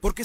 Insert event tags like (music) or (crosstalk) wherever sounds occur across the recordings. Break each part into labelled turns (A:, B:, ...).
A: Porque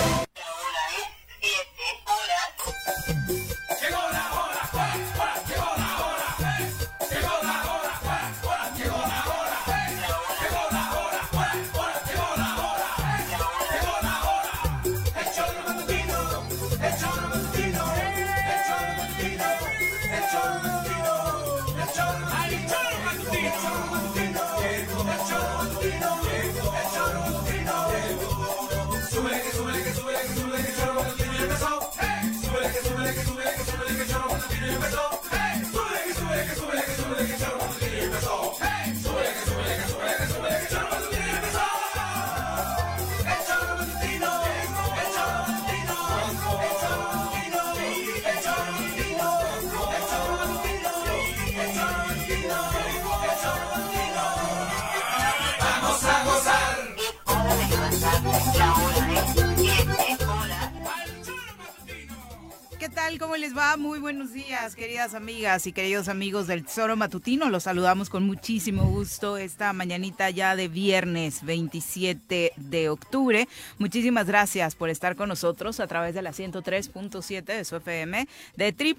B: Llegó la hora, cuá, cuá, llegó la hora, eh. llegó la hora, cuá, cuá, llegó la hora, eh. llegó la hora, cuá, cuá, llegó la hora, eh. llegó la hora, el choro matutino, el choro matutino, el choro matutino, el choro matutino, el choro matutino, el choro matutino, el choro matutino, el choro matutino, súbele que súbele que súbele que súbele que el choro matutino ya empezó, ¡eh! súbele que súbele que súbele que súbele que el choro matutino ya empezó, ¡eh! súbele que súbele que súbele que súbele que el choro matutino ya empezó, ¡eh! súbele que súbele que súbele que súbele que el choro matutino ya empezó. El choro matutino, el choro matutino, el choro matutino, el choro matutino, el choro matutino, el choro matutino, el choro matutino. Vamos a gozar.
C: ¿Qué tal? ¿Cómo les va? Muy buenos días, queridas amigas y queridos amigos del Tesoro Matutino. Los saludamos con muchísimo gusto esta mañanita ya de viernes 27 de octubre. Muchísimas gracias por estar con nosotros a través de la 103.7 de su FM, de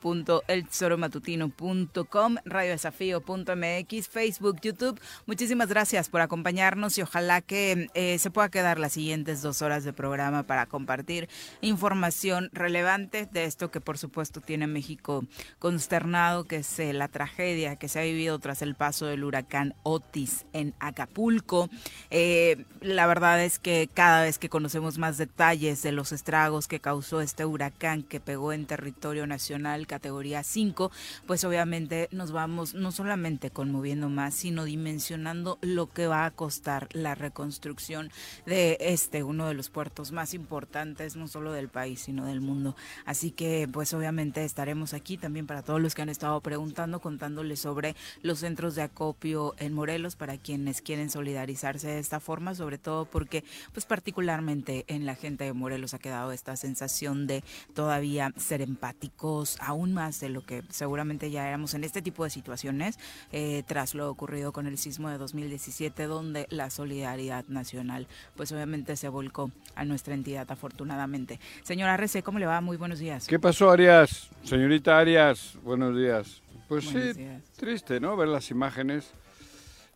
C: www.eltesoromatutino.com, radiodesafío.mx, Facebook, YouTube. Muchísimas gracias por acompañarnos y ojalá que eh, se pueda quedar las siguientes dos horas de programa para compartir información relevante de esto que por supuesto tiene México consternado, que es eh, la tragedia que se ha vivido tras el paso del huracán Otis en Acapulco. Eh, la verdad es que cada vez que conocemos más detalles de los estragos que causó este huracán que pegó en territorio nacional categoría 5, pues obviamente nos vamos no solamente conmoviendo más, sino dimensionando lo que va a costar la reconstrucción de este, uno de los puertos más importantes, no solo del país, sino del mundo. Así que pues obviamente estaremos aquí también para todos los que han estado preguntando, contándoles sobre los centros de acopio en Morelos para quienes quieren solidarizarse de esta forma, sobre todo porque pues particularmente en la gente de Morelos ha quedado esta sensación de todavía ser empáticos aún más de lo que seguramente ya éramos en este tipo de situaciones eh, tras lo ocurrido con el sismo de 2017 donde la solidaridad nacional pues obviamente se volcó a nuestra entidad afortunadamente. Señora Rece, ¿cómo le va? Muy buenos días.
D: ¿Qué pasó, Arias? Señorita Arias, buenos días. Pues
C: Buenos
D: sí,
C: días.
D: triste, ¿no? Ver las imágenes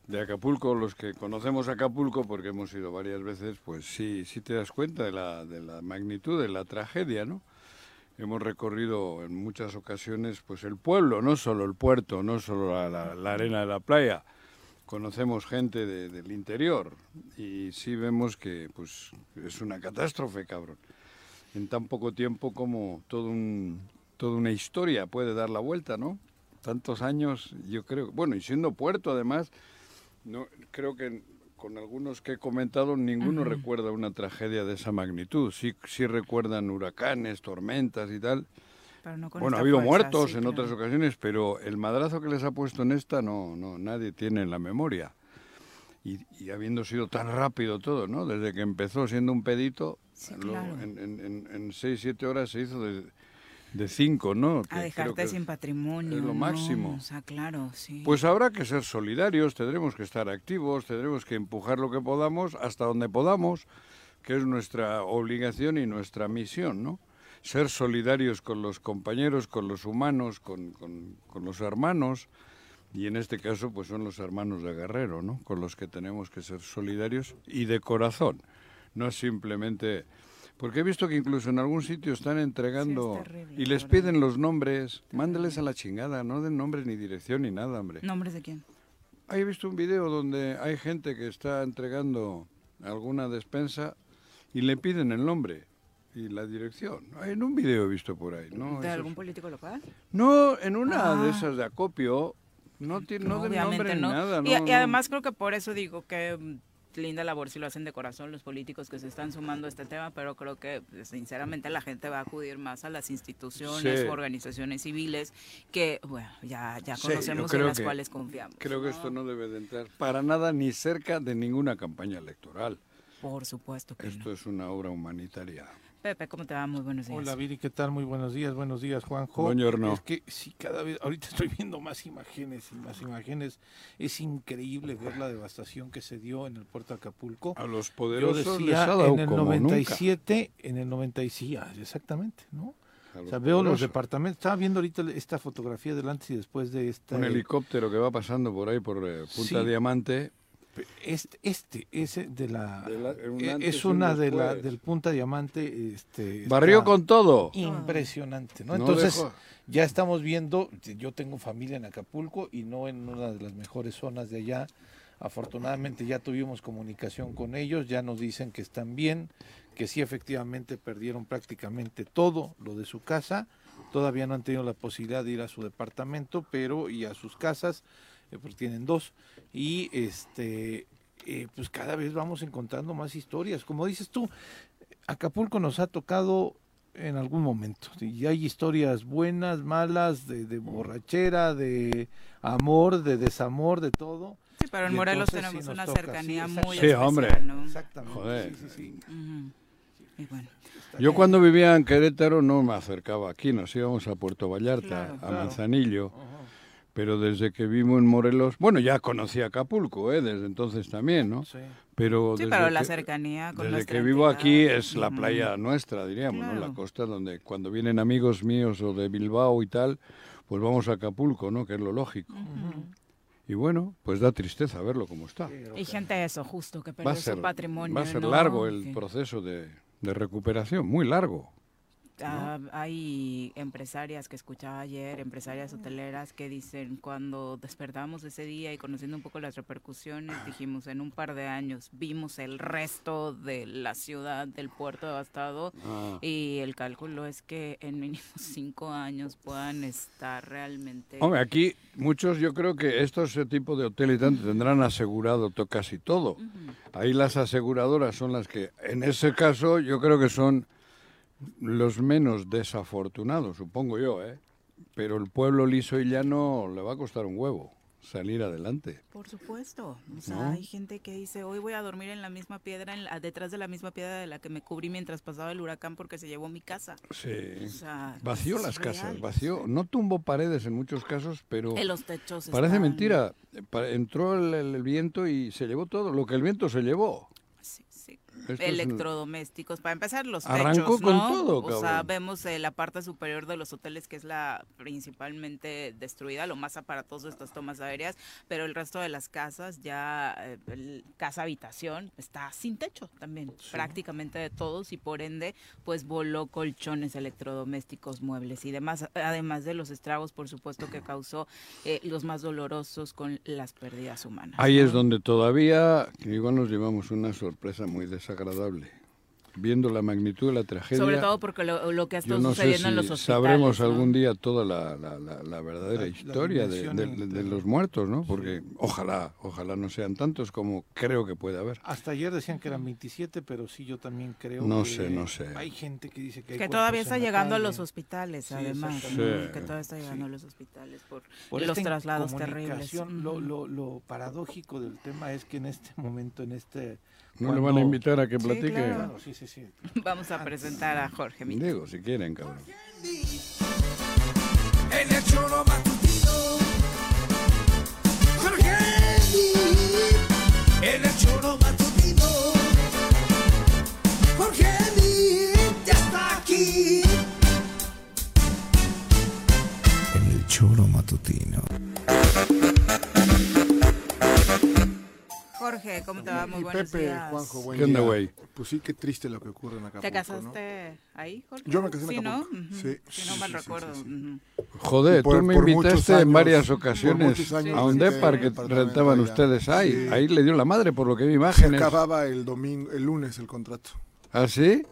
D: de Acapulco, los que conocemos Acapulco, porque hemos ido varias veces, pues sí, sí te das cuenta de la, de la magnitud de la tragedia, ¿no? Hemos recorrido en muchas ocasiones, pues el pueblo, no solo el puerto, no solo la- la- la arena de la playa, conocemos gente de- del interior y sí vemos que pues es una catástrofe, cabrón. En tan poco tiempo como todo un, toda una historia puede dar la vuelta, ¿no? Tantos años, yo creo, bueno, y siendo puerto además, no creo que con algunos que he comentado ninguno
E: Ujú.
D: recuerda una tragedia de esa magnitud. Sí, sí recuerdan huracanes, tormentas y tal.
C: Pero no con
D: Bueno, ha
C: esta
D: habido
C: fuerza,
D: muertos
C: sí,
D: en
C: claro.
D: otras ocasiones, pero el madrazo que les ha puesto en esta no, no nadie tiene en la memoria. Y, y habiendo sido tan rápido todo, ¿no? Desde que empezó siendo un pedito, luego
C: claro.
D: en, en, en- en seis, siete horas se hizo de, de cinco, ¿no? Que
C: A
D: creo
C: dejarte
D: que-
C: sin patrimonio.
D: es lo
C: ¿no?
D: máximo.
C: O sea, claro, sí.
D: Pues habrá que ser solidarios, tendremos que estar activos, tendremos que empujar lo que podamos hasta donde podamos, que es nuestra obligación y nuestra misión, ¿no? Ser solidarios con los compañeros, con los humanos, con, con- con los hermanos, y en este caso pues son los hermanos de Guerrero, ¿no? Con los que tenemos que ser solidarios y de corazón, no simplemente... Porque he visto que incluso en algún sitio están entregando y les piden los nombres, mándales a la chingada, no den nombres ni dirección ni nada, hombre.
C: ¿Nombres de quién?
D: Ahí he visto un video donde hay gente que está entregando alguna despensa y le piden el nombre y la dirección. En un video he visto por ahí, ¿no?
C: ¿De
D: Esos-
C: algún político local?
D: No, en una
C: Ah.
D: de esas de acopio no tiene no, de nombre
C: Obviamente
D: ni
C: no.
D: nada.
C: y,
D: no,
C: y
D: no.
C: además creo que por eso digo que mm, linda labor si lo hacen de corazón los políticos que se están sumando a este tema, pero creo que pues, sinceramente la gente va a acudir más a las instituciones,
D: Sí.
C: organizaciones civiles que bueno, ya, ya
D: Sí, yo
C: conocemos y en
D: creo
C: las
D: que-
C: cuales confiamos.
D: Creo que
E: Ah.
D: esto no debe de entrar para nada ni cerca de ninguna campaña electoral.
C: Por supuesto que no.
D: Esto es una obra humanitaria.
C: Pepe, ¿cómo te va? Muy buenos días.
E: Hola Viri, ¿qué tal? Muy buenos días, buenos días Juanjo.
D: Buongiorno.
E: Es que sí, cada vez, ahorita estoy viendo más imágenes y más imágenes. Es increíble ver la devastación que se dio en el puerto de Acapulco.
D: A los
E: Yo
D: poderosos Ah, les
E: decía
D: ha dado
E: en el
D: como
E: 97, en el 97, exactamente, ¿no?
D: nunca. A
E: O
D: los
E: sea, veo los
D: poderosos.
E: departamentos. Estaba viendo ahorita esta fotografía del antes y después de esta.
D: Un helicóptero que va pasando por ahí por eh, Punta
E: Sí.
D: Diamante.
E: Este, este, ese de la.
D: De la- un
E: eh,
D: antes y
E: es
D: un
E: una de la
D: después.
E: del Punta Diamante. Este,
D: Barrió
E: está-
D: con todo.
E: Impresionante, ¿no?
D: No
E: Entonces,
D: dejó.
E: ya estamos viendo, yo tengo familia en Acapulco y no en una de las mejores zonas de allá. Afortunadamente ya tuvimos comunicación con ellos, ya nos dicen que están bien, que sí efectivamente perdieron prácticamente todo lo de su casa. Todavía no han tenido la posibilidad de ir a su departamento, pero y a sus casas, eh, porque tienen dos. Y este, eh, pues cada vez vamos encontrando más historias. Como dices tú, Acapulco nos ha tocado en algún momento. Y hay historias buenas, malas, de, de borrachera, de amor, de desamor, de todo.
C: Sí, pero en
E: Y
C: Morelos
E: entonces
C: tenemos
E: sí nos
C: una
E: toca,
C: cercanía
E: sí,
C: muy
D: Sí,
C: especial,
D: hombre.
C: ¿no?
E: Exactamente.
D: Joder.
E: Sí, sí, sí.
C: Ujú. Y bueno,
D: Yo cuando vivía en Querétaro no me acercaba aquí, nos íbamos a Puerto Vallarta,
C: Claro,
D: a
E: claro.
D: Manzanillo. Pero desde que vivimos en Morelos, bueno, ya conocí Acapulco, ¿eh? desde entonces también, ¿no?
E: Sí.
D: Pero
C: sí,
D: desde
C: pero la
D: que-
C: cercanía con
D: Desde
C: nuestra
D: que vivo aquí
C: entidad,
D: es la
C: ujú.
D: playa nuestra, diríamos, ¿no?
C: Claro.
D: La costa donde cuando vienen amigos míos o de Bilbao y tal, pues vamos a Acapulco, ¿no? Que es lo lógico.
C: Mm,
D: Y bueno, pues da tristeza verlo como está.
C: Y gente eso, justo, que
D: Va
C: perdió
D: a ser,
C: su patrimonio.
D: va a ser
C: ¿no?
D: largo el
C: Que-
D: proceso de, de recuperación, muy largo.
C: Ah, hay empresarias que escuchaba ayer, empresarias hoteleras que dicen cuando despertamos ese día y conociendo un poco las repercusiones, dijimos en un par de años vimos el resto de la ciudad, del puerto devastado
D: Ah.
C: y el cálculo es que en mínimo (laughs) cinco años puedan estar realmente...
D: Hombre, aquí muchos, yo creo que estos eh, tipo de hoteles y tanto tendrán asegurado to- casi todo. Ahí las aseguradoras son las que, en ese caso, yo creo que son los menos desafortunados, supongo yo, ¿eh? Pero el pueblo liso y llano le va a costar un huevo salir adelante.
C: Por supuesto. O sea,
D: ¿No?
C: hay gente que dice, hoy voy a dormir en la misma piedra, en la- detrás de la misma piedra de la que me cubrí mientras pasaba el huracán porque se llevó mi casa.
D: Sí.
C: O sea,
D: Vació
C: es
D: las casas,
C: real.
D: vació. No tumbó paredes en muchos casos, pero...
C: En los techos.
D: Parece
C: están-
D: mentira. eh, pa- Entró el, el viento y se llevó todo. Lo que el viento se llevó.
C: Sí, sí.
D: Esto es un-
C: Electrodomésticos. Para empezar, los
D: Arrancó
C: techos,
D: con
C: ¿no?
D: todo,
C: O sea,
D: cabrón.
C: vemos eh, la parte superior de los hoteles, que es la principalmente destruida, lo más aparatoso de estas tomas aéreas, pero el resto de las casas, ya eh, el- casa-habitación, está sin techo también, prácticamente de todos, y por ende, pues voló colchones, electrodomésticos, muebles y demás, además de los estragos, por supuesto, que causó eh, los más dolorosos con las pérdidas humanas.
D: Ahí
C: ¿no?
D: es donde todavía, que igual nos llevamos una sorpresa muy desagradable. Viendo la magnitud de la tragedia,
C: Sobre todo porque lo, lo que ha
D: yo
C: estado
D: no sé
C: sucediendo
D: si
C: en los hospitales.
D: sabremos
C: ¿no?
D: algún día toda la, la- la- la verdadera
E: La- la
D: historia de, de-
E: dimensión
D: de- de
E: entera.
D: los muertos, ¿no? Porque ojalá, ojalá no sean tantos como creo que puede haber.
E: Hasta ayer decían que eran 27, pero sí, yo también creo
D: No
E: que
D: sé, no sé.
E: Hay gente que dice que hay
C: Que
E: cuerpos
C: todavía
E: en
C: está
E: la
C: llegando a
E: calle.
C: los hospitales,
E: Sí,
C: además.
E: exactamente.
C: ¿no? Que todavía está llegando a los hospitales por,
E: Por
C: los
E: esta
C: traslados terribles.
E: incomunicación, Lo,
C: Ujú.
E: lo, lo paradójico del tema es que en este momento, en este...
D: No
E: cuando-
D: le van a invitar a que
C: Sí,
D: platique.
C: claro.
E: Claro, sí, sí, sí.
C: (laughs) Vamos a presentar a Jorge Mito.
D: Diego, si quieren, cabrón.
B: En el choro matutino. Jorge Luis. En el choro matutino. Jorge Luis ya está aquí. En el choro matutino.
C: Jorge, Pepe, ¿cómo te va? Muy
F: Y
C: buenos
F: Pepe,
C: días.
F: Juanjo, buen
D: ¿Qué onda,
F: día.
D: güey?
F: Pues sí, qué triste lo que ocurre en Acapulco.
C: ¿Te
F: ¿no?
C: casaste ahí, Jorge?
F: Yo me casé en
C: Sí, ¿no?
F: Acapulco.
C: Ujú.
F: Sí.
C: Si no mal
F: Sí, sí, sí,
C: recuerdo.
F: sí, sí.
C: ujú.
D: Joder,
F: Por-
D: tú me
F: por muchos
D: invitaste en
F: años,
D: varias
F: por
D: ocasiones
F: muchos años
D: a un
F: renté
D: depar
F: un
D: que
F: apartamento
D: rentaban
F: allá.
D: ustedes ahí.
F: Sí.
D: Ahí le dio la madre por lo que vi
F: Se
D: imágenes.
F: acababa el domingo, el lunes el contrato.
D: ¿Ah, sí?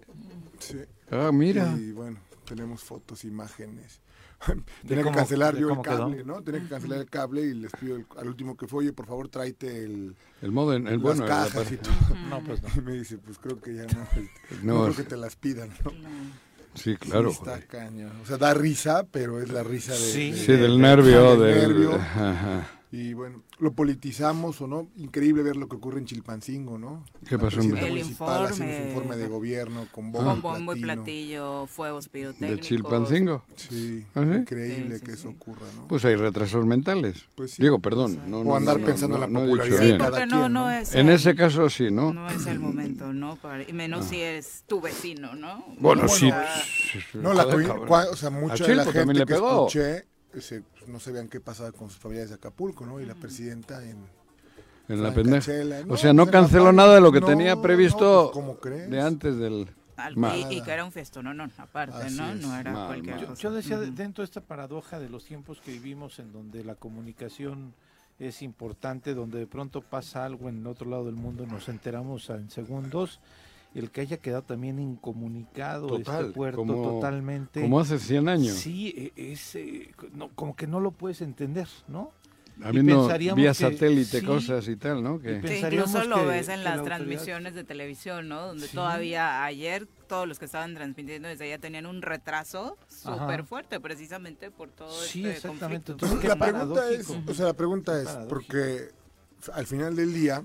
F: Sí.
D: Ah, mira.
F: Y bueno, tenemos fotos, imágenes. (laughs)
G: ¿De
F: Tenía que
G: cómo-
F: cancelar
G: de
F: yo el
G: cómo quedó?
F: cable, ¿no? Tenía que cancelar el cable y les pido el- al último que fue, oye, por favor, tráete el,
D: El modo, en- el
F: las
D: bueno. el
F: cajas y
D: (laughs) apar-
F: todo.
E: No, pues no.
F: (laughs) Y me dice, pues creo que ya no. este, No,
D: No.
F: creo que te las pidan, ¿no?
D: Sí, claro.
F: Está
D: joder.
F: cañón. O sea, da risa, pero es la risa de...
G: Sí.
F: de-
D: Sí, del nervio,
F: del
D: del...
F: nervio.
D: Ajá.
F: Y bueno, lo politizamos o no. Increíble ver lo que ocurre en Chilpancingo, ¿no?
D: ¿Qué
F: La
D: pasó Ah. en-
F: presidenta
C: El
F: municipal haciendo su
C: informe.
F: informe de gobierno con bombo,
C: Con bombo y
F: platino.
C: platillo, fuegos
D: ¿De
C: pirotécnicos.
D: Chilpancingo?
F: Sí,
D: ¿Ah, sí?
F: increíble
C: Sí, sí,
F: que eso
C: sí.
F: ocurra, ¿no?
D: Pues hay retrasos mentales.
F: Pues sí.
D: Digo, perdón. no,
F: O
D: no,
F: andar
D: no, no,
F: pensando en
D: no,
F: la
D: no he
F: popularidad
D: dicho
F: de
C: Sí,
D: bien.
F: cada
C: porque no,
F: quien,
C: no
F: ¿no?
C: es...
D: En
C: el-
D: ese caso sí, ¿no?
C: No es el momento, ¿no? Para- y menos si eres tu vecino, ¿no?
D: Bueno,
C: O
D: sí.
C: sea,
F: No, la
D: Joder,
F: coin-
D: cabrón.
F: cua- o sea,
D: A
F: mucha de
D: Chilpo
F: la
D: también
F: gente
D: le
F: que
D: pegó.
F: escuché se- no sabían qué pasaba con sus familias de Acapulco, ¿no? Y la presidenta en...
D: En
F: Francachela.
D: la pendeja.
F: No,
D: O sea,
F: pues
D: no
F: en la
D: canceló
F: par-
D: nada de lo que
F: No,
D: tenía
F: no,
D: previsto
F: pues, ¿cómo crees?
D: de antes del...
C: al-
D: mal.
C: y, y que era un fiestón, no, no, aparte,
F: Así
C: Eh, ¿no?
F: es.
C: No era
D: Mal,
C: cualquier
D: mal.
E: Yo,
C: cosa.
E: yo decía, de-
C: Ujú.
E: dentro de esta paradoja de los tiempos que vivimos, en donde la comunicación es importante, donde de pronto pasa algo en el otro lado del mundo, nos enteramos en segundos, el que haya quedado también incomunicado
D: Total,
E: este puerto
D: como-
E: totalmente.
D: Como hace 100 años.
E: Sí, e- es, eh, co- no, como que no lo puedes entender, ¿no? y
D: Habiendo
E: pensaríamos
D: vía
E: que
D: satélite,
E: sí.
D: cosas y tal, ¿no?
E: Y
D: Que
E: pe-
C: Sí,
E: pensaríamos
C: incluso lo
E: que-
C: ves en
E: que
C: las
E: la autoridad-
C: transmisiones de televisión, ¿no? Donde
E: Sí.
C: todavía ayer todos los que estaban transmitiendo desde allá tenían un retraso
E: Ajá.
C: súper fuerte, precisamente por todo
E: Sí,
C: este conflicto.
E: exactamente. Entonces,
F: la
E: Qué
F: pregunta es,
E: paradójico.
F: o sea, la pregunta
E: Qué
F: es,
E: paradójico.
F: porque al final del día,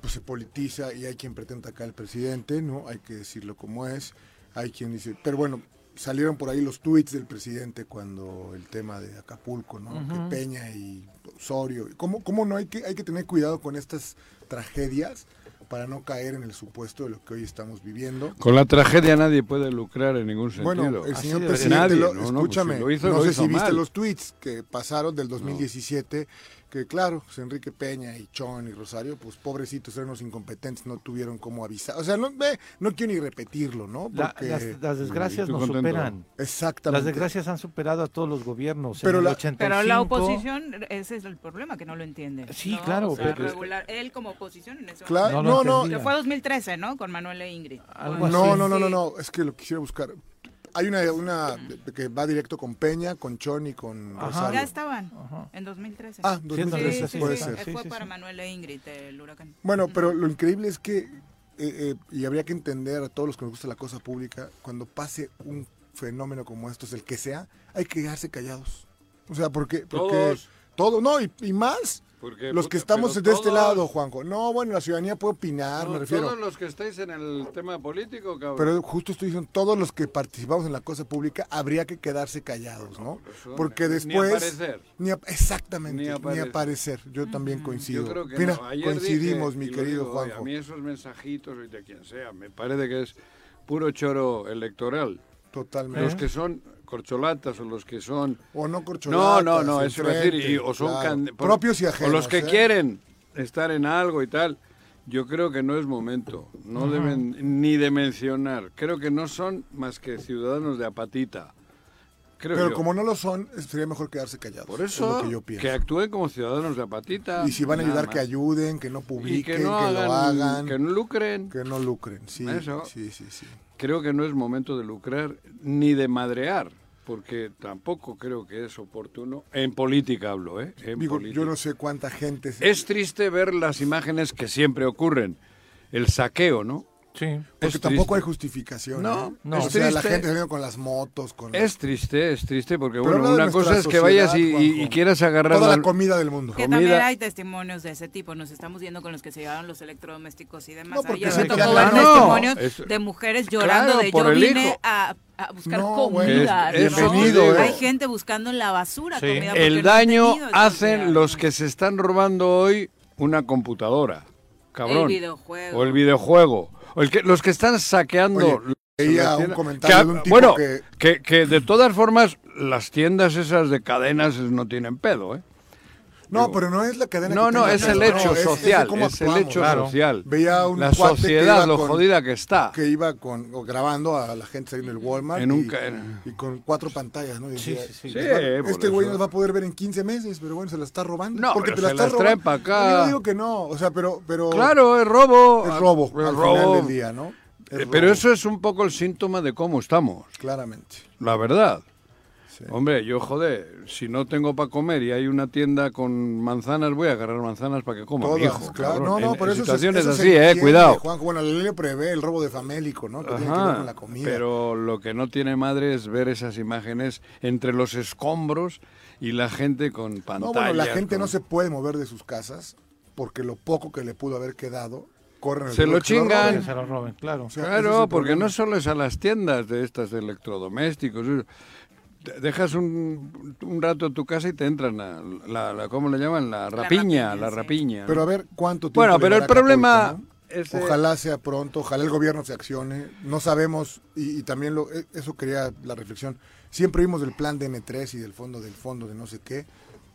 F: pues se politiza y hay quien pretende acá al presidente, ¿no? Hay que decirlo como es, hay quien dice, pero bueno, salieron por ahí los tweets del presidente cuando el tema de Acapulco, ¿no? Que Peña y Osorio, ¿cómo, cómo no hay que, hay que tener cuidado con estas tragedias para no caer en el supuesto de lo que hoy estamos viviendo?
D: con la tragedia nadie puede lucrar en ningún sentido.
F: Bueno, el
E: Así
F: señor
E: debería
F: presidente,
D: Nadie,
F: lo-
D: no, no, pues,
F: escúchame,
D: si
F: no,
D: lo hizo, lo
F: sé
D: hizo
F: si viste
D: mal.
F: los tweets que pasaron del 2017, que claro, pues, Enrique Peña y Chon y Rosario, pues pobrecitos eran los incompetentes, no tuvieron cómo avisar. O sea, no, ve, no quiero ni repetirlo, ¿no?
E: La-
F: Porque
E: las, las desgracias
D: tú
E: nos
D: contento.
E: superan.
F: exactamente.
E: Las desgracias han superado a todos los gobiernos.
F: Pero
E: en el
F: la-
E: 85,
C: Pero la oposición, ese es el problema, que no lo entiende.
E: Sí,
C: ¿no?
E: claro,
C: O sea,
E: pero-
C: regular, él como oposición en ese
F: Claro,
E: No Ah,
F: no,
E: lo
F: no,
E: entendía.
C: momento. Que fue 2013, ¿no? Con Manuel e Ingrid.
E: Algo
C: Pues,
F: No,
E: así.
F: no, no, no,
C: sí.
F: no, es que lo quisiera buscar. Hay una, una que va directo con Peña, con Chon y con
E: Ajá.
F: Rosario.
C: Ya estaban, en 2013.
F: Ah,
E: Sí, en
F: 2013,
C: sí, sí,
F: puede
C: sí,
F: ser.
E: Sí,
C: Fue
E: sí,
C: para
E: sí.
C: Manuel e Ingrid el huracán.
F: Bueno, pero lo increíble es que, eh, eh, y habría que entender a todos los que nos gusta la cosa pública, cuando pase un fenómeno como estos, el que sea, hay que quedarse callados. O sea, porque... porque
D: Todos.
F: Todo, no, y, y más
D: Porque,
F: los
D: puta,
F: que estamos de
D: pero
F: este
D: todos-
F: lado, Juanjo. No, bueno, la ciudadanía puede opinar,
D: No,
F: me refiero.
D: Todos los que estáis en el tema político, cabrón.
F: Pero justo estoy diciendo, todos los que participamos en la cosa pública habría que quedarse callados, ¿no?
D: eso,
F: Porque
D: pues, ni
F: después...
D: aparecer.
F: ni ap- exactamente,
D: Ni
F: ni aparecer.
D: aparecer.
F: Yo también coincido.
D: Yo creo que
F: Mira,
D: no. Ayer
F: coincidimos,
D: dije,
F: mi
D: y lo
F: querido
D: digo hoy,
F: Juanjo.
D: A mí esos mensajitos y de quien sea, me parece que es puro choro electoral.
F: Totalmente.
D: Los que son corcholatas o los que son...
F: O no corcholatas.
D: No, no, no, es
F: enfrente,
D: decir, y- o son
F: claro.
D: cande- por-
F: propios y ajenos.
D: O los que
F: ¿eh?
D: quieren estar en algo y tal. Yo creo que no es momento, no deben ni de mencionar. Creo que no son más que ciudadanos de apatita. Creo
F: Pero
D: yo.
F: como no lo son, es- sería mejor quedarse callados.
D: Por eso,
F: es lo que yo
D: que,
F: pienso.
D: actúen como ciudadanos de apatita.
F: y si van a
D: nada
F: ayudar,
D: más.
F: que ayuden, que no
D: Y
F: publiquen,
D: que
F: que,
D: no, hagan,
F: lo hagan,
D: que
F: que
D: no
F: no,
D: lucren.
F: lucren. Sí,
D: Eso.
F: sí, sí, sí.
D: Creo que no es momento de lucrar ni de madrear, porque tampoco creo que es oportuno. En política hablo, ¿eh? En
F: Digo,
D: política.
F: yo no sé cuánta gente... se-
D: Es triste ver las imágenes que siempre ocurren. El saqueo, ¿no?
E: Sí.
F: porque
D: es
F: tampoco
D: triste.
F: hay justificación.
D: No,
F: ¿eh?
D: no.
F: O
D: Es
F: sea, la
D: triste.
F: gente saliendo con las motos, con... las-
D: Es triste, es triste, porque
F: Pero habla
D: bueno,
F: de
D: una
F: nuestra
D: cosa es que vayas y,
F: sociedad,
D: y-
F: Juanjo.
D: y quieras agarrar
F: Toda la
D: la-
F: comida del mundo.
C: Que
D: Comida.
C: también hay testimonios de ese tipo. Nos estamos viendo con los que se llevaron los electrodomésticos y demás.
F: No, porque
C: Ayer
F: se
C: me tocó
F: quedan-
C: ver
F: No,
C: testimonios
D: es-
C: de mujeres llorando
D: Claro,
C: de
D: por
C: yo
D: el
C: vine
D: hijo".
C: a, a buscar
F: No,
C: comida.
D: bueno, es-
C: ¿no?
F: bienvenido,
C: Hay
F: eh.
C: gente buscando en la basura
E: Sí.
C: comida. porque
D: El
C: no han
D: daño
C: tenido esa
D: hacen
C: comida,
D: los
C: ¿no?
D: que se están robando hoy una computadora. Cabrón.
C: El videojuego.
D: O el videojuego. O el que, los que están saqueando.
F: Oye, veía un
D: Que-
F: comentario de un tipo
D: bueno,
F: que-
D: que, que de todas formas las tiendas esas de cadenas no tienen pedo, ¿eh?
F: No, pero no es la cadena.
D: No,
F: que
D: no,
F: tenga
D: es el
F: miedo, no,
D: hecho
F: es- es de
D: social,
F: cómo
D: es el
F: actuamos.
D: hecho
F: Claro.
D: social.
F: Veía un
D: La
F: cuate que
D: sociedad,
F: iba
D: lo
F: con-
D: jodida que está.
F: que iba con, o grabando a la gente saliendo del Walmart
D: En un
F: y,
D: ca-
F: y con cuatro pantallas, ¿no? Y
E: Sí,
F: decía,
E: sí, sí.
D: Sí, por
F: este güey
D: eso.
F: nos va a poder ver en 15 meses, pero bueno, se la está robando.
D: No,
F: porque
D: pero
F: te la
D: se
F: está
D: las traen
F: robando.
D: pa' acá.
F: Yo digo que no, o sea, pero... pero
D: Claro, es robo.
F: Es robo,
D: Es
F: al
D: robo.
F: final del día, ¿no? Es
D: Eh, Pero
F: robo,
D: eso es un poco el síntoma de cómo estamos,
F: Claramente.
D: la verdad.
F: Sí.
D: Hombre, yo joder, si no tengo para comer y hay una tienda con manzanas, voy a agarrar manzanas para que coma
F: Todas,
D: mi hijo.
F: claro.
D: cabrón.
F: No, no,
D: En-
F: por
D: en
F: eso se-
D: situaciones
F: eso se
D: así, eh,
F: entiende,
D: cuidado.
F: Juanjo, bueno, la ley le prevé el robo de famélico, ¿no? Que Pues tiene que ver
D: Ajá,
F: con la comida.
D: Pero lo que no tiene madre es ver esas imágenes entre los escombros y la gente con
F: No,
D: pantallas.
F: bueno, la gente
D: con-
F: no se puede mover de sus casas porque lo poco que le pudo haber quedado, corren el
D: Se
F: riesgo
D: lo
F: de que
D: chingan.
F: roben.
E: se lo roben, claro.
F: O sea, ese es
D: Claro,
F: el
D: porque
F: problema.
D: no solo es a las tiendas de estas de electrodomésticos. de- Dejas un, un rato tu casa y te entran a la, la- ¿cómo le llaman? La rapiña,
C: rapiña,
D: la
C: sí.
D: rapiña.
F: Pero a ver cuánto tiempo.
D: bueno,
F: le
D: pero
F: dará
D: el problema
F: Acapulco, ¿no?
D: es... eh,
F: Ojalá sea pronto, ojalá el gobierno se accione. No sabemos, y, y también lo, e- eso quería la reflexión. Siempre vimos del plan de M3 y del fondo del fondo de no sé qué.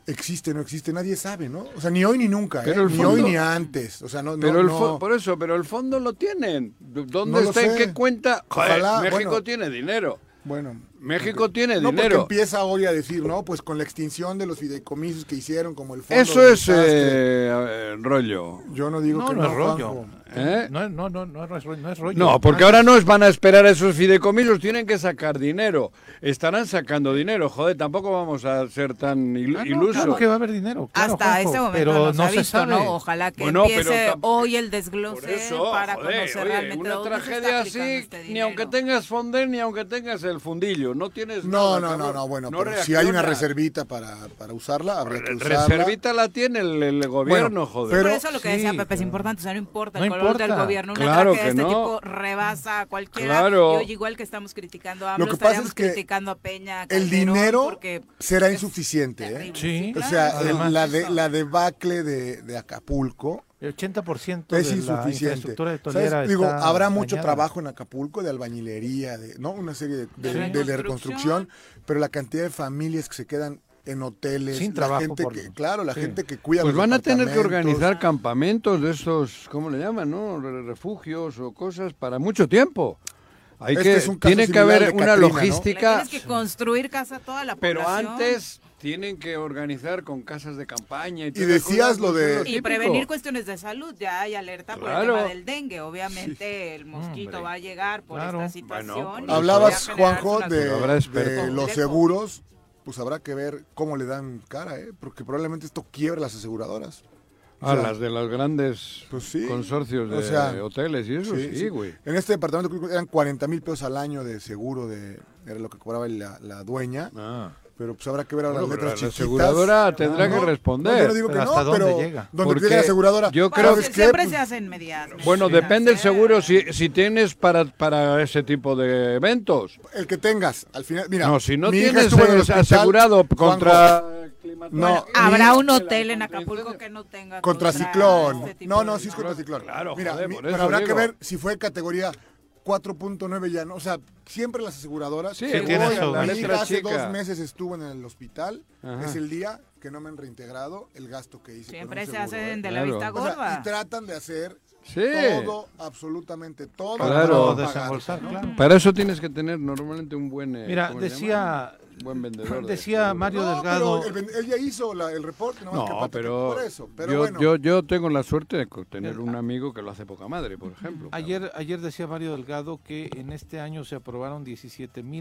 F: Existe, no existe, nadie sabe, ¿no? O sea, ni hoy ni nunca, ¿eh?
D: Pero el
F: ni
D: fondo-
F: hoy ni antes. O sea, no, no,
D: Pero el
F: no-
D: fo- por eso, pero el fondo lo tienen. D-
F: No
D: ¿Dónde
F: lo
D: está? ¿En
F: sé.
D: qué cuenta? Joder,
F: Ojalá,
D: México
F: bueno.
D: tiene dinero.
F: Bueno.
D: México tiene
F: No, porque
D: dinero.
F: empieza hoy a decir, ¿no? Pues con la extinción de los fideicomisos que hicieron, como el fondo.
D: Eso
F: del
D: es
F: desastre.
D: eh, rollo.
F: Yo no digo
E: No,
F: que
E: no
F: no,
E: es rollo.
F: Juanjo.
D: ¿eh?
E: No, no, no, no, es rollo. No, es rollo.
D: No, porque ahora no es van a esperar a esos fideicomisos, tienen que sacar dinero. Estarán sacando dinero, joder, tampoco vamos a ser tan il-
E: Ah, no,
D: ilusos.
E: Claro que va a haber dinero. claro,
C: Hasta
E: Juanjo,
C: este momento
E: pero
C: no, se ha
E: se
C: visto,
E: sabe.
C: ¿no? Ojalá que
D: Bueno, pero
C: empiece
D: tam-
C: hoy el
D: Por
C: desglose
D: eso,
C: para
D: joder,
C: conocer
D: oye,
C: realmente
D: una
C: dónde se está
D: tragedia
C: aplicando
D: así,
C: este
D: ni
C: dinero.
D: aunque tengas fonder, ni aunque tengas el fundillo, no tienes
F: No,
D: nada,
F: no, no,
D: cabrón.
F: no, bueno,
D: No
F: pero si hay una
D: reaccionas.
F: reservita para, para usarla, habría que usarla.
D: Reservita la tiene el, el gobierno, joder.
F: pero-
C: Por eso lo que
E: sí,
C: decía Pepe es
E: pero-
C: importante, o sea, no importa el
E: No
C: color
E: importa.
C: del gobierno, una
D: Claro
C: tragedia de este
D: que no.
C: tipo rebasa a cualquiera.
D: Claro.
C: Y hoy igual que estamos criticando a AMLO,
F: que pasa
C: estaríamos
F: es que
C: criticando a Peña, a
F: El
C: Calderón,
F: dinero
C: porque
F: será
C: es
F: insuficiente, ¿eh?
C: terrible,
E: Sí.
F: O
C: claro.
F: sea, el-
E: Además.
F: la, de, la debacle de, de Acapulco
E: El 80% de
F: es
E: la
F: insuficiente.
E: infraestructura de
F: ¿Sabes?
E: Tolera
F: Digo,
E: está
F: habrá mucho
E: dañada.
F: trabajo en Acapulco de albañilería, de, ¿no? Una serie de,
C: De
F: de- de- de reconstrucción,
C: reconstrucción.
F: pero la cantidad de familias que se quedan en hoteles,
E: Sin
F: la
E: trabajo,
F: gente
E: por-
F: que, claro, la
E: sí.
F: gente que cuida
D: Pues
F: los
D: van a tener que
F: departamentos.
D: organizar campamentos de esos, ¿cómo le llaman, no? Re- Refugios o cosas para mucho tiempo. Hay
F: Este
D: que,
F: es un caso
D: tiene que
F: similar de
D: haber una
F: Katrina, ¿no?
C: Le
D: logística,
C: tienes que construir casa a toda la
D: pero
C: población.
D: antes tienen que organizar con casas de campaña. Y, todas esas
F: decías
D: cosas,
F: lo
D: porque
F: de-
D: es
F: Y
C: Y
D: típico.
C: prevenir cuestiones de salud, ya hay alerta por el
D: Claro.
C: tema del dengue. Obviamente el mosquito
D: Hombre.
C: va a llegar por
E: Claro.
C: esta situación.
D: Bueno, pues,
C: y
D: por
F: Hablabas,
C: podría generarse
F: Juanjo,
C: una
F: de,
D: Pero habrá expertos.
F: de los
C: Complejo.
F: seguros. Pues habrá que ver cómo le dan cara, ¿eh? Porque probablemente esto quiebra las aseguradoras. O
D: Ah,
F: sea,
D: las de los grandes
F: Pues sí.
D: consorcios de
F: O sea,
D: hoteles y eso,
F: Sí,
D: sí,
F: sí.
D: güey.
F: En este departamento creo que eran 40 mil pesos al año de seguro, de, era lo que cobraba la, la dueña.
D: Ah.
F: Pero pues habrá que ver ahora
D: Bueno,
F: las
D: pero
F: letras
D: la
F: chiquitas.
D: aseguradora tendrá que responder.
F: No, yo no digo que
E: Pero
F: no,
E: ¿hasta
F: pero
E: dónde llega?
F: donde
D: Porque
F: llega la aseguradora.
D: yo
C: Bueno,
D: creo-
C: sí,
F: ¿sabes qué?
C: siempre se
F: Pues,
C: hacen medidas.
D: Bueno,
C: medidas,
D: depende el
C: ¿eh?
D: seguro si, si tienes para, para ese tipo de eventos.
F: Pues, El que tengas, al final, mira.
D: No, si no
F: mi hija
D: tienes
F: estuvo en el
D: eh,
F: hospital,
D: asegurado
F: Juanjo,
D: contra
F: No,
C: Habrá
F: mi-
C: un hotel en Acapulco que no tenga contra
F: Contra ciclón.
C: este tipo
F: No, no,
C: de-
F: sí es contra ciclón.
D: Claro,
F: Mira,
D: joder,
F: mi-
D: por
F: pero
D: eso
F: habrá
D: digo.
F: que ver si fue categoría 4.9 ya, ¿no? O sea, siempre las aseguradoras.
D: Sí,
F: Yo
E: tiene
F: voy
E: eso,
F: a
E: la
F: mi
D: letra
F: hija hace
D: chica.
F: dos meses estuvo en el hospital.
D: Ajá.
F: Es el día que no me han reintegrado el gasto que hice. con
C: Siempre
F: un
C: se
F: seguro,
C: hacen
F: ¿eh?
C: de la
D: Claro.
C: vista
F: O sea,
C: gorda.
F: y tratan de hacer
D: Sí.
F: todo, absolutamente todo.
D: Claro.
F: para
E: Claro,
F: pagar,
E: desembolsar,
F: ¿no?
E: claro.
D: Para eso tienes que tener normalmente un buen. eh,
E: Mira,
D: ¿cómo le
E: decía-
D: llaman? Un buen vendedor. de
E: decía
D: seguros.
E: Mario
F: No,
E: Delgado.
F: pero el ven- él ya hizo la- el reporte, nomás que
D: No,
F: aparte
D: pero,
F: por eso. Pero
D: yo,
F: bueno,
D: yo, yo tengo la suerte de co- tener un amigo que lo hace poca madre, por ejemplo.
E: Ayer, ayer decía Mario Delgado que en este año se aprobaron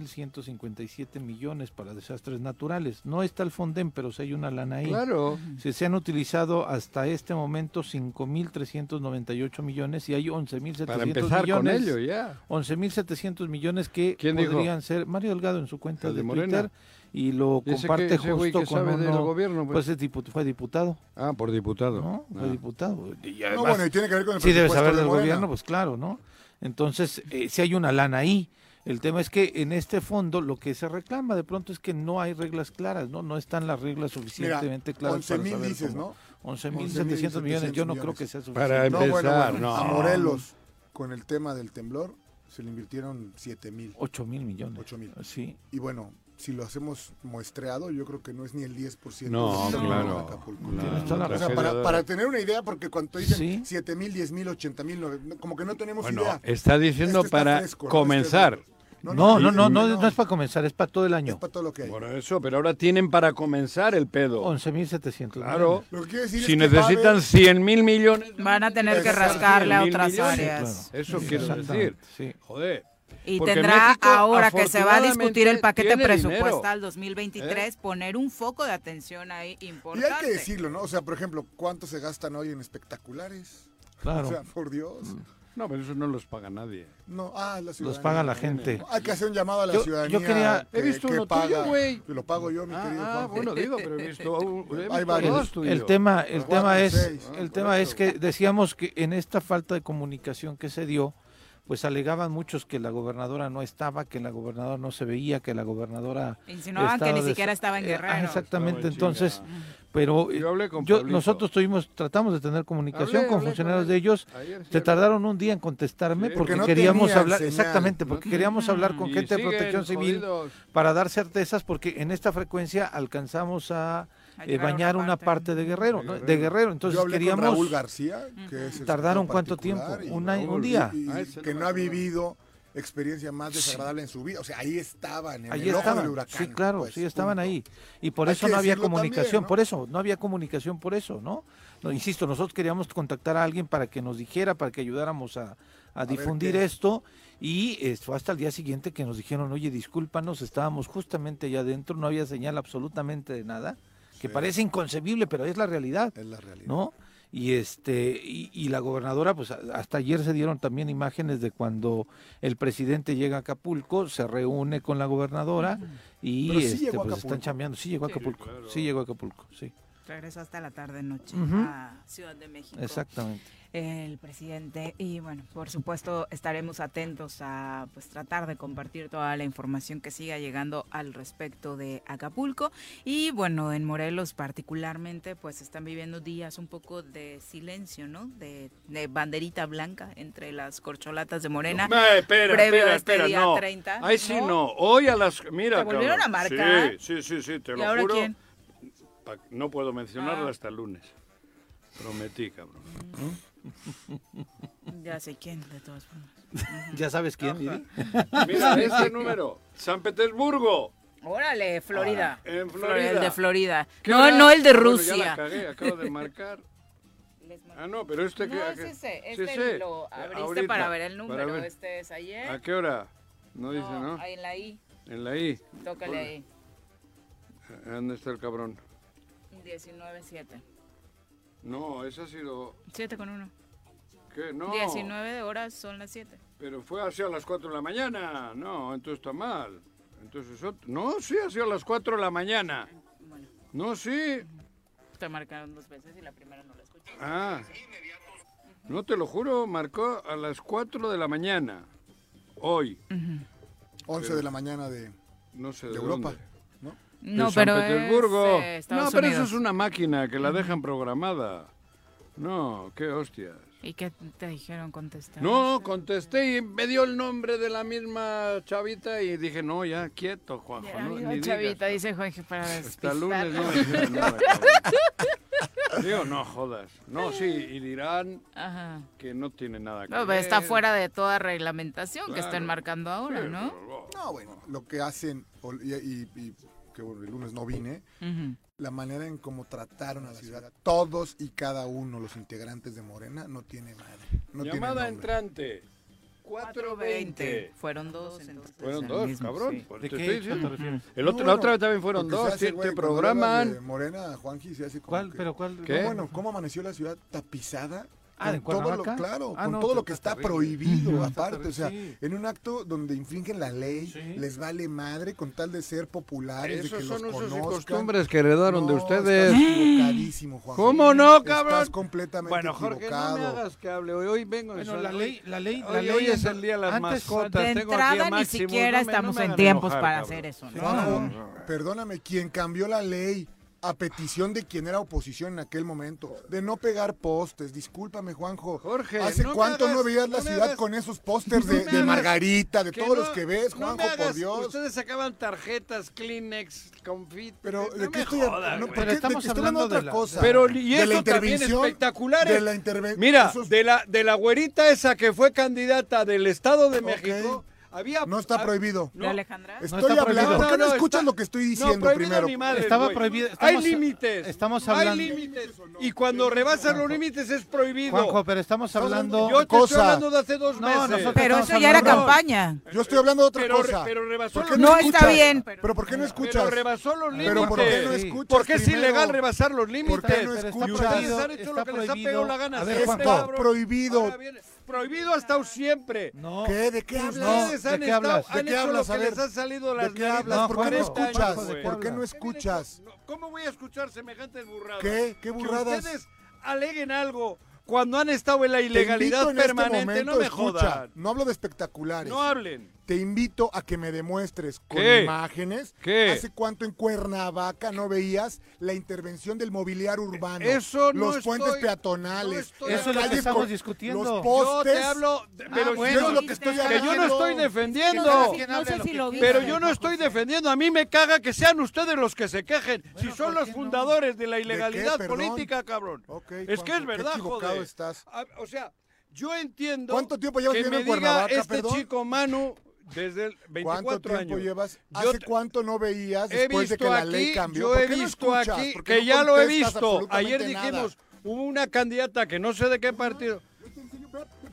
E: 17.157 millones para desastres naturales. No está el Fonden, pero sí hay una lana ahí.
D: Claro.
E: Se, se han utilizado hasta este momento 5.398 millones y hay 11.700 millones.
D: Para empezar con ello ya.
E: 11.700 millones que
D: ¿Quién dijo?
E: podrían ser Mario Delgado en su cuenta
D: El
E: de,
D: de Morena.
E: Twitter y lo
D: Ese que-
E: comparte
D: ese güey
E: justo
D: que
E: con
D: sabe del
E: uno-
D: gobierno, pues.
E: pues es dipu- fue diputado,
D: Ah, por diputado.
E: ¿no? Fue
D: Ah.
E: diputado. Y
F: no,
E: además-
F: bueno, y tiene que ver con el
E: Sí, debe
F: presupuesto
E: saber
F: de
E: del
F: Morena.
E: gobierno, pues claro, ¿no? Entonces, eh, si hay una lana ahí. El tema es que en este fondo lo que se reclama de pronto es que no hay reglas claras, ¿no? No están las reglas suficientemente claras.
F: 11,000
E: para saber
F: dices,
E: cómo.
F: ¿no?
E: 11.700 millones, yo no creo que sea suficiente.
D: Para
F: No, bueno,
D: empezar,
F: bueno,
D: no.
F: a Morelos, con el tema del temblor, se le invirtieron 7 mil,
E: 8 mil millones.
F: 8 mil.
E: Sí,
F: Y bueno, si lo hacemos muestreado, yo creo que no es ni el 10%
D: No,
F: de la
D: claro.
F: de Acapulco.
D: La-
F: Tienes
D: la
F: toda la- o sea,
D: tragedia
F: para,
D: de-
F: para tener una idea, porque cuando dicen
E: Sí.
F: 7 mil, 10 mil, 80 mil, como que no tenemos
D: Bueno,
F: idea.
D: está diciendo
F: Este está
D: para
F: fresco, ¿no?
D: comenzar.
F: Este-
E: No, no, no, no,
F: no,
E: no es para comenzar, es para todo el
F: es
E: año.
F: para todo lo que hay.
D: Bueno, eso, pero ahora tienen para comenzar el pedo.
E: 11.700.
D: Claro.
F: Lo que quiere decir
D: Si
F: es que va a haber-
D: necesitan 100 mil millones.
C: Van a tener que
F: Exacto.
C: rascarle a
D: Mil
C: otras
D: millones.
C: áreas.
D: Eso
E: Sí,
D: quiero decir.
E: exactamente, sí.
D: Joder.
C: Y
D: Porque
C: tendrá
D: México,
C: ahora que se va a discutir el
D: afortunadamente,
C: paquete
D: tiene dinero. ¿Eh?
C: presupuestal 2023, poner un foco de atención ahí
F: Y
C: importante.
F: hay que decirlo, ¿no? O sea, por ejemplo, ¿cuánto se gastan hoy en espectaculares?
E: Claro.
F: O sea, por Dios.
D: No, pero eso no los paga nadie.
F: No, ah, la ciudadanía.
E: Los paga la gente.
F: Hay que hacer un llamado a la
E: Yo- yo
F: ciudadanía.
E: quería-
F: que-
D: He visto
F: que
D: uno
F: paga.
D: tuyo, güey.
F: Lo pago yo, mi querido
D: Ah, ah,
F: Juanjo.
D: bueno, digo, pero
F: (laughs)
D: he visto, he visto
F: Hay varios.
D: dos tuyos.
E: El tema, el
F: Cuatro,
E: tema es,
F: seis.
E: el
F: Ah,
E: tema
F: por
E: es
F: eso.
E: que decíamos que en esta falta de comunicación que se dio, pues alegaban muchos que la gobernadora no estaba, que la gobernadora no se veía, que la gobernadora
C: Insinuaban que
E: estaba
C: ni
E: des-
C: siquiera estaba en
E: Eh, ah,
C: Guerrero.
E: exactamente,
D: Estaba en
E: entonces,
D: chinga.
E: pero eh,
D: Yo hablé con
E: yo-
D: Pablito.
E: nosotros tuvimos, tratamos de tener comunicación
D: Hablé,
E: con
D: hablé
E: funcionarios
D: con
E: de
D: él.
E: ellos.
D: Ayer sí
E: Se
D: hablé.
E: tardaron un día en contestarme
D: Sí,
E: porque,
F: porque no
E: queríamos
F: tenían
E: hablar,
F: señal.
E: exactamente,
D: No
E: porque
D: tenían.
E: queríamos hablar con
D: Y
E: gente de
D: siguen
E: protección civil
D: jodidos.
E: para dar certezas, porque en esta frecuencia alcanzamos a
C: A
E: eh,
C: llegar a
E: bañar
C: una
E: una
C: parte.
E: parte de Guerrero, ¿no? eh, de Guerrero, entonces
F: yo hablé
E: queríamos
F: con Raúl García, que es el
E: ¿Tardaron
F: secretario
E: cuánto
F: particular
E: tiempo? ¿Un año- un día?
F: y- y- y
D: Ah, ese
F: que
D: no
F: no ha
D: me acuerdo.
F: vivido experiencia más desagradable en su vida. O sea, ahí estaban, en
E: Ahí
F: el ojo
E: estaban,
F: del huracán.
E: sí, claro,
F: pues,
E: sí, estaban
F: punto.
E: ahí. Y por
F: Hay
E: eso
F: que
E: no había
F: decirlo
E: comunicación,
F: también, ¿no?
E: por eso, no había comunicación por eso, ¿no? No, Insisto, nosotros queríamos contactar a alguien para que nos dijera, para que ayudáramos a, a
F: ver
E: difundir
F: qué.
E: esto. Y eh, fue hasta el día siguiente que nos dijeron, oye, discúlpanos, estábamos justamente allá adentro, no había señal absolutamente de nada, que parece inconcebible, pero es la realidad.
F: Es la realidad.
E: ¿no? Y este y, y la gobernadora, pues a- hasta ayer se dieron también imágenes de cuando el presidente llega a Acapulco, se reúne con la gobernadora y
F: Pero sí
E: este,
F: llegó a
E: pues están
F: Acapulco.
E: chambeando. Sí llegó a Acapulco, sí, llegó a Acapulco, sí,
C: Regresó hasta la tarde noche
E: Ujú.
C: a Ciudad de México.
E: exactamente.
C: El presidente y bueno, por supuesto estaremos atentos a pues tratar de compartir toda la información que siga llegando al respecto de Acapulco y bueno, en Morelos particularmente pues están viviendo días un poco de silencio, ¿no? De, de banderita blanca entre las corcholatas de Morena.
D: Eh, espera,
C: previo
D: espera,
C: a este
D: espera,
C: día
D: no.
C: 30,
D: Ahí sí
C: ¿no?
D: ¿no? Hoy a las. Mira,
C: ¿Te volvieron
D: cabrón.
C: a marcar?
D: Sí, sí, sí, sí, te
C: ¿Y
D: lo
C: ahora
D: juro.
C: quién?
D: Pa- No puedo mencionarla
C: Ah.
D: hasta el lunes.
E: (laughs)
D: Prometí, cabrón.
C: Ya sé quién de todas formas.
E: (laughs) Ya sabes quién, Lili?
D: (laughs) Mira, este número: San Petersburgo.
C: Órale, Florida.
D: Ah, en
C: El de
D: Florida.
C: Florida.
D: ¿Qué
C: No,
D: hora? Ah,
C: no el de
D: Bueno,
C: Rusia.
D: ya la cagué, acabo de marcar.
C: (laughs)
D: Ah, no, pero este que.
C: No,
D: a
C: es
D: qué-
C: ese.
D: sí
C: Este
D: sé.
C: lo abriste
D: Ahorita,
C: para ver el
D: para
C: número.
D: ver.
C: Este es
D: ¿A
C: ayer.
D: qué hora? No dice, ¿no?
C: ahí en la I.
D: En la I. Eh,
C: Tócale ahí.
D: ¿Dónde está el cabrón?
C: 19.7.
D: No, ese ha sido.
C: 7 con 1.
D: ¿Qué? No.
C: 19 de horas son las 7.
D: Pero fue hacia las 4 de la mañana. No, entonces está mal. Entonces otro. No, sí, hacia las 4 de la mañana.
C: Bueno,
D: No, sí.
C: te marcaron dos veces y la primera no la escuché.
D: Ah. No te lo juro, marcó a las 4 de la mañana. Hoy.
F: 11 de la mañana de,
D: No sé de,
F: de Europa.
D: dónde.
F: ¿no?
D: De San Petersburgo. no, pero eso es una máquina que la dejan programada. No, qué hostias.
C: ¿Y qué te dijeron contestar?
D: No, contesté y me dio el nombre de la misma chavita y dije, no, ya, quieto, Juanjo. no, ni digas.
C: chavita, dice Jorge, para
D: Hasta
C: despistar.
D: el lunes no
C: (laughs)
D: me dijeron nada. Digo, no jodas. No, sí, y dirán
C: Ajá.
D: que no tiene nada que
C: No, pero
D: ver.
C: está fuera de toda reglamentación que estén
D: pues, Claro.
C: marcando ahora,
D: Pero,
C: ¿no?
F: No, bueno, lo que hacen, o- y, y- y que bueno, el lunes no vine,
C: Ujú.
F: la manera en cómo trataron a la ciudad, todos y cada uno los integrantes de Morena, no tiene madre. No tiene
D: Llamada
F: nombre.
D: entrante. 420.
C: Fueron dos, entonces.
F: Pues
D: Fueron
C: el
D: dos,
C: mismo,
D: cabrón.
C: sí.
D: por-
E: ¿De
D: te
E: qué
D: estoy
E: hecho te
D: diciendo.
E: refieres?
D: El otro,
F: No, bueno,
D: la otra vez también fueron
F: Porque se
D: dos,
F: hace,
D: sí,
F: güey,
D: te
F: cuando hablas
D: programan.
F: de Morena, Juanji, se hace como
E: ¿Cuál?
F: que-
E: ¿Pero cuál?
D: ¿Qué?
F: No, bueno, ¿cómo amaneció la ciudad tapizada?
E: Ah, ¿en
F: con todo lo,
E: Cuernavaca?
F: claro,
E: Ah,
F: con
E: no,
F: todo
E: está-
F: lo que
E: está
F: está
E: terrible.
F: prohibido,
E: Ujú. Está
F: aparte, o sea,
E: terrible, sí.
F: en un acto donde infringen la ley,
E: Sí.
F: les vale madre con tal de ser populares, de
D: Esos
F: que
D: son
F: los
D: usos y
F: conozcan.
D: costumbres que heredaron de
F: No, estás
D: ustedes.
C: ¿Eh?
F: equivocadísimo, Juan.
D: ¿Cómo no, cabrón?
F: Estás completamente
D: Bueno, Jorge,
F: equivocado.
D: no me hagas que hable. Hoy, hoy vengo.
E: Bueno,
D: soy-
E: la
D: hoy-
E: ley- la ley-
D: hoy-
E: la ley
D: hoy es
E: anda-
D: el día de las
E: antes-
D: mascotas.
C: De
D: tengo aquí a
C: entrada ni
D: Maximus,
C: siquiera
D: no me- no me
C: estamos en
D: hagan
C: tiempos
D: enojar,
C: para
D: cabrón.
C: hacer eso, ¿no?
F: Juanjo, perdóname, quien cambió la ley a petición de quien era oposición en aquel momento, de no pegar postes. Discúlpame, Juanjo.
D: Jorge,
F: ¿hace
D: no me
F: cuánto
D: hagas-
F: no veías la
D: no me
F: ciudad
D: hagas-
F: con esos pósters
D: No
F: de,
D: me
F: de
D: hagas-
F: Margarita, de
D: que
F: todos
D: no-
F: los que ves,
D: no me
F: Juanjo, por
D: hagas-
F: Dios?
D: Ustedes sacaban tarjetas, Kleenex, confit. eh,
F: Pero
D: no
F: de
D: me
F: qué estoy
D: jodas,
F: no,
D: güey.
F: ¿por
E: Pero
F: qué?
E: estamos
F: estoy
E: hablando
F: otra
E: de la-
F: cosa.
D: Pero y
F: de la
D: eso también
F: intervención,
D: espectaculares.
F: de la interve-
D: Mira,
F: esos-
D: de la de la güerita esa que fue candidata del Estado de
F: Ok.
D: México, había
F: No está
D: hab-
F: prohibido.
C: ¿De Alejandra?
F: Estoy
E: está
F: hablando,
E: prohibido.
F: ¿por qué no,
D: está-
F: escuchas lo que estoy diciendo
D: no, prohibido
F: primero?
D: ni madre,
E: Estaba
D: güey.
E: prohibido,
D: Hay
E: estamos-
D: límites.
E: estamos
D: Hay
E: hablando-
D: límites. Y cuando rebasas los límites es prohibido.
E: Juanjo, pero estamos hablando.
D: Yo te estoy
F: cosa.
D: hablando de hace dos
E: No,
D: meses.
E: nosotros-
C: Pero
E: estamos
C: eso ya era
E: hablando-
C: campaña.
F: Yo estoy hablando de otra
D: Pero-
F: cosa.
D: pero rebasó
F: ¿Por
D: los
F: qué
C: No está
F: escuchas?
C: bien.
F: Pero ¿por qué no escuchas?
D: Pero rebasó los límites.
F: Pero ¿por qué no
E: Sí.
F: escuchas?
D: Porque es
F: primero?
D: ilegal rebasar los límites.
F: ¿Por qué no
E: Pero
F: escuchas?
D: Y
E: está
D: ustedes
E: prohibido,
D: han hecho lo
E: está
D: que les ha
E: prohibido.
D: pegado la gana.
E: A ver,
D: siempre,
E: Juanjo.
D: cabrón.
F: Prohibido.
D: Ahora viene- Prohibido ha estado siempre.
E: No.
F: ¿Qué? ¿De qué
E: No,
F: hablas?
D: Ustedes han
E: ¿de qué
D: estado-
E: hablas?
D: han
F: ¿De qué
D: hecho
F: hablas?
D: lo
F: A
D: que les
F: ver,
D: ha salido las
F: ¿De qué hablas?
E: No,
F: ¿Por qué no
E: Juanjo,
F: escuchas?
E: Juanjo, ¿de qué
F: ¿Por qué no
E: hablas?
F: escuchas?
D: No, ¿Cómo voy a escuchar semejantes burradas?
F: ¿Qué? ¿Qué burradas?
D: Que ustedes aleguen algo cuando han estado en la
F: Te
D: ilegalidad
F: invito en este
D: permanente.
F: momento,
D: no me
F: escucha,
D: jodan.
F: No hablo de espectaculares.
D: No hablen.
F: Te invito a que me demuestres con
D: ¿Qué?
F: imágenes
D: ¿Qué?
F: hace cuánto en Cuernavaca no veías la intervención del mobiliario urbano.
D: Eso no
F: Los puentes
D: estoy- no
F: peatonales.
D: estoy
F: las
E: Eso es lo que
F: calles
E: estamos
F: con-
E: discutiendo.
F: Los
D: Yo
F: postes. Ah,
D: te hablo. de- pero
E: bueno,
D: yo,
F: es lo que estoy
D: que yo no
F: hablando.
D: estoy defendiendo.
E: ¿Quién
G: No
E: habla
G: sé
E: lo
G: si
E: que
G: lo
E: quiera?
D: Pero yo no estoy defendiendo, a mí me caga que sean ustedes los que se quejen, si
E: Bueno,
D: son
E: ¿por
D: los
E: qué no?
D: fundadores de la ilegalidad
F: Perdón.
D: política, cabrón.
F: Ok,
D: es que
F: Juanjo,
D: es verdad,
F: qué equivocado
D: joder.
F: estás.
D: A- o sea, yo entiendo
F: ¿Cuánto tiempo llevas
D: que
F: viviendo
D: me
F: en
D: diga
F: Cuernavaca,
D: este
F: perdón?
D: chico Manu desde el 24
F: ¿Cuánto tiempo
D: años.
F: llevas?
D: Yo
F: ¿Hace
D: te-
F: cuánto no veías
D: He
F: después de que
D: visto
F: la ley
D: aquí,
F: cambió?
D: yo
F: ¿Por
D: he
F: qué no
D: visto
F: escuchas?
D: aquí,
F: ¿Por qué
D: que
F: no
D: ya lo he
F: contestas
D: visto. Ayer
F: absolutamente nada?
D: dijimos, hubo una candidata que no sé de qué partido.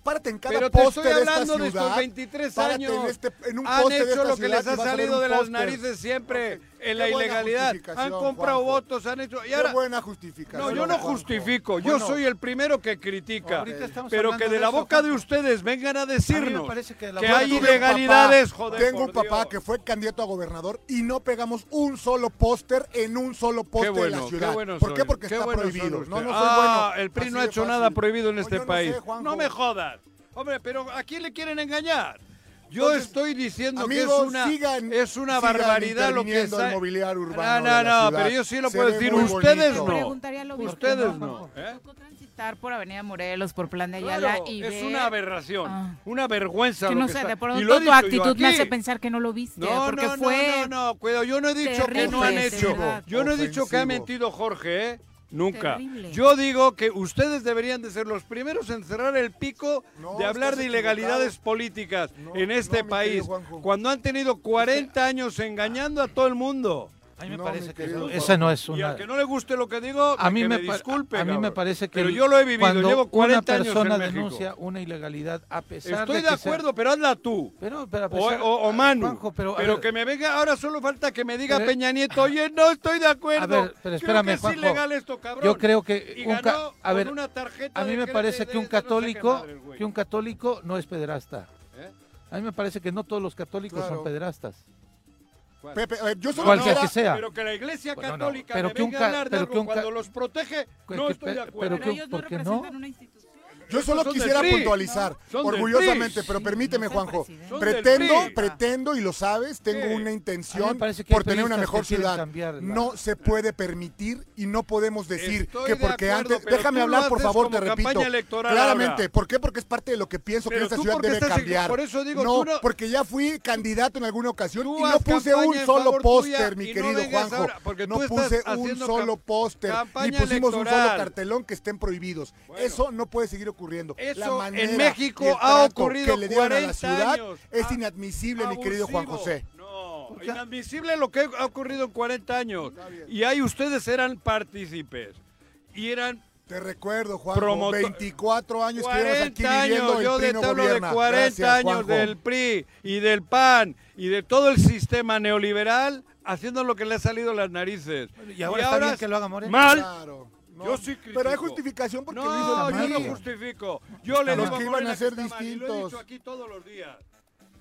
F: Párate en cada
D: Pero te
F: poste
D: estoy
F: de esta
D: hablando de
F: ciudad.
D: estos 23
F: párate
D: años.
F: En, este, en un
D: Han
F: poste de
D: hecho
F: esta
D: lo que
F: ciudad
D: les
F: y
D: ha
F: vas a ver
D: salido
F: un
D: de las
F: póster.
D: narices siempre
F: Ok. Qué
D: en la
F: buena
D: ilegalidad. Han
F: justificación,
D: comprado
F: Juanjo.
D: votos, han hecho. Y
F: Qué
D: ahora,
F: buena justificación.
D: no, yo no
F: Juanjo.
D: justifico. Yo
F: Bueno,
D: soy el primero que critica.
E: Ahorita estamos
D: Pero que
E: hablando
D: de
E: de
D: la
E: eso,
D: boca de
E: Juanjo.
D: ustedes vengan a
E: A mí
D: decirnos
E: me parece que
D: que,
E: la boca-
D: hay
F: tuve un
D: ilegalidades,
F: papá,
D: joder.
F: Tengo
D: por
F: un papá
D: Dios.
F: que fue candidato a gobernador y no pegamos un solo póster en un solo póster de
D: bueno,
F: la
D: qué
F: ciudad.
D: bueno
F: ¿Por qué?
D: son-
F: Porque
D: qué
F: está
D: buenos son
F: prohibido.
D: ustedes.
F: No, no soy
D: ah,
F: bueno.
D: El PRI
F: Así
D: no ha
F: de
D: hecho
F: fácil.
D: nada prohibido en
F: No,
D: este
F: yo no
D: país.
F: sé, Juanjo.
D: No me jodas. Hombre, pero ¿a quién le quieren engañar? Yo
F: Entonces,
D: estoy diciendo que es
F: amigos,
D: una,
F: sigan-
D: es una
F: sigan
D: barbaridad lo que es.
F: interviniendo el mobiliario urbano
D: No,
F: de la
D: no, no,
F: ciudad.
D: pero yo sí lo
F: Se
D: puedo
F: ve
D: decir.
F: muy
D: Ustedes
F: bonito.
D: no.
G: Preguntaría lo mismo.
D: Ustedes
G: ¿no?
D: no. ¿eh?
C: Tocó transitar por Avenida Morelos, por Plan de Ayala
D: Claro,
C: y
D: es
C: ver-
D: una aberración,
C: Ah.
D: una vergüenza.
G: Que
D: lo
G: no
D: que
G: sé,
D: está-
G: de
D: y lo he
G: pronto tu
D: dicho yo
G: actitud me hace
D: aquí.
G: pensar que no lo viste,
D: No,
G: porque
D: no,
G: fue...
D: no, no, no, cuidado, yo no he dicho que no han
G: terrible,
D: hecho.
G: de verdad.
D: Yo no he dicho que ha
F: Ofensivo.
D: mentido Jorge, ¿eh? Nunca.
G: Terrible.
D: Yo digo que ustedes deberían de ser los primeros en cerrar el pico
F: No,
D: de hablar
F: estás
D: de ilegalidades
F: equivocado.
D: políticas
F: No,
D: en
F: no,
D: este
F: mi
D: país,
F: querido Juanjo.
D: cuando han tenido 40 años engañando a todo el mundo.
E: A mí me
F: No, mi
E: parece que
F: querido
E: eso-
F: Juanjo.
E: esa no es
D: Y
E: una.
D: al que no le guste lo que digo, (laughs)
E: A mí,
D: que
E: me,
D: me
E: pa-
D: disculpe.
E: a mí me
D: cabrón.
E: parece que
D: Pero
E: el-
D: yo lo he vivido,
E: cuando
D: llevo 40
E: una
D: años
E: persona
D: en México.
E: denuncia una ilegalidad a pesar
D: Estoy
E: de
D: de
E: que
D: acuerdo, pero hazla tú.
E: sea- pero, pero a
D: O,
E: pesar-
D: o- o Manu.
E: Juanjo, pero,
D: pero
E: a ver,
D: que me venga, ahora solo falta que me diga
E: Pero- (laughs)
D: Peña Nieto, oye, no estoy de acuerdo.
E: A ver, pero espérame,
D: creo que
E: Juanjo.
D: es ilegal esto, cabrón.
E: Yo creo que
D: Y
E: un
D: ganó
E: ca- a
D: con
E: ver,
D: una tarjeta
E: a mí
D: de
E: me
D: GLD
E: parece que un
D: de no sé qué
E: católico,
D: madre, güey.
E: que un católico no es pederasta.
D: ¿Eh?
E: A mí me parece que no todos los católicos
F: Claro.
E: son pederastas.
F: Pepe, eh, yo solo
E: Cualquier
F: quisiera-
E: que sea.
D: Pero que la Iglesia
E: Bueno, no,
D: Católica
E: pero
D: me
E: que un
D: venga
E: ca-
D: a hablar de
E: pero
D: algo
E: que un ca-
D: cuando los protege,
E: Que-
D: no
E: que-
D: estoy de
E: pero-
D: acuerdo.
E: pero que- ¿por qué no?
G: una institución.
F: Yo solo
D: son del
F: quisiera
D: PRI.
F: puntualizar,
D: Son del
F: orgullosamente,
D: PRI.
F: pero permíteme,
G: no son
F: Juanjo.
G: presidentes.
D: Son del
F: Pretendo,
D: PRI.
F: pretendo, y lo sabes, tengo
D: Sí.
F: una
E: A mí
F: intención
E: me parece que hay
F: por tener una
E: periodistas
F: mejor
E: que quieren
F: ciudad.
E: cambiar la-
F: No se puede permitir y no podemos decir
D: Estoy
F: que
D: de
F: porque
D: acuerdo,
F: antes.
D: pero
F: Déjame
D: tú
F: hablar,
D: lo
F: por
D: haces
F: favor,
D: como
F: te repito.
D: campaña electoral
F: Claramente,
D: ahora.
F: ¿por qué? Porque es parte de lo que pienso
D: Pero
F: que esta
D: tú
F: ciudad
D: porque
F: debe
D: estás en-
F: cambiar.
D: por eso digo,
F: no,
D: tú no-
F: porque ya fui candidato en alguna ocasión
D: Tú
F: y no
D: haz
F: puse un
D: campaña en
F: solo
D: favor tuya
F: póster,
D: y
F: mi
D: no
F: querido
D: vengas
F: Juanjo.
D: ahora, porque
F: no
D: tú estás
F: puse un
D: haciendo
F: solo
D: cam-
F: póster, ni
D: campaña
F: pusimos un solo
D: electoral.
F: cartelón que estén prohibidos. Eso no puede seguir ocurriendo.
D: Eso
F: La manera
D: en México
F: y el
D: ha
F: trato
D: ocurrido
F: que le dieron a la
D: 40
F: ciudad
D: años.
F: Es
D: Ah,
F: inadmisible, mi querido Juan
D: Abusivo.
F: José.
D: No, inadmisible lo que ha ocurrido en 40 años. Y ahí ustedes eran partícipes. Y eran
F: Te recuerdo, Juanjo,
D: Promoto-
F: 24 años que llevas aquí
D: 40
F: viviendo
D: años,
F: el
D: yo
F: PRI
D: de
F: no
D: te hablo de
F: gobierna.
D: 40
F: Gracias,
D: años
F: Juanjo.
D: del PRI y del PAN y de todo el sistema neoliberal haciendo lo que le ha salido de las narices.
E: Y ahora está bien que lo haga Moreno.
D: Mal.
F: Claro. no.
D: Yo sí critico.
F: Pero hay justificación porque lo hizo
D: no,
F: el
D: yo
F: PRI.
D: no justifico. Yo le
E: mal.
D: digo
F: Los que
D: Morena
F: iban a ser
D: está mal, y Lo he dicho
F: distintos.
D: aquí todos los días.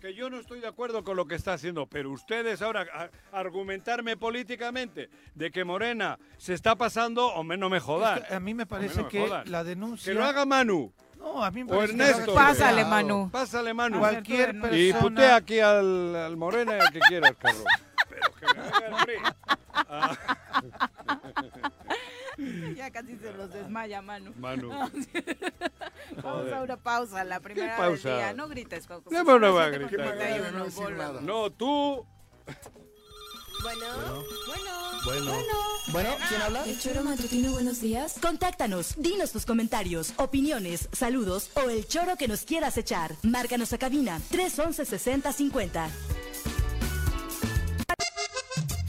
D: Que yo no estoy de acuerdo con lo que está haciendo, pero ustedes ahora a- argumentarme políticamente de que Morena se está pasando, hombre, no me jodan.
E: Es que a mí me parece
D: A mí no me
E: que
D: jodan.
E: la denuncia.
D: Que lo haga Manu.
E: No, a mí me
D: O
E: parece que
D: Ernesto.
E: lo haga-
C: Pásale,
F: Cuidado.
C: Manu.
D: Pásale, Manu.
E: Cualquier persona.
D: Y putea aquí al,
C: (laughs)
D: al Morena y al que quieras, cabrón. Pero que me haga el PRI. Ah.
C: ya casi se los desmaya, Manu.
D: Manu.
C: (laughs) Vamos a una pausa, la primera
D: pausa?
C: del día. No grites, Coco.
D: No, pero no va a
C: Siete con
D: gritar.
C: 31,
F: No decir
C: volvemos.
F: nada.
D: No, tú.
H: Bueno, bueno,
I: Bueno. Bueno, ¿quién habla?
G: El choro matutino, buenos días.
J: Contáctanos, dinos tus comentarios, opiniones, saludos o el choro que nos quieras echar. Márcanos a cabina 311 6050.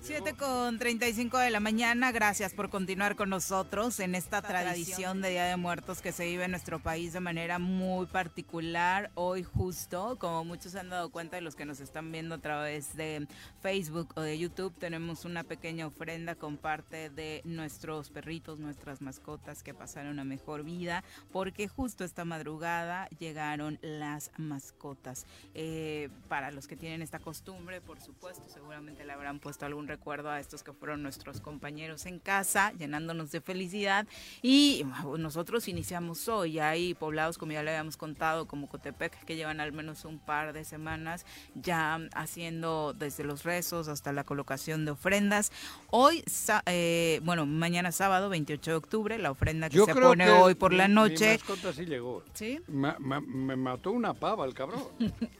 C: Siete con 35 de la mañana, gracias por continuar con nosotros en esta tradición de Día de Muertos que se vive en nuestro país de manera muy particular. Hoy justo, como muchos se han dado cuenta de los que nos están viendo a través de Facebook o de YouTube, tenemos una pequeña ofrenda con parte de nuestros perritos, nuestras mascotas que pasaron a mejor vida, porque justo esta madrugada llegaron las mascotas. Eh, para los que tienen esta costumbre, por supuesto, seguramente le habrán puesto algún recuerdo a estos que fueron nuestros compañeros en casa, llenándonos de felicidad. Y (laughs) bueno, nosotros iniciamos hoy, hay poblados, como ya le habíamos contado, como Cotepec, que llevan al menos un par de semanas ya haciendo desde los rezos hasta la colocación de ofrendas. Hoy, sa- eh, bueno, mañana sábado, 28 de octubre, la ofrenda que se pone hoy por la
D: mi- Mi
C: noche.
D: mascota sí llegó.
C: ¿Sí?
D: Ma- ma- me mató una pava
C: (laughs)
D: el cabrón.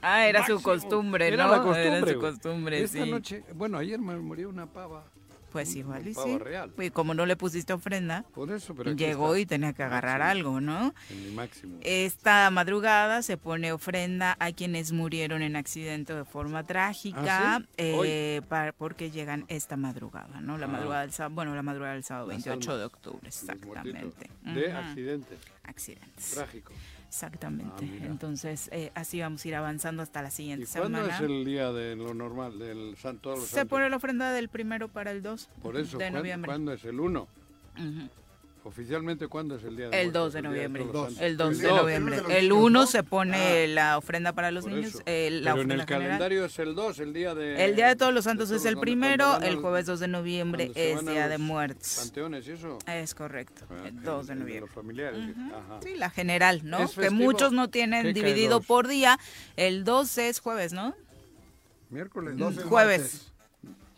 C: Ah, era su
D: Máximo.
C: costumbre,
D: Era
C: ¿no?
D: la costumbre.
C: era su
D: güey.
C: costumbre,
D: Esta
C: sí.
D: noche, bueno, ayer me murió una pava.
C: Pues
D: un-
C: igual
D: un
C: y
D: pavo
C: sí. Pues,
D: real.
C: Y como no le pusiste ofrenda,
D: Por eso, pero aquí
C: llegó
D: está,
C: y tenía que agarrar algo, ¿no?
D: En mi máximo.
C: Eh, Esta madrugada se pone ofrenda a quienes murieron en accidente de forma trágica,
D: ¿Ah, sí? Hoy.
C: eh, pa- porque llegan esta madrugada, ¿no? La
D: Ah.
C: madrugada del sábado, bueno, la madrugada del sábado
D: Las
C: 28 de
D: almas,
C: octubre,
D: Los muertitos.
C: exactamente.
D: De
C: Ujú.
D: accidentes
C: Accidentes,
D: trágicos. Ah,
C: exactamente.
D: mira.
C: Entonces, eh, así vamos a ir avanzando hasta la
D: ¿Y
C: siguiente
D: cuándo
C: semana.
D: es el día de lo normal, del santo a los
C: Se
D: santos?
C: pone la ofrenda del primero para el 2
D: Por eso,
C: de
D: ¿cuándo,
C: noviembre.
D: cuándo es el 1?
C: Ujú.
D: Oficialmente, ¿cuándo es el día de
C: El
D: muertos?
C: 2 de
D: El día
C: noviembre.
D: todos los santos.
C: El 2 de
D: dos,
C: noviembre.
F: el uno de los
C: El
F: niños,
C: 1
F: ¿no?
C: se pone la ofrenda para los
D: Ah. por
C: niños.
D: eso.
C: eh, la
D: Pero en
C: ofrenda
D: el
C: general.
D: calendario es el 2, el día de...
C: El Día de Todos los Santos
D: de
C: es el
D: todos, cuando-
C: primero,
D: cuando van
C: el
D: al-
C: jueves 2 de noviembre
D: cuando se
C: es
D: van a
C: Día
D: los
C: de Muertos.
D: Panteones y eso.
C: Es correcto,
D: Ah,
C: el 2 de
D: el
C: noviembre.
D: Los familiares. Ajá.
C: Sí, la general, ¿no?
D: ¿Es
C: Que
D: festivo?
C: muchos no
D: ¿Qué
C: tienen
D: cae
C: dividido
D: dos?
C: por día. El 2 es jueves, ¿no?
D: Miércoles.
F: Dos es
C: Mm, Jueves.
F: martes.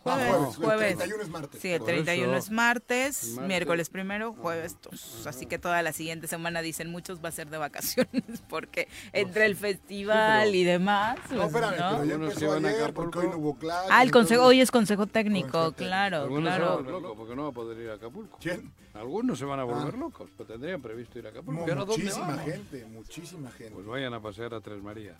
F: Ah,
C: Jueves,
F: jueves. El
C: jueves.
F: 31 es martes.
C: Sí, el
D: Por
C: 31
D: eso.
C: es martes,
D: El martes.
C: miércoles primero, jueves dos. Así que toda la siguiente semana dicen muchos va a ser de vacaciones (laughs) porque entre el festival y demás.
F: No,
C: pues,
F: espérame,
C: ¿no?
F: pero ya
D: Algunos
F: empezó
D: iban a
F: ayer
D: Acapulco.
F: porque hoy no hubo clase.
C: Ah, el consejo, hoy es consejo técnico, claro,
D: Algunos se van a
C: claro.
D: volver locos porque no va a poder ir a Acapulco.
F: ¿Quién?
D: Algunos se van a volver
F: Ah.
D: locos, pero tendrían previsto ir a Acapulco. ¿Y ahora dónde
F: Muchísima
D: vamos?
F: gente, muchísima gente.
D: Pues vayan a pasear a Tres Marías.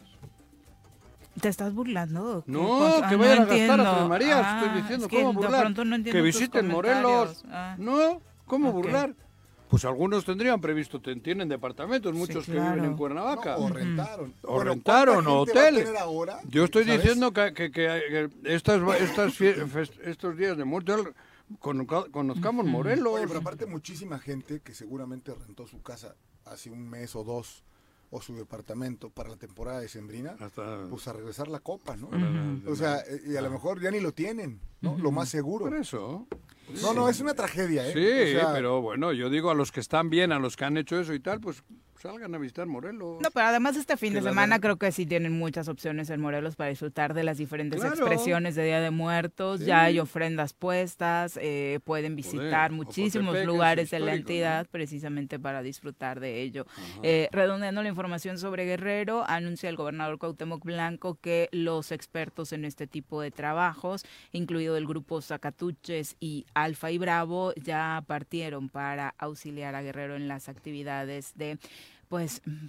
C: ¿Te estás burlando? o qué?
D: No,
C: Con- ah,
D: que vayan a gastar
C: entiendo.
D: a Tres Marías.
C: Ah,
D: estoy diciendo,
C: es que
D: ¿cómo
C: de
D: burlar?
C: pronto no entiendo
D: que
C: tus
D: visiten
C: comentarios.
D: Morelos.
C: Ah.
D: No, ¿cómo
C: Ok.
D: burlar? Pues algunos tendrían previsto, ten- tienen departamentos, muchos que viven
C: claro.
D: en Cuernavaca.
F: No, o rentaron.
D: O
F: Bueno,
D: rentaron,
F: ¿cuánta
D: o
F: gente va a
D: hoteles.
F: tener ahora?
D: Yo estoy
F: ¿Sabes?
D: diciendo que, que- que- que estas, estas fie- fest- estos días de muerte conozca- conozcamos Morelos.
F: Oye, pero aparte muchísima gente que seguramente rentó su casa hace un mes o dos o su departamento para la temporada de Sembrina,
D: Hasta-
F: pues a regresar la copa, ¿no? O sea, eh, y a lo mejor ya ni lo tienen, ¿no? Lo más seguro.
D: Por eso.
F: No, no, es una tragedia, ¿eh?
D: Sí,
F: O sea,
D: pero bueno, yo digo a los que están bien, a los que han hecho eso y tal, pues salgan a visitar Morelos.
C: No, pero además este fin
D: Que
C: de
D: la
C: semana
D: verdad-
C: creo que sí tienen muchas opciones en Morelos para disfrutar de las diferentes
D: Claro.
C: expresiones de Día de Muertos.
D: Sí.
C: Ya hay ofrendas puestas, eh, pueden visitar
D: Joder,
C: muchísimos
D: Ocotepec es
C: lugares de la
D: histórico,
C: entidad precisamente para disfrutar de ello. Eh, redondeando la información sobre Guerrero, anuncia el gobernador Cuauhtémoc Blanco que los expertos en este tipo de trabajos, incluido el grupo Zacatuches y Alfa y Bravo, ya partieron para auxiliar a Guerrero en las actividades de pues mm,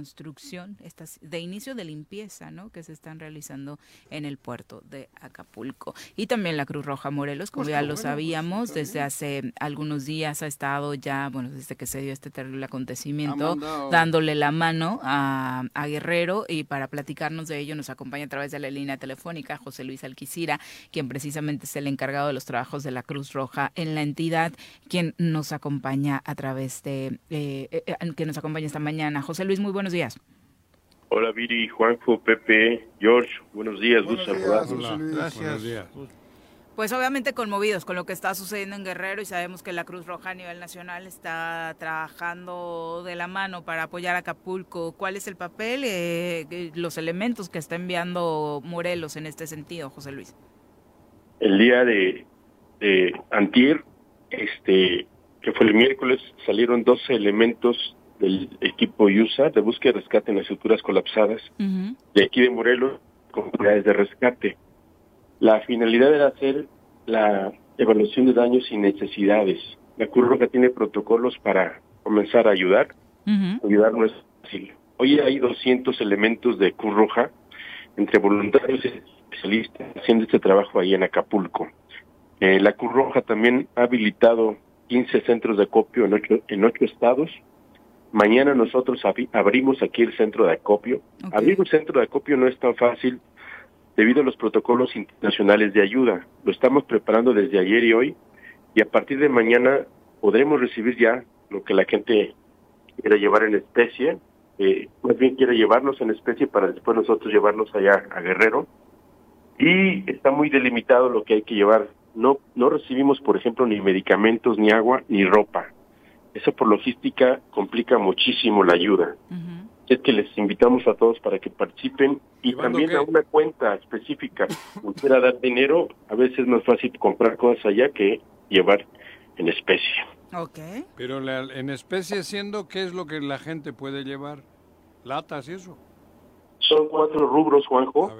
C: reconstrucción, estas de inicio de limpieza, ¿no? Que se están realizando en el puerto de Acapulco. Y también la Cruz Roja Morelos, como
H: Pues
C: ya
H: qué
C: lo
H: bueno, pues,
C: sabíamos,
H: también.
C: desde hace algunos días ha estado ya, bueno, desde que se dio este terrible
H: Ha
C: acontecimiento,
H: mandado-
C: dándole la mano a, a Guerrero y para platicarnos de ello nos acompaña a través de la línea telefónica José Luis Alquicira, quien precisamente es el encargado de los trabajos de la Cruz Roja en la entidad, quien nos acompaña a través de, eh, eh, eh, que nos acompaña esta mañana. José Luis, muy buenos días.
K: Hola Viri, Juanjo, Pepe, George, buenos días, gusto saludarlos.
D: Gracias.
C: Pues obviamente conmovidos con lo que está sucediendo en Guerrero y sabemos que la Cruz Roja a nivel nacional está trabajando de la mano para apoyar a Acapulco. ¿Cuál es el papel, eh, eh, los elementos que está enviando Morelos en este sentido, José Luis?
K: El día de, de antier, este, que fue el miércoles, salieron 12 elementos del equipo USA de búsqueda y rescate en las estructuras colapsadas de aquí de Morelos con unidades de rescate. La finalidad era hacer la evaluación de daños y necesidades. La Cruz Roja tiene protocolos para comenzar a ayudar. Ayudar no es fácil. Hoy hay 200 elementos de Cruz Roja entre voluntarios y especialistas haciendo este trabajo ahí en Acapulco. Eh, la Cruz Roja también ha habilitado 15 centros de acopio en ocho, en ocho estados. Mañana nosotros abri- abrimos aquí el centro de acopio. Abrir un centro de acopio no es tan fácil debido a los protocolos internacionales de ayuda. Lo estamos preparando desde ayer y hoy y a partir de mañana podremos recibir ya lo que la gente quiera llevar en especie, eh, más bien quiere llevarlos en especie para después nosotros llevarlos allá a Guerrero. Y está muy delimitado lo que hay que llevar. No, no recibimos, por ejemplo, ni medicamentos, ni agua, ni ropa. Eso por logística complica muchísimo la ayuda. Es que les invitamos a todos para que participen y
D: ¿Llevando
K: también
D: qué?
K: a una
D: (laughs)
K: cuenta específica. Si quiera dar dinero, a veces es más fácil comprar cosas allá que llevar en especie.
C: Ok.
D: Pero la- en especie siendo, ¿qué es lo que la gente puede llevar? ¿Latas y eso?
K: Son cuatro rubros, Juanjo.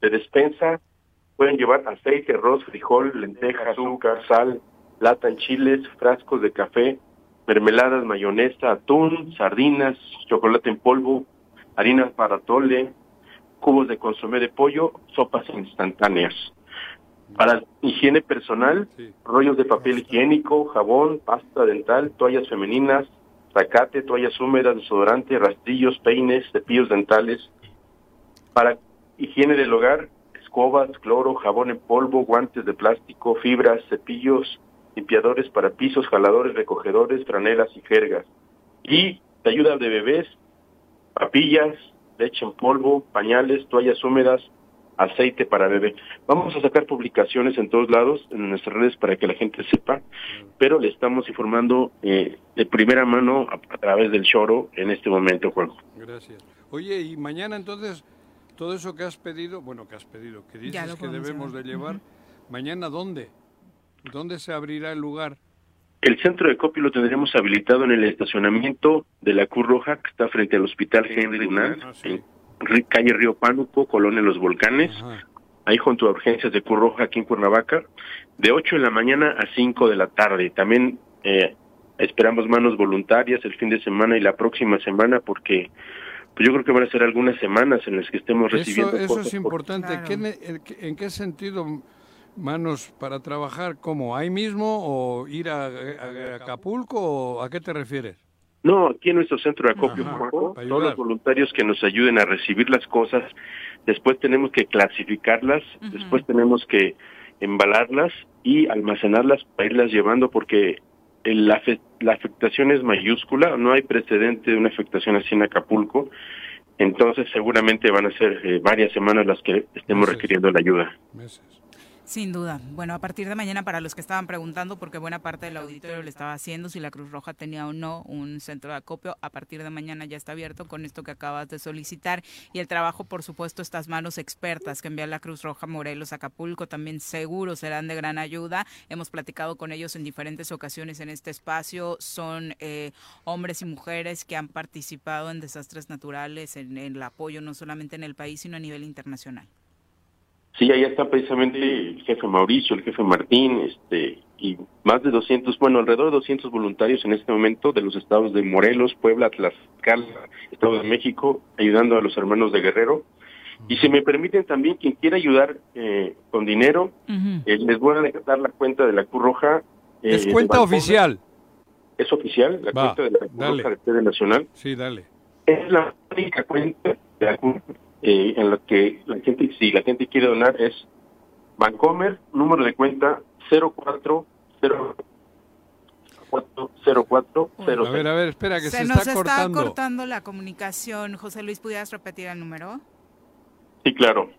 K: De despensa pueden llevar aceite, arroz, frijol, lenteja, azúcar, sal, plata en chiles, frascos de café, mermeladas, mayonesa, atún, sardinas, chocolate en polvo, harinas para tole, cubos de consomé de pollo, sopas instantáneas. Para higiene personal, rollos de papel higiénico, jabón, pasta dental, toallas femeninas, sacate, toallas húmedas, desodorante, rastrillos, peines, cepillos dentales. Para higiene del hogar, escobas, cloro, jabón en polvo, guantes de plástico, fibras, cepillos, limpiadores para pisos, jaladores, recogedores, franelas y jergas. Y de ayuda de bebés, papillas, leche en polvo, pañales, toallas húmedas, aceite para bebé. Vamos a sacar publicaciones en todos lados, en nuestras redes, para que la gente sepa, pero le estamos informando eh, de primera mano a, a través del choro en este momento, Juanjo.
D: Gracias. Oye, y mañana entonces, todo eso que has pedido, bueno, que has pedido, que
C: Ya
D: dices
C: lo
D: que
C: podemos
D: debemos
C: llevar.
D: de llevar, mañana ¿dónde? ¿Dónde se abrirá el lugar?
K: El centro de copio lo tendremos habilitado en el estacionamiento de la Cruz Roja, que está frente al Hospital Henry Dunant, en Ri- calle Río Pánuco, Colonia Los Volcanes, ahí junto a urgencias de Cruz Roja, aquí en Cuernavaca, de 8 de la mañana a 5 de la tarde. También eh, esperamos manos voluntarias el fin de semana y la próxima semana, porque pues, yo creo que van a ser algunas semanas en las que estemos recibiendo
D: Eso, eso
K: cosas
D: es
K: por-
D: importante. ¿Qué ne- el- qué- ¿En qué sentido manos para trabajar? ¿Cómo? ¿Ahí mismo o ir a, a- a Acapulco o a qué te refieres?
K: No, aquí en nuestro centro de acopio,
D: Ajá,
K: Juanjo,
D: para
K: todos los voluntarios que nos ayuden a recibir las cosas, después tenemos que clasificarlas,
D: Mm.
K: después tenemos que embalarlas y almacenarlas para irlas llevando porque el- la, fe- la afectación es mayúscula, no hay precedente de una afectación así en Acapulco, entonces seguramente van a ser eh, varias semanas las que estemos requiriendo la ayuda.
C: Sin duda. Bueno, a partir de mañana, para los que estaban preguntando, porque buena parte del auditorio le estaba haciendo si la Cruz Roja tenía o no un centro de acopio, a partir de mañana ya está abierto con esto que acabas de solicitar. Y el trabajo, por supuesto, estas manos expertas que envía la Cruz Roja Morelos Acapulco también seguro serán de gran ayuda. Hemos platicado con ellos en diferentes ocasiones en este espacio. Son eh, hombres y mujeres que han participado en desastres naturales, en- en el apoyo no solamente en el país, sino a nivel internacional.
K: Sí, allá está precisamente el jefe Mauricio, el jefe Martín, este, y más de 200, bueno, alrededor de 200 voluntarios en este momento de los estados de Morelos, Puebla, Tlaxcala, Estado de México, ayudando a los hermanos de Guerrero. Y si me permiten también, quien quiera ayudar eh, con dinero, eh, les voy a dejar dar la cuenta de la Cruz Roja. eh,
D: Mm. Es cuenta
K: de Bancomer.
D: oficial.
K: Es oficial, la
D: Va,
K: cuenta de la Cruz
D: dale.
K: Roja de Sede Nacional.
D: Sí, dale.
K: Es la única cuenta de la Cruz, eh, en la que la gente, si la gente quiere donar, es Bancomer, número de cuenta 04
D: A ver, a ver, espera, que se,
C: nos
D: está
C: está
D: cortando.
C: cortando la comunicación. José Luis, ¿pudieras repetir el número?
K: Sí, claro.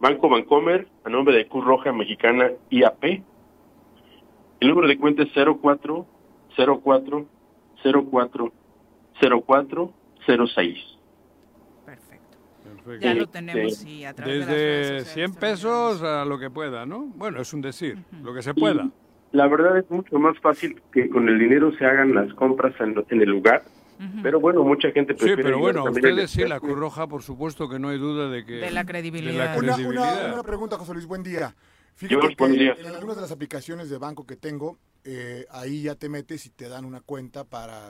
K: Banco Bancomer, a nombre de Cruz Roja Mexicana IAP. El número de cuenta es 04 04 04 04 06.
C: Ya lo
D: Sí,
C: tenemos
D: sí.
C: y a través de las redes
D: Este, Desde 100 pesos a lo que pueda, ¿no? Bueno, es un decir, lo que se pueda.
K: La verdad es mucho más fácil que con el dinero se hagan las compras en, lo- en el lugar. Pero bueno, mucha gente
D: Sí,
K: prefiere
D: pero
K: ayudar
D: bueno,
K: también al
D: ustedes sí, la
K: experto.
D: Cruz Roja, por supuesto que no hay duda de que...
C: De la credibilidad.
F: Una, una-
D: credibilidad.
F: una pregunta, José Luis, buen día.
K: George,
F: que
K: buen día.
F: en algunas de las aplicaciones de banco que tengo, eh, ahí ya te metes y te dan una cuenta para...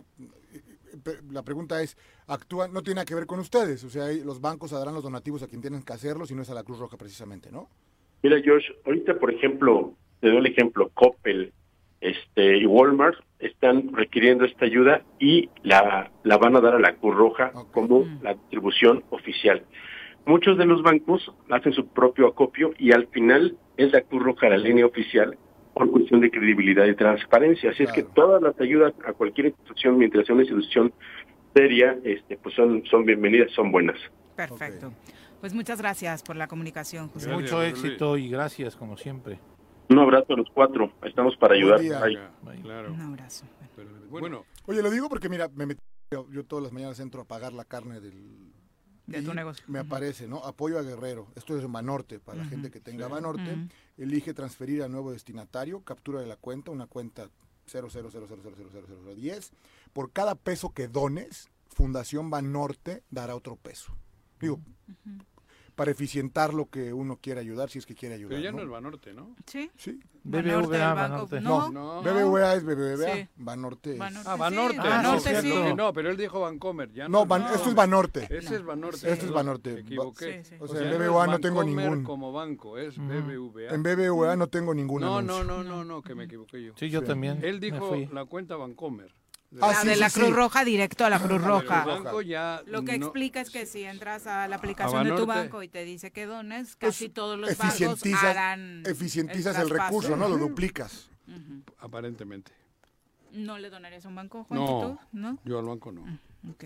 F: eh, pe- La pregunta es, actúan, no tiene nada que ver con ustedes, o sea, ahí los bancos darán los donativos a quien tienen que hacerlos y no es a la Cruz Roja precisamente, ¿no?
K: Mira, George, ahorita, por ejemplo, te doy el ejemplo, Coppel este, y Walmart están requiriendo esta ayuda y la, la van a dar a la Cruz Roja como la distribución oficial. Muchos de los bancos hacen su propio acopio y al final es la Cruz Roja la línea oficial por cuestión de credibilidad y transparencia. Así es que todas las ayudas a cualquier institución, mientras sea una institución seria, este, pues son, son bienvenidas, son buenas.
C: Perfecto. Pues muchas gracias por la comunicación, José Luis.
E: Mucho éxito y gracias, como siempre.
K: Un abrazo a los cuatro, estamos para ayudar.
F: día.
K: Bye.
D: Claro.
C: Un abrazo.
D: Bueno,
F: Oye, lo digo porque mira, me metí, yo, yo todas las mañanas entro a pagar la carne del...
C: De
F: y
C: tu negocio.
F: Me aparece, ¿no? Apoyo a Guerrero. Esto es Banorte, para la
C: Ujú.
F: gente que tenga
C: Sí.
F: Banorte.
C: Ujú.
F: Elige transferir a nuevo destinatario, captura de la cuenta, una cuenta 000000010. Por cada peso que dones, Fundación Banorte dará otro peso. Digo, para eficientar lo que uno quiere ayudar, si es que quiere ayudar.
D: pero ya no
F: ¿no?
D: es Banorte, ¿no?
C: Sí.
F: Sí.
E: BBVA, Banorte, el banco.
F: No,
E: Banorte.
D: No.
F: BBVA es BBVA,
D: Sí.
F: Banorte es...
D: Ah, Banorte.
F: Ah,
D: no,
F: sí,
D: cierto
F: sí.
D: que no, pero él dijo Bancomer. Ya
F: No,
D: no,
F: Ban- esto es Banorte.
D: Ese es Banorte.
F: Esto es
D: perdón,
F: Banorte.
D: me equivoqué.
F: Sí, sí. O sea,
D: ya es
F: BBVA no tengo
D: Bancomer
F: ningún.
D: como banco, es BBVA.
F: En BBVA no tengo ningún
D: No,
F: anuncio.
D: no, no, no, no, que me equivoqué yo.
E: Sí, yo Sí. también,
D: Él
E: me
D: dijo
E: fui.
D: la cuenta Bancomer.
C: Ah, La sí, de sí, la sí. Cruz Roja, directo a la Cruz
D: Pero el
C: Roja.
D: banco ya
C: Lo que
D: no-
C: explica es que si entras a la aplicación de tu
D: Banorte.
C: banco y te dice que dones,
D: Pues,
C: casi todos los bancos
F: eficientizas,
C: harán
F: eficientizas el,
C: traspaso.
F: recurso, ¿no? Lo duplicas.
C: Ujú.
D: Aparentemente.
C: ¿No le donarías a un banco, Juan?
D: No,
C: ¿Tú? ¿No?
D: yo al banco no.
C: Ok.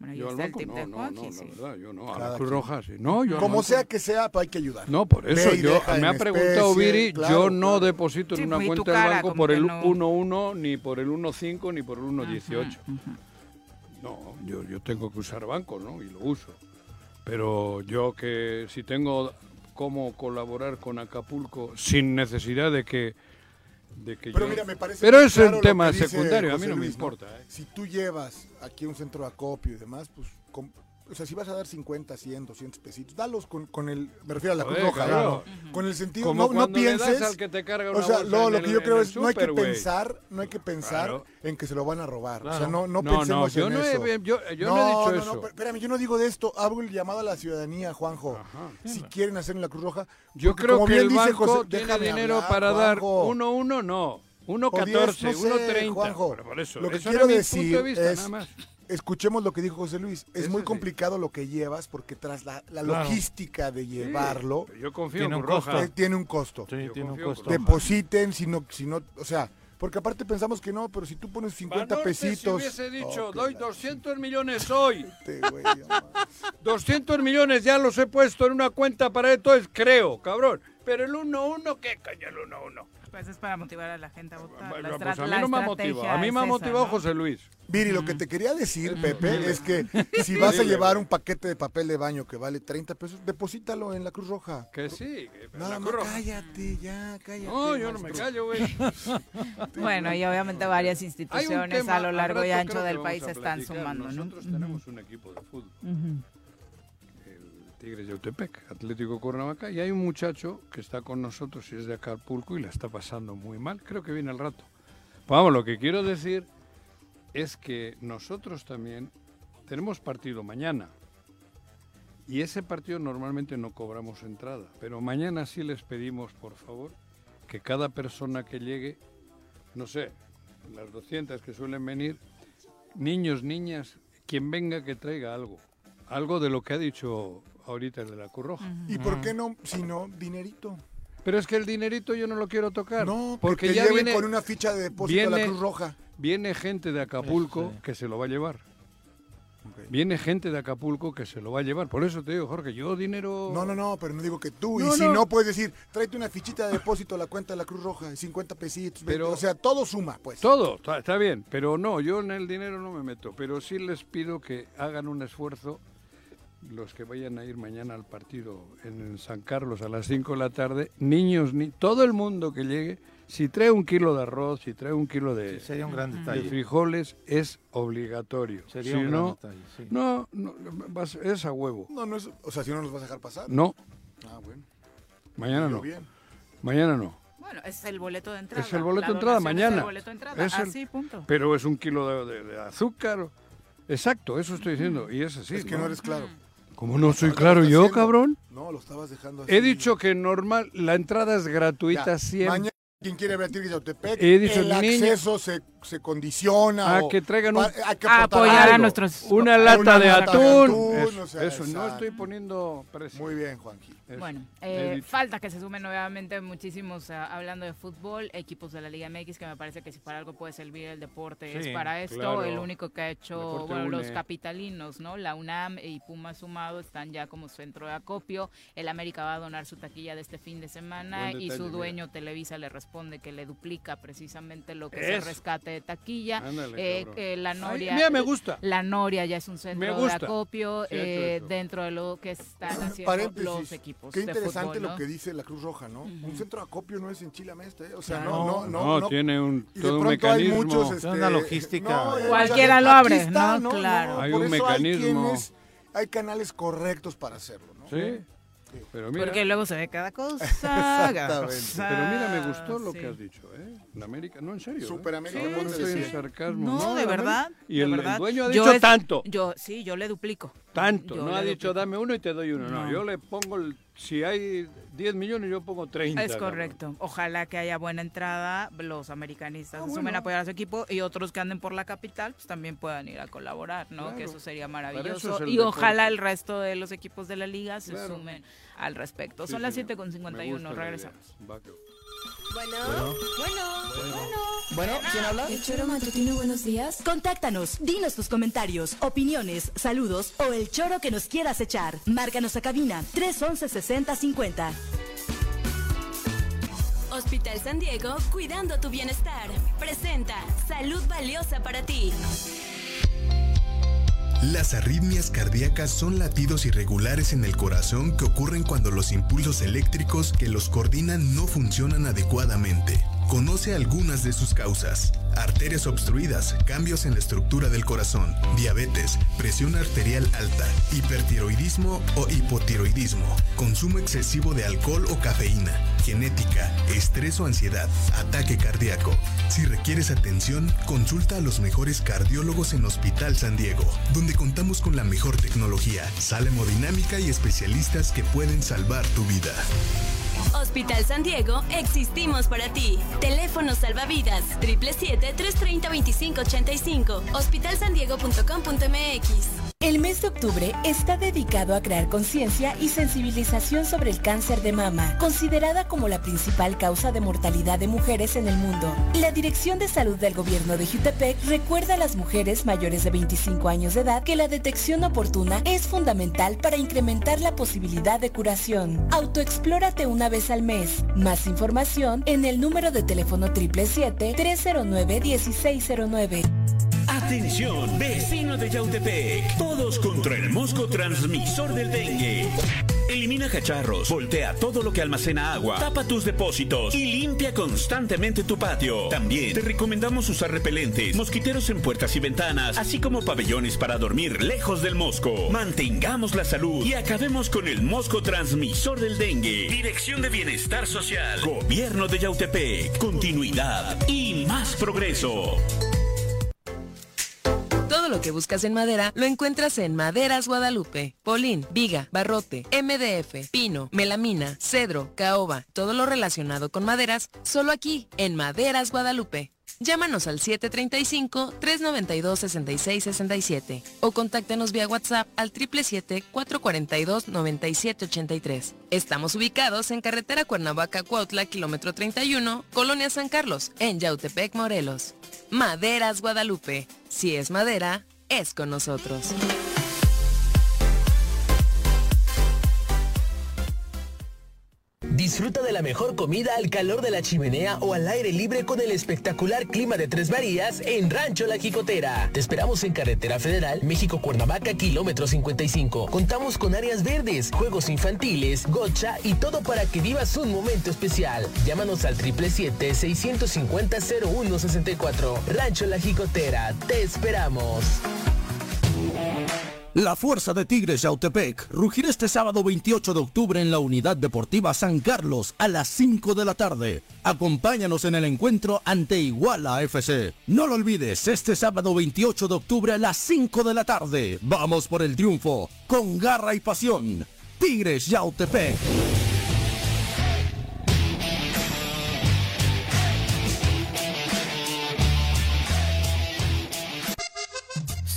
C: Bueno, ahí
D: Yo al
C: está el
D: banco
C: tip
D: no,
C: de
D: no,
C: Juanji,
D: no, la
C: sí.
D: verdad, yo no. A
F: Cada
D: la Cruz
F: quien.
D: Roja, sí. No, yo al
F: Como
D: banco
F: sea que sea, pues, hay que ayudar.
D: No, por eso
F: Ve y
D: yo
F: deja
D: me ha
F: en
D: preguntado
F: especie,
D: Viri,
F: claro,
D: yo no deposito
F: Sí,
D: en una
F: pues, y tu
D: cuenta del
F: cara,
D: banco
F: como
D: por
F: que
D: el
F: no.
D: 1.1 ni por el 1.5 ni por el 1.18. No, yo, yo tengo que usar banco, ¿no? Y lo uso. Pero yo que si tengo cómo colaborar con Acapulco sin necesidad de que de que
F: Pero
D: yo-
F: mira, me parece
D: Pero
F: muy
D: es
F: claro
D: un
F: lo
D: tema
F: que dice
D: secundario, a mí
F: José
D: no me
F: Luis,
D: importa. ¿eh?
F: Si tú llevas aquí a un centro de acopio y demás, pues, com- o sea, si vas a dar 50, 100, 200 pesitos, dalos con, con el, me refiero a la Cruz
D: Joder,
F: Roja,
D: claro.
F: ¿no? con el sentido,
D: Como
F: no, no
D: cuando le das
F: pienses,
D: al que te carga
F: o
D: una
F: sea,
D: bolsa
F: no,
D: en
F: lo que
D: el-
F: yo creo
D: en el
F: es, no hay que
D: súper, güey.
F: pensar, no hay que pensar
D: Claro.
F: en que se lo van a robar, o sea,
D: Claro.
F: no, no,
D: No, no,
F: pensemos
D: yo
F: en
D: no he-
F: eso.
D: yo- yo no he dicho eso.
F: pero espérame, yo no digo de esto, hago el llamado a la ciudadanía, Juanjo, si quieren hacer en la Cruz Roja,
D: Yo
F: porque
D: creo
F: como
D: que
F: bien
D: el
F: dice
D: banco
F: José-
D: tiene
F: déjame
D: dinero
F: hablar,
D: para dar
F: Juanjo.
D: 1.1, no.
F: O 10,
D: 1.14,
F: no sé,
D: 1.30.
F: Juanjo.
D: pero por eso,
F: Lo que
D: eso era
F: quiero
D: mi
F: decir
D: punto de vista,
F: es,
D: nada más.
F: escuchemos lo que dijo José Luis. Es
D: Eso
F: muy
D: sí.
F: complicado lo que llevas porque tras la, la
D: Claro.
F: logística de llevarlo,
D: pero yo confío
E: Tiene
D: en
E: un
D: Cruz Roja.
F: eh, tiene un costo.
E: Sí, tiene un
D: confío en
E: costo.
D: Cruz
F: Depositen, si no, si no, o sea, porque aparte pensamos que no, pero si tú pones 50
D: Banorte,
F: pesitos,
D: Si hubiese dicho,
F: Ok.
D: doy 200 millones hoy.
F: Este
D: (laughs) 200 millones ya los he puesto en una cuenta para esto, es creo, cabrón. Pero el 1-1, ¿qué caña el 1-1?
C: Pues es para motivar a la gente a votar. La
D: Bueno,
C: estra-
D: Pues a mí
C: la
D: no me ha
C: estrategia
D: motivado. A mí
C: es
D: me ha
C: esa,
D: motivado
C: ¿no?
D: José Luis.
F: Viri, lo que te quería decir,
D: Dile.
F: Pepe, es
D: (laughs)
F: que si vas a
D: Dile,
F: llevar un paquete de papel de baño que vale 30 pesos, deposítalo en la Cruz Roja.
D: Que sí. que-
F: Nada
D: la
F: más
D: Cruz Roja.
F: cállate, ya, cállate.
D: No, yo no me
F: maestro.
D: callo, (laughs) güey.
C: Bueno, y obviamente varias instituciones
D: tema,
C: a lo
D: al
C: largo y
D: rato
C: ancho
D: creo que
C: del
D: vamos
C: país
D: a
C: están
D: platicar.
C: sumando, ¿no?
D: Nosotros tenemos un equipo de fútbol.
C: Ujú.
D: El Tigres de Utepec, Atlético Cuernavaca, y hay un muchacho que está con nosotros y es de Acapulco y la está pasando muy mal. Creo que viene al rato. Vamos, lo que quiero decir es que nosotros también tenemos partido mañana. Y ese partido normalmente no cobramos entrada, pero mañana sí les pedimos, por favor, que cada persona que llegue, no sé, las 200 que suelen venir, niños, niñas, quien venga que traiga algo. Algo de lo que ha dicho ahorita el de la Curroja.
F: ¿Y por
D: Ah.
F: qué no, si no, dinerito?
D: Pero es que el dinerito yo no lo quiero tocar.
F: No,
D: porque
F: porque que
D: ya
F: lleven
D: viene-
F: con una ficha de depósito de la
D: viene-
F: Cruz Roja.
D: Viene gente de Acapulco
K: Este.
D: que se lo va a llevar. Viene gente de Acapulco que se lo va a llevar. Por eso te digo, Jorge, yo dinero...
F: No, no, no, pero no digo que tú.
D: No,
F: y si
D: no.
F: no. puedes decir, tráete una fichita de depósito a la cuenta de la Cruz Roja, 50 pesitos. 20,
D: Pero-
F: o sea, todo suma, pues.
D: Todo, está, está bien, pero no, yo en el dinero no me meto, pero sí les pido que hagan un esfuerzo los que vayan a ir mañana al partido en San Carlos a las 5 de la tarde, niños, ni todo el mundo que llegue, si trae un kilo de arroz, si trae un kilo de,
K: sería un gran
D: de
K: detalle.
D: frijoles, es obligatorio.
K: Sería
D: si
K: un gran
D: no,
K: detalle, sí.
D: no, no, vas- es a huevo.
F: No, no es, o sea, si no nos vas a dejar pasar.
D: No,
F: Ah, bueno.
D: mañana
F: Pero
D: no.
F: bien.
D: Mañana no.
C: Bueno, es el boleto de entrada.
D: Es el boleto de
C: La
D: entrada
C: donación es
D: mañana.
C: el boleto de entrada.
D: Es el-
C: Así, punto.
D: Pero es un kilo de, de- de azúcar. Exacto, eso estoy diciendo. Y es así.
F: Es que no eres claro.
D: Como no soy
F: Ahora lo
D: claro
F: estás
D: yo,
F: haciendo.
D: cabrón.
F: No, lo estabas dejando así.
D: He dicho que normal, la entrada es
F: Ya,
D: gratuita siempre.
F: Mañana, quien quiere ver a Tigres de Autepec,
D: He dicho,
F: el
D: niño-
F: acceso se, se condiciona.
D: Ah,
F: o-
D: que traigan un-
F: pa- hay que
C: A
F: aportar
C: apoyar a
F: algo.
C: nuestros-
D: Una
F: Una
D: lata de
F: lata
D: atún.
F: de atún,
D: eso
F: o sea,
D: eso, no
F: exacto.
D: estoy poniendo precio.
F: Muy bien, Juanji.
D: Eso.
C: Bueno,
D: He
C: eh,
D: dicho.
C: falta que se sumen nuevamente muchísimos, ah, hablando de fútbol, equipos de la Liga MX, que me parece que si para algo puede servir el deporte
D: Sí,
C: es para esto.
D: claro.
C: El único que ha hecho,
D: Deporte
C: bueno, los
D: une.
C: capitalinos, ¿no? La UNAM y Puma sumado están ya como centro de acopio. El América va a donar su taquilla de este fin de semana
D: Buen
C: y
D: detalle,
C: su
D: mira.
C: dueño Televisa le responde que le duplica precisamente lo que
D: Eso.
C: se rescate de taquilla.
D: Ándale,
C: Eh,
D: cabrón.
C: que la
D: Ay,
C: Noria.
D: mira, me gusta.
C: La Noria ya es un
D: Me
C: centro de
D: gusta.
C: acopio
D: Sí, ha hecho
C: eh,
D: eso.
C: dentro de lo que están haciendo
F: Paréntesis,
C: los equipos.
F: Qué
C: de
F: interesante
C: fútbol,
F: lo
C: ¿no?
F: que dice la Cruz Roja, ¿no? Un centro de acopio no es en Chile Mesta, ¿eh? O sea,
K: Claro.
F: no, no, no.
D: No, tiene un-
F: y de
D: todo un
F: pronto hay
D: mecanismo.
F: muchos,
D: Tiene
F: este,
K: una logística.
F: eh,
C: Cualquiera
F: aquí
C: lo abre,
F: está,
C: ¿no? Claro.
D: Hay
F: por
D: un
F: eso
D: mecanismo.
F: Hay, quienes- hay canales correctos para hacerlo, ¿no?
D: Sí. Pero mira,
C: Porque luego se ve cada (laughs) cosa. cada
F: Exactamente.
C: cosa.
D: pero mira, me gustó lo
C: Sí.
D: que has dicho, ¿eh? La América, no, en serio. ¿eh?
F: Superamérica,
D: No,
F: ¿cómo
D: no
F: se
D: estoy en
F: dice?
D: sarcasmo.
C: No, de
D: la
C: verdad.
D: América- Y el,
C: de
D: el
C: verdad.
D: dueño ha
C: Yo
D: dicho
C: es-
D: tanto.
C: Yo sí, yo le duplico.
D: Tanto,
C: Yo
D: no
C: le
D: ha dicho
C: duplico.
D: dame uno y te doy uno. No,
C: No.
D: yo le pongo, el- si hay 10 millones, yo pongo 30.
C: Es
D: cabrón.
C: correcto. Ojalá que haya buena entrada. Los americanistas
D: Ah,
C: se sumen
D: bueno.
C: a apoyar a su equipo y otros que anden por la capital pues también puedan ir a colaborar, ¿no?
D: Claro.
C: Que eso sería
D: eso es
C: maravilloso.
D: el
C: y
D: deporte.
C: ojalá el resto de los equipos de la liga se
D: Claro.
C: sumen al respecto.
D: Sí,
C: Son las
D: señor.
C: 7 con 51.
D: Me gusta la idea.
C: Regresamos.
D: Va que-
J: Bueno, bueno, bueno.
G: Bueno, ¿quién habla?
J: El Choro Matutino, buenos días. Contáctanos, dinos tus comentarios, opiniones, saludos o el choro que nos quieras echar. Márcanos a cabina 311-6050.
G: Hospital San Diego, cuidando tu bienestar. Presenta Salud Valiosa para ti.
I: Las arritmias cardíacas son latidos irregulares en el corazón que ocurren cuando los impulsos eléctricos que los coordinan no funcionan adecuadamente. Conoce algunas de sus causas. Arterias obstruidas, cambios en la estructura del corazón, diabetes, presión arterial alta, hipertiroidismo o hipotiroidismo, consumo excesivo de alcohol o cafeína, genética, estrés o ansiedad, ataque cardíaco. Si requieres atención, consulta a los mejores cardiólogos en Hospital San Diego, donde contamos con la mejor tecnología, sala hemodinámica y especialistas que pueden salvar tu vida.
G: Hospital San Diego, existimos para ti. Teléfono salvavidas 777-330-2585. Hospitalsandiego.com.mx.
L: El mes de octubre está dedicado a crear conciencia y sensibilización sobre el cáncer de mama, considerada como la principal causa de mortalidad de mujeres en el mundo. La Dirección de Salud del Gobierno de Jutepec recuerda a las mujeres mayores de 25 años de edad que la detección oportuna es fundamental para incrementar la posibilidad de curación. Autoexplórate una vez al mes. Más información en el número de teléfono 777-309-1609.
M: Atención, vecinos de Yautepec, todos contra el mosco transmisor del dengue. Elimina cacharros, voltea todo lo que almacena agua, tapa tus depósitos y limpia constantemente tu patio. También te recomendamos usar repelentes, mosquiteros en puertas y ventanas, así como pabellones para dormir lejos del mosco. Mantengamos la salud y acabemos con el mosco transmisor del dengue. Dirección de Bienestar Social, Gobierno de Yautepec, continuidad y más progreso.
N: Todo lo que buscas en madera lo encuentras en Maderas Guadalupe. Polín, viga, barrote, MDF, pino, melamina, cedro, caoba, todo lo relacionado con maderas, solo aquí, en Maderas Guadalupe. Llámanos al 735-392-6667 o contáctanos vía WhatsApp al 777-442-9783. Estamos ubicados en carretera Cuernavaca-Cuautla, kilómetro 31, Colonia San Carlos, en Yautepec, Morelos. Maderas Guadalupe. Si es madera, es con nosotros.
O: Disfruta de la mejor comida al calor de la chimenea o al aire libre con el espectacular clima de Tres Marías en Rancho La Quicotera. Te esperamos en Carretera Federal, México Cuernavaca, kilómetro 55. Contamos con áreas verdes, juegos infantiles, gocha y todo para que vivas un momento especial. Llámanos al 777-650-0164. Rancho La Quicotera, te esperamos.
P: La fuerza de Tigres Yautepec rugirá este sábado 28 de octubre en la Unidad Deportiva San Carlos a las 5 de la tarde. Acompáñanos en el encuentro ante Iguala FC. No lo olvides, este sábado 28 de octubre a las 5 de la tarde. Vamos por el triunfo, con garra y pasión. Tigres Yautepec.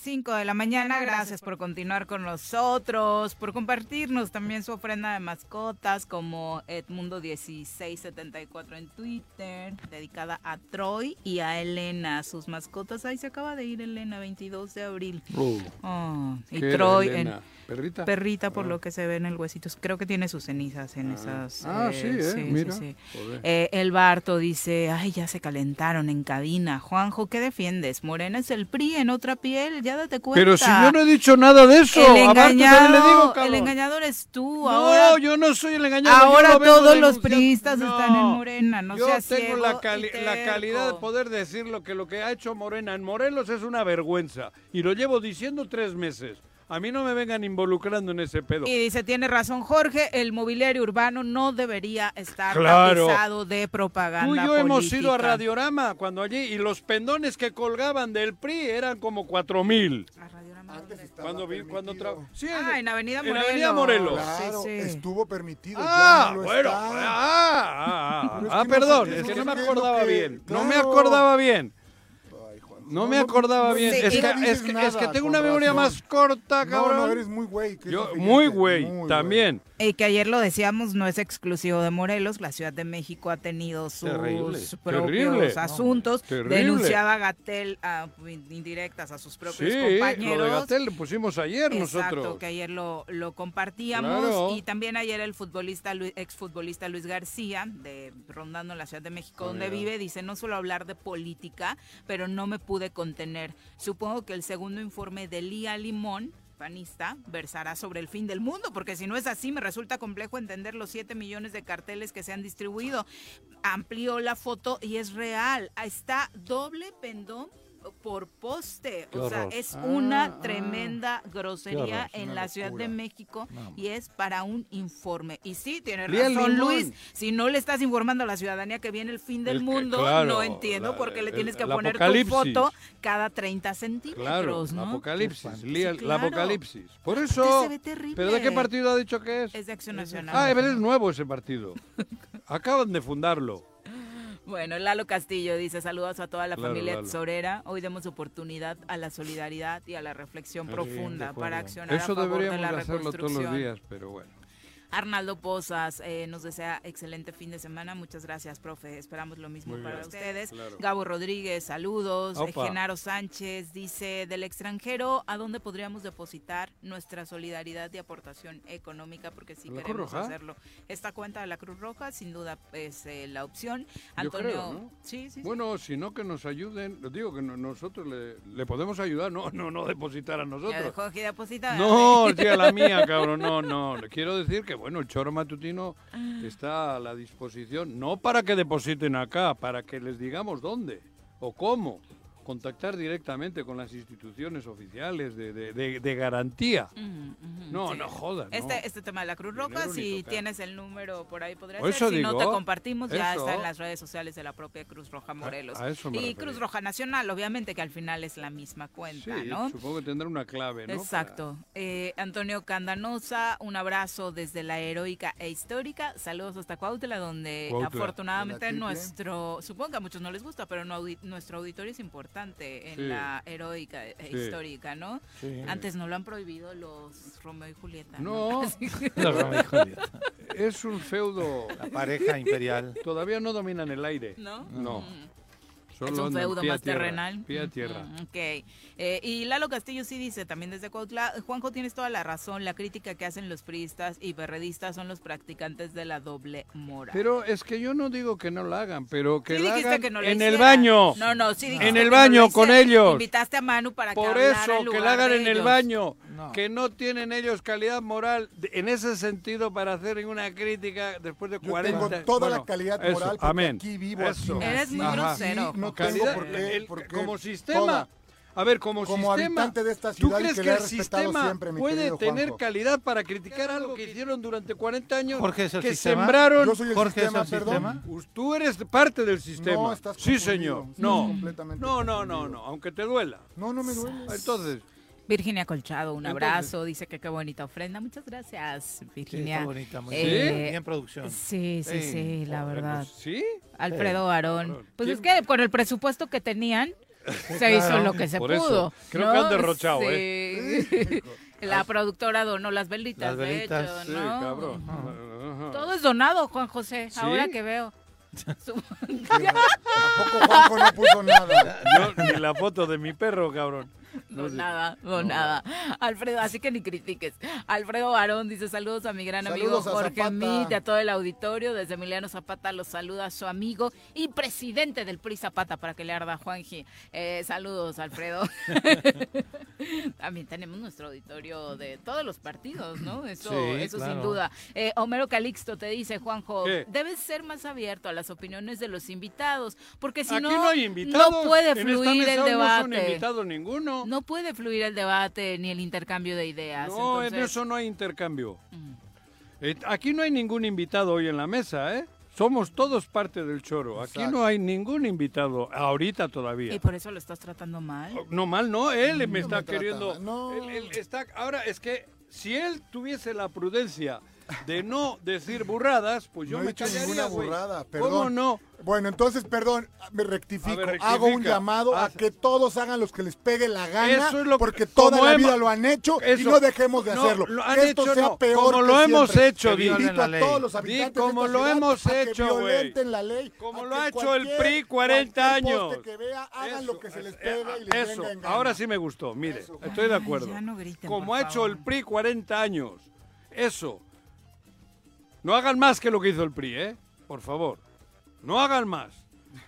C: cinco de la mañana, gracias por continuar con nosotros, por compartirnos también su ofrenda de mascotas como Edmundo1674 en Twitter, dedicada a Troy y a Elena, sus mascotas. Ahí se acaba de ir Elena, 22 de abril. Oh, y
D: ¿Qué era
C: Troy
D: Elena?
C: en-
D: ¿Perrita?
C: por
D: Ah.
C: lo que se ve en el huesito. Creo que tiene sus cenizas en
D: Ah.
C: esas.
D: Ah, sí, ¿eh? Mira. Joder.
C: Eh, el Barto dice, ay, ya se calentaron en cabina. Juanjo, ¿qué defiendes? Morena es el PRI en otra piel, ya date cuenta.
D: Pero si yo no he dicho nada de eso,
C: El
D: a Barto
C: engañado,
D: también le digo,
C: el
D: cabrón.
C: engañador es tú.
D: No,
C: ahora,
D: yo no soy el engañado,
C: Ahora
D: yo lo vengo
C: todos los
D: denunciando.
C: priistas están en
D: No,
C: Morena. No
D: Yo
C: seas
D: tengo
C: ciego
D: la,
C: y
D: cali- la
C: terco.
D: calidad de poder decir lo que lo que ha hecho Morena en Morelos es una vergüenza. Y lo llevo diciendo tres meses. A mí no me vengan involucrando en ese pedo.
C: Y dice, tiene razón Jorge, el mobiliario urbano no debería estar
D: Claro.
C: tapizado de propaganda
D: Tú y yo hemos ido a
C: política".
D: Radiorama cuando allí y los pendones que colgaban del PRI eran como cuatro mil. Cuando vi, cuando tra- Sí,
C: Ah, en Avenida
D: en
C: Morelos.
D: Avenida Morelos.
F: Claro, estuvo permitido.
D: Ah,
F: ya no lo
D: bueno,
F: está.
D: (laughs) ah,
F: Pero es
D: ah, ah,
F: que no
D: perdón,
F: sé,
D: es que
F: es
D: no me
F: que es lo
D: acordaba
F: que-
D: bien, no me
F: claro.
D: acordaba bien. No me
F: no,
D: acordaba
F: no,
D: bien,
F: sí,
D: es
F: y-
D: que,
F: no dices
D: es que- es
F: nada,
D: que tengo
F: con
D: una memoria
F: razón.
D: más corta,
F: No,
D: cabrón.
F: no, eres muy güey. que es
D: Yo,
F: diferente.
D: muy güey, también.
C: Y Eh, que ayer lo decíamos, no es exclusivo de Morelos. La Ciudad de México ha tenido sus
D: Terrible,
C: propios
D: terrible.
C: asuntos.
D: No, hombre,
C: Denunciaba Gatel indirectas a sus propios
D: Sí,
C: compañeros.
D: lo de Gatel le pusimos ayer
C: Exacto,
D: nosotros.
C: que ayer lo, lo compartíamos.
D: Claro.
C: Y también ayer el futbolista, Lu- exfutbolista Luis García, de Rondando en la Ciudad de México,
D: Ah,
C: donde
D: mira.
C: vive, dice, no suelo hablar de política, pero no me pude contener. Supongo que el segundo informe de Lía Limón panista versará sobre el fin del mundo, porque si no es así, me resulta complejo entender los 7 millones de carteles que se han distribuido. Amplió la foto y es real. Ahí Está doble pendón por poste.
D: Qué
C: o sea,
D: horror.
C: es
D: Ah,
C: una
D: ah.
C: tremenda grosería
D: horror, es
C: en
D: una
C: la Ciudad de
D: locura.
C: México
D: No,
C: y es para un informe. Y sí, tiene
D: Lía
C: razón
D: Limón.
C: Luis, si no le estás informando a la ciudadanía que viene el fin del
D: El que-
C: mundo,
D: claro,
C: no entiendo
D: la-
C: por qué le
D: el-
C: tienes que
D: el
C: poner tu
D: apocalipsis.
C: foto cada 30
D: Claro,
C: centímetros, ¿no?
D: apocalipsis,
C: Sí,
D: Lía, la
C: claro.
D: apocalipsis. Por
C: Aparte
D: eso.
C: se ve terrible.
D: ¿Pero de qué partido ha dicho que es?
C: Es de Acción Nacional.
D: Ah, pero es nuevo
C: (laughs)
D: ese partido. Acaban de fundarlo.
C: Bueno, Lalo Castillo dice saludos a toda la
D: Claro,
C: familia
D: Lalo.
C: tesorera. Hoy demos oportunidad a la solidaridad y a la reflexión
D: Sí, de
C: profunda
D: acuerdo.
C: para accionar
D: Eso
C: a favor de
D: deberíamos
C: la
D: hacerlo todos los
C: reconstrucción.
D: días, pero bueno.
C: Arnaldo Pozas eh, nos desea excelente fin de semana. Muchas gracias, profe. Esperamos lo mismo
Q: Muy
C: para
Q: bien,
C: ustedes.
Q: claro.
C: Gabo Rodríguez, saludos. Eh,
Q: Opa.
C: Genaro Sánchez dice, del extranjero, ¿a dónde podríamos depositar nuestra solidaridad y aportación económica? Porque si
D: ¿A la Cruz
C: queremos
D: Roja?
C: hacerlo. Esta cuenta de la Cruz Roja, sin duda, es eh, la opción.
D: Yo
C: Antonio,
D: creo, ¿no?
C: sí, sí, sí.
D: Bueno, sino que nos ayuden, digo que no- nosotros le, le podemos ayudar, no, no, no depositar a
C: Ya
D: nosotros.
C: dejó ¿eh? aquí depositada.
D: No, tía, la
C: (laughs)
D: mía, cabrón. No, no. Quiero decir que, bueno, el choro matutino
C: Ah.
D: está a la disposición, no para que depositen acá, para que les digamos dónde o cómo. Contactar directamente con las instituciones oficiales de, de- de- de garantía.
C: Ujú, ujú,
D: No,
C: sí.
D: no jodas. no.
C: Este, este tema de la Cruz Roja,
D: Dinero ni
C: si
D: tocar.
C: tienes el número por ahí podría
D: O
C: ser.
D: eso
C: Si no
D: digo,
C: te compartimos, ya
D: eso.
C: está en las redes sociales de la propia Cruz Roja Morelos.
D: a eso me
C: y
D: refería.
C: Cruz Roja Nacional, obviamente que al final es la misma cuenta,
D: Sí,
C: ¿no?
D: supongo que tendrá una clave, ¿no?
C: Exacto. Eh, Antonio Candanosa, un abrazo desde la heroica e histórica. Saludos hasta Cuautla, donde
D: Cuautla.
C: afortunadamente
D: ¿La triple?
C: nuestro, supongo que a muchos no les gusta, pero no audi- nuestro auditorio es importante en
D: Sí.
C: la heroica e
D: Sí.
C: histórica, ¿no?
D: Sí.
C: Antes no lo han prohibido los Romeo y Julieta. (laughs)
D: No,
C: Así que-
D: es un feudo.
R: La pareja imperial.
D: Todavía no dominan el aire.
C: ¿No? Mm.
D: No.
C: es un
D: andan
C: feudo
D: pie a
C: más
D: tierra,
C: terrenal.
D: Pie a tierra.
C: Mm, ok. Eh, y Lalo Castillo sí dice también desde Cuautla, Juanjo, tienes toda la razón, la crítica que hacen los priistas y perredistas son los practicantes de la doble moral.
D: Pero es que yo no digo que no la hagan, pero que
C: Sí
D: la
C: dijiste
D: hagan
C: que no la
D: en el
C: hicieran.
D: baño.
C: No, no, sí dijiste
D: En el
C: que no la
D: baño con
C: hicieran.
D: ellos.
C: Invitaste a Manu para que
D: Por
C: hablara en
D: eso, que
C: lugar
D: la hagan
C: de
D: en el
C: ellos.
D: baño.
C: No.
D: Que no tienen ellos calidad moral de- en ese sentido para hacer ninguna crítica después de 40
F: tengo toda la calidad
D: eso,
F: moral porque
D: amén.
F: aquí vivo,
D: Eso.
F: aquí Eres nací, muy ajá. grosero, no tengo
D: Calidad-
F: por qué-
D: el-
F: por qué
D: como sistema.
F: toda.
D: A ver, como,
F: Como
D: sistema,
F: habitante de esta
D: ¿tú
F: ciudad y
D: crees
F: que
D: que,
F: la he
D: el
F: respetado
D: sistema
F: siempre, mi
D: puede
F: querido
D: tener
F: Juanjo?
D: calidad para criticar algo que hicieron durante 40 años?
R: Jorge, ¿es el
D: que
R: sistema?
D: sembraron.
R: Yo soy el Jorge, ¿es sistema, el perdón. sistema?
D: Us- Tú eres parte del sistema.
F: No, estás
D: sí,
F: confundido,
D: señor.
F: estás
D: No.
F: completamente
D: No, no, no, no, aunque te duela.
F: No, no me duele.
D: Ah, Entonces,
C: Virginia Colchado, un
D: Entonces-
C: abrazo, dice que qué bonita ofrenda. Muchas gracias, Virginia. Eh,
R: está bonita, muy bien. Bien producción.
C: Sí, sí, sí,
R: Sí,
C: la
R: joder,
C: verdad.
R: pues, ¿sí?
C: Alfredo
D: Eh,
R: Sí.
C: Varón. Pues
R: ¿Quién-
C: es que con el presupuesto que tenían, se
R: claro.
C: hizo lo que se
R: Por eso.
C: pudo.
R: Creo
C: ¿no?
R: que han derrochado,
C: Sí. (laughs)
R: ¿eh?
C: La productora donó las
R: Las
C: velitas,
R: velitas.
C: de hecho,
R: Sí,
C: ¿no?
R: cabrón.
C: Todo es donado, Juan José,
R: ¿Sí?
C: ahora que
R: (laughs)
C: veo.
F: Tampoco Juanjo no puso nada.
D: Yo, ni la foto de mi perro, cabrón. No sé.
C: Donada, donada. Alfredo, así que ni critiques. Alfredo Varón dice saludos a mi gran amigo
S: Saludos a
C: Jorge
S: Zapata.
C: Mit, a todo el auditorio. Desde Emiliano Zapata los saluda su amigo y presidente del PRI Zapata para que le arda a Juanji. Eh, saludos,
D: (laughs)
C: Alfredo. También tenemos nuestro auditorio de todos los partidos, ¿no? Eso,
Q: Sí,
C: eso sin
Q: claro.
C: duda. Eh, Homero Calixto te dice, Juanjo,
Q: ¿Qué?
C: debes ser más abierto a las opiniones de los invitados, porque si
D: Aquí
C: no,
D: no hay invitados.
C: no puede
D: En esta
C: fluir
D: mesa
C: el
D: no son
C: debate.
D: invitados ninguno.
C: No puede fluir el debate ni el intercambio de ideas.
D: No, en
C: entonces- Mm.
D: eso no hay intercambio. Eh, aquí no hay ningún invitado hoy en la mesa, ¿eh? Somos todos parte del choro. Aquí
C: Exacto.
D: no hay ningún invitado, ahorita todavía.
C: Y por eso lo estás tratando mal.
F: Oh,
D: No mal, no, él me
C: No
D: está
C: me trata
D: queriendo.
C: mal, no.
D: Él, él está, ahora es que si él tuviese la prudencia de no decir burradas, pues yo
F: no he
D: me
F: hecho
D: callaría,
F: ninguna
D: güey.
F: burrada,
D: ¿Cómo
F: perdón.
D: no?
F: Bueno, entonces, perdón, me rectifico.
D: A ver,
F: Hago un
D: rectifica. Ah,
F: llamado a que todos hagan los que les pegue la gana,
D: Eso es lo que-
F: porque toda
D: como
F: la
D: hemos-
F: vida lo han hecho y
D: eso.
F: no dejemos de
D: No,
F: hacerlo.
D: lo han
F: que esto
D: hecho,
F: sea
D: no.
F: peor
D: Como
F: que
D: lo hemos
F: siempre.
D: hecho,
F: Que
D: di.
F: Invito
D: Di
F: a todos los
D: di
F: habitantes
D: como
F: de esta
D: lo
F: ciudad
D: hemos
F: a que
D: hecho, güey.
F: violenten la ley.
D: Como
F: a
D: lo
F: que
D: ha hecho el
F: cualquier-
D: PRI 40
F: cualquier
D: años. eh,
F: poste que vea, hagan lo que se les pegue y les
D: Eso,
F: venga en gana.
D: ahora sí me gustó, mire, estoy de acuerdo.
F: ya no griten,
D: Como
F: por
D: ha hecho el PRI 40 años, eso. No hagan más que lo que hizo el PRI, ¿eh? Por favor, no hagan más.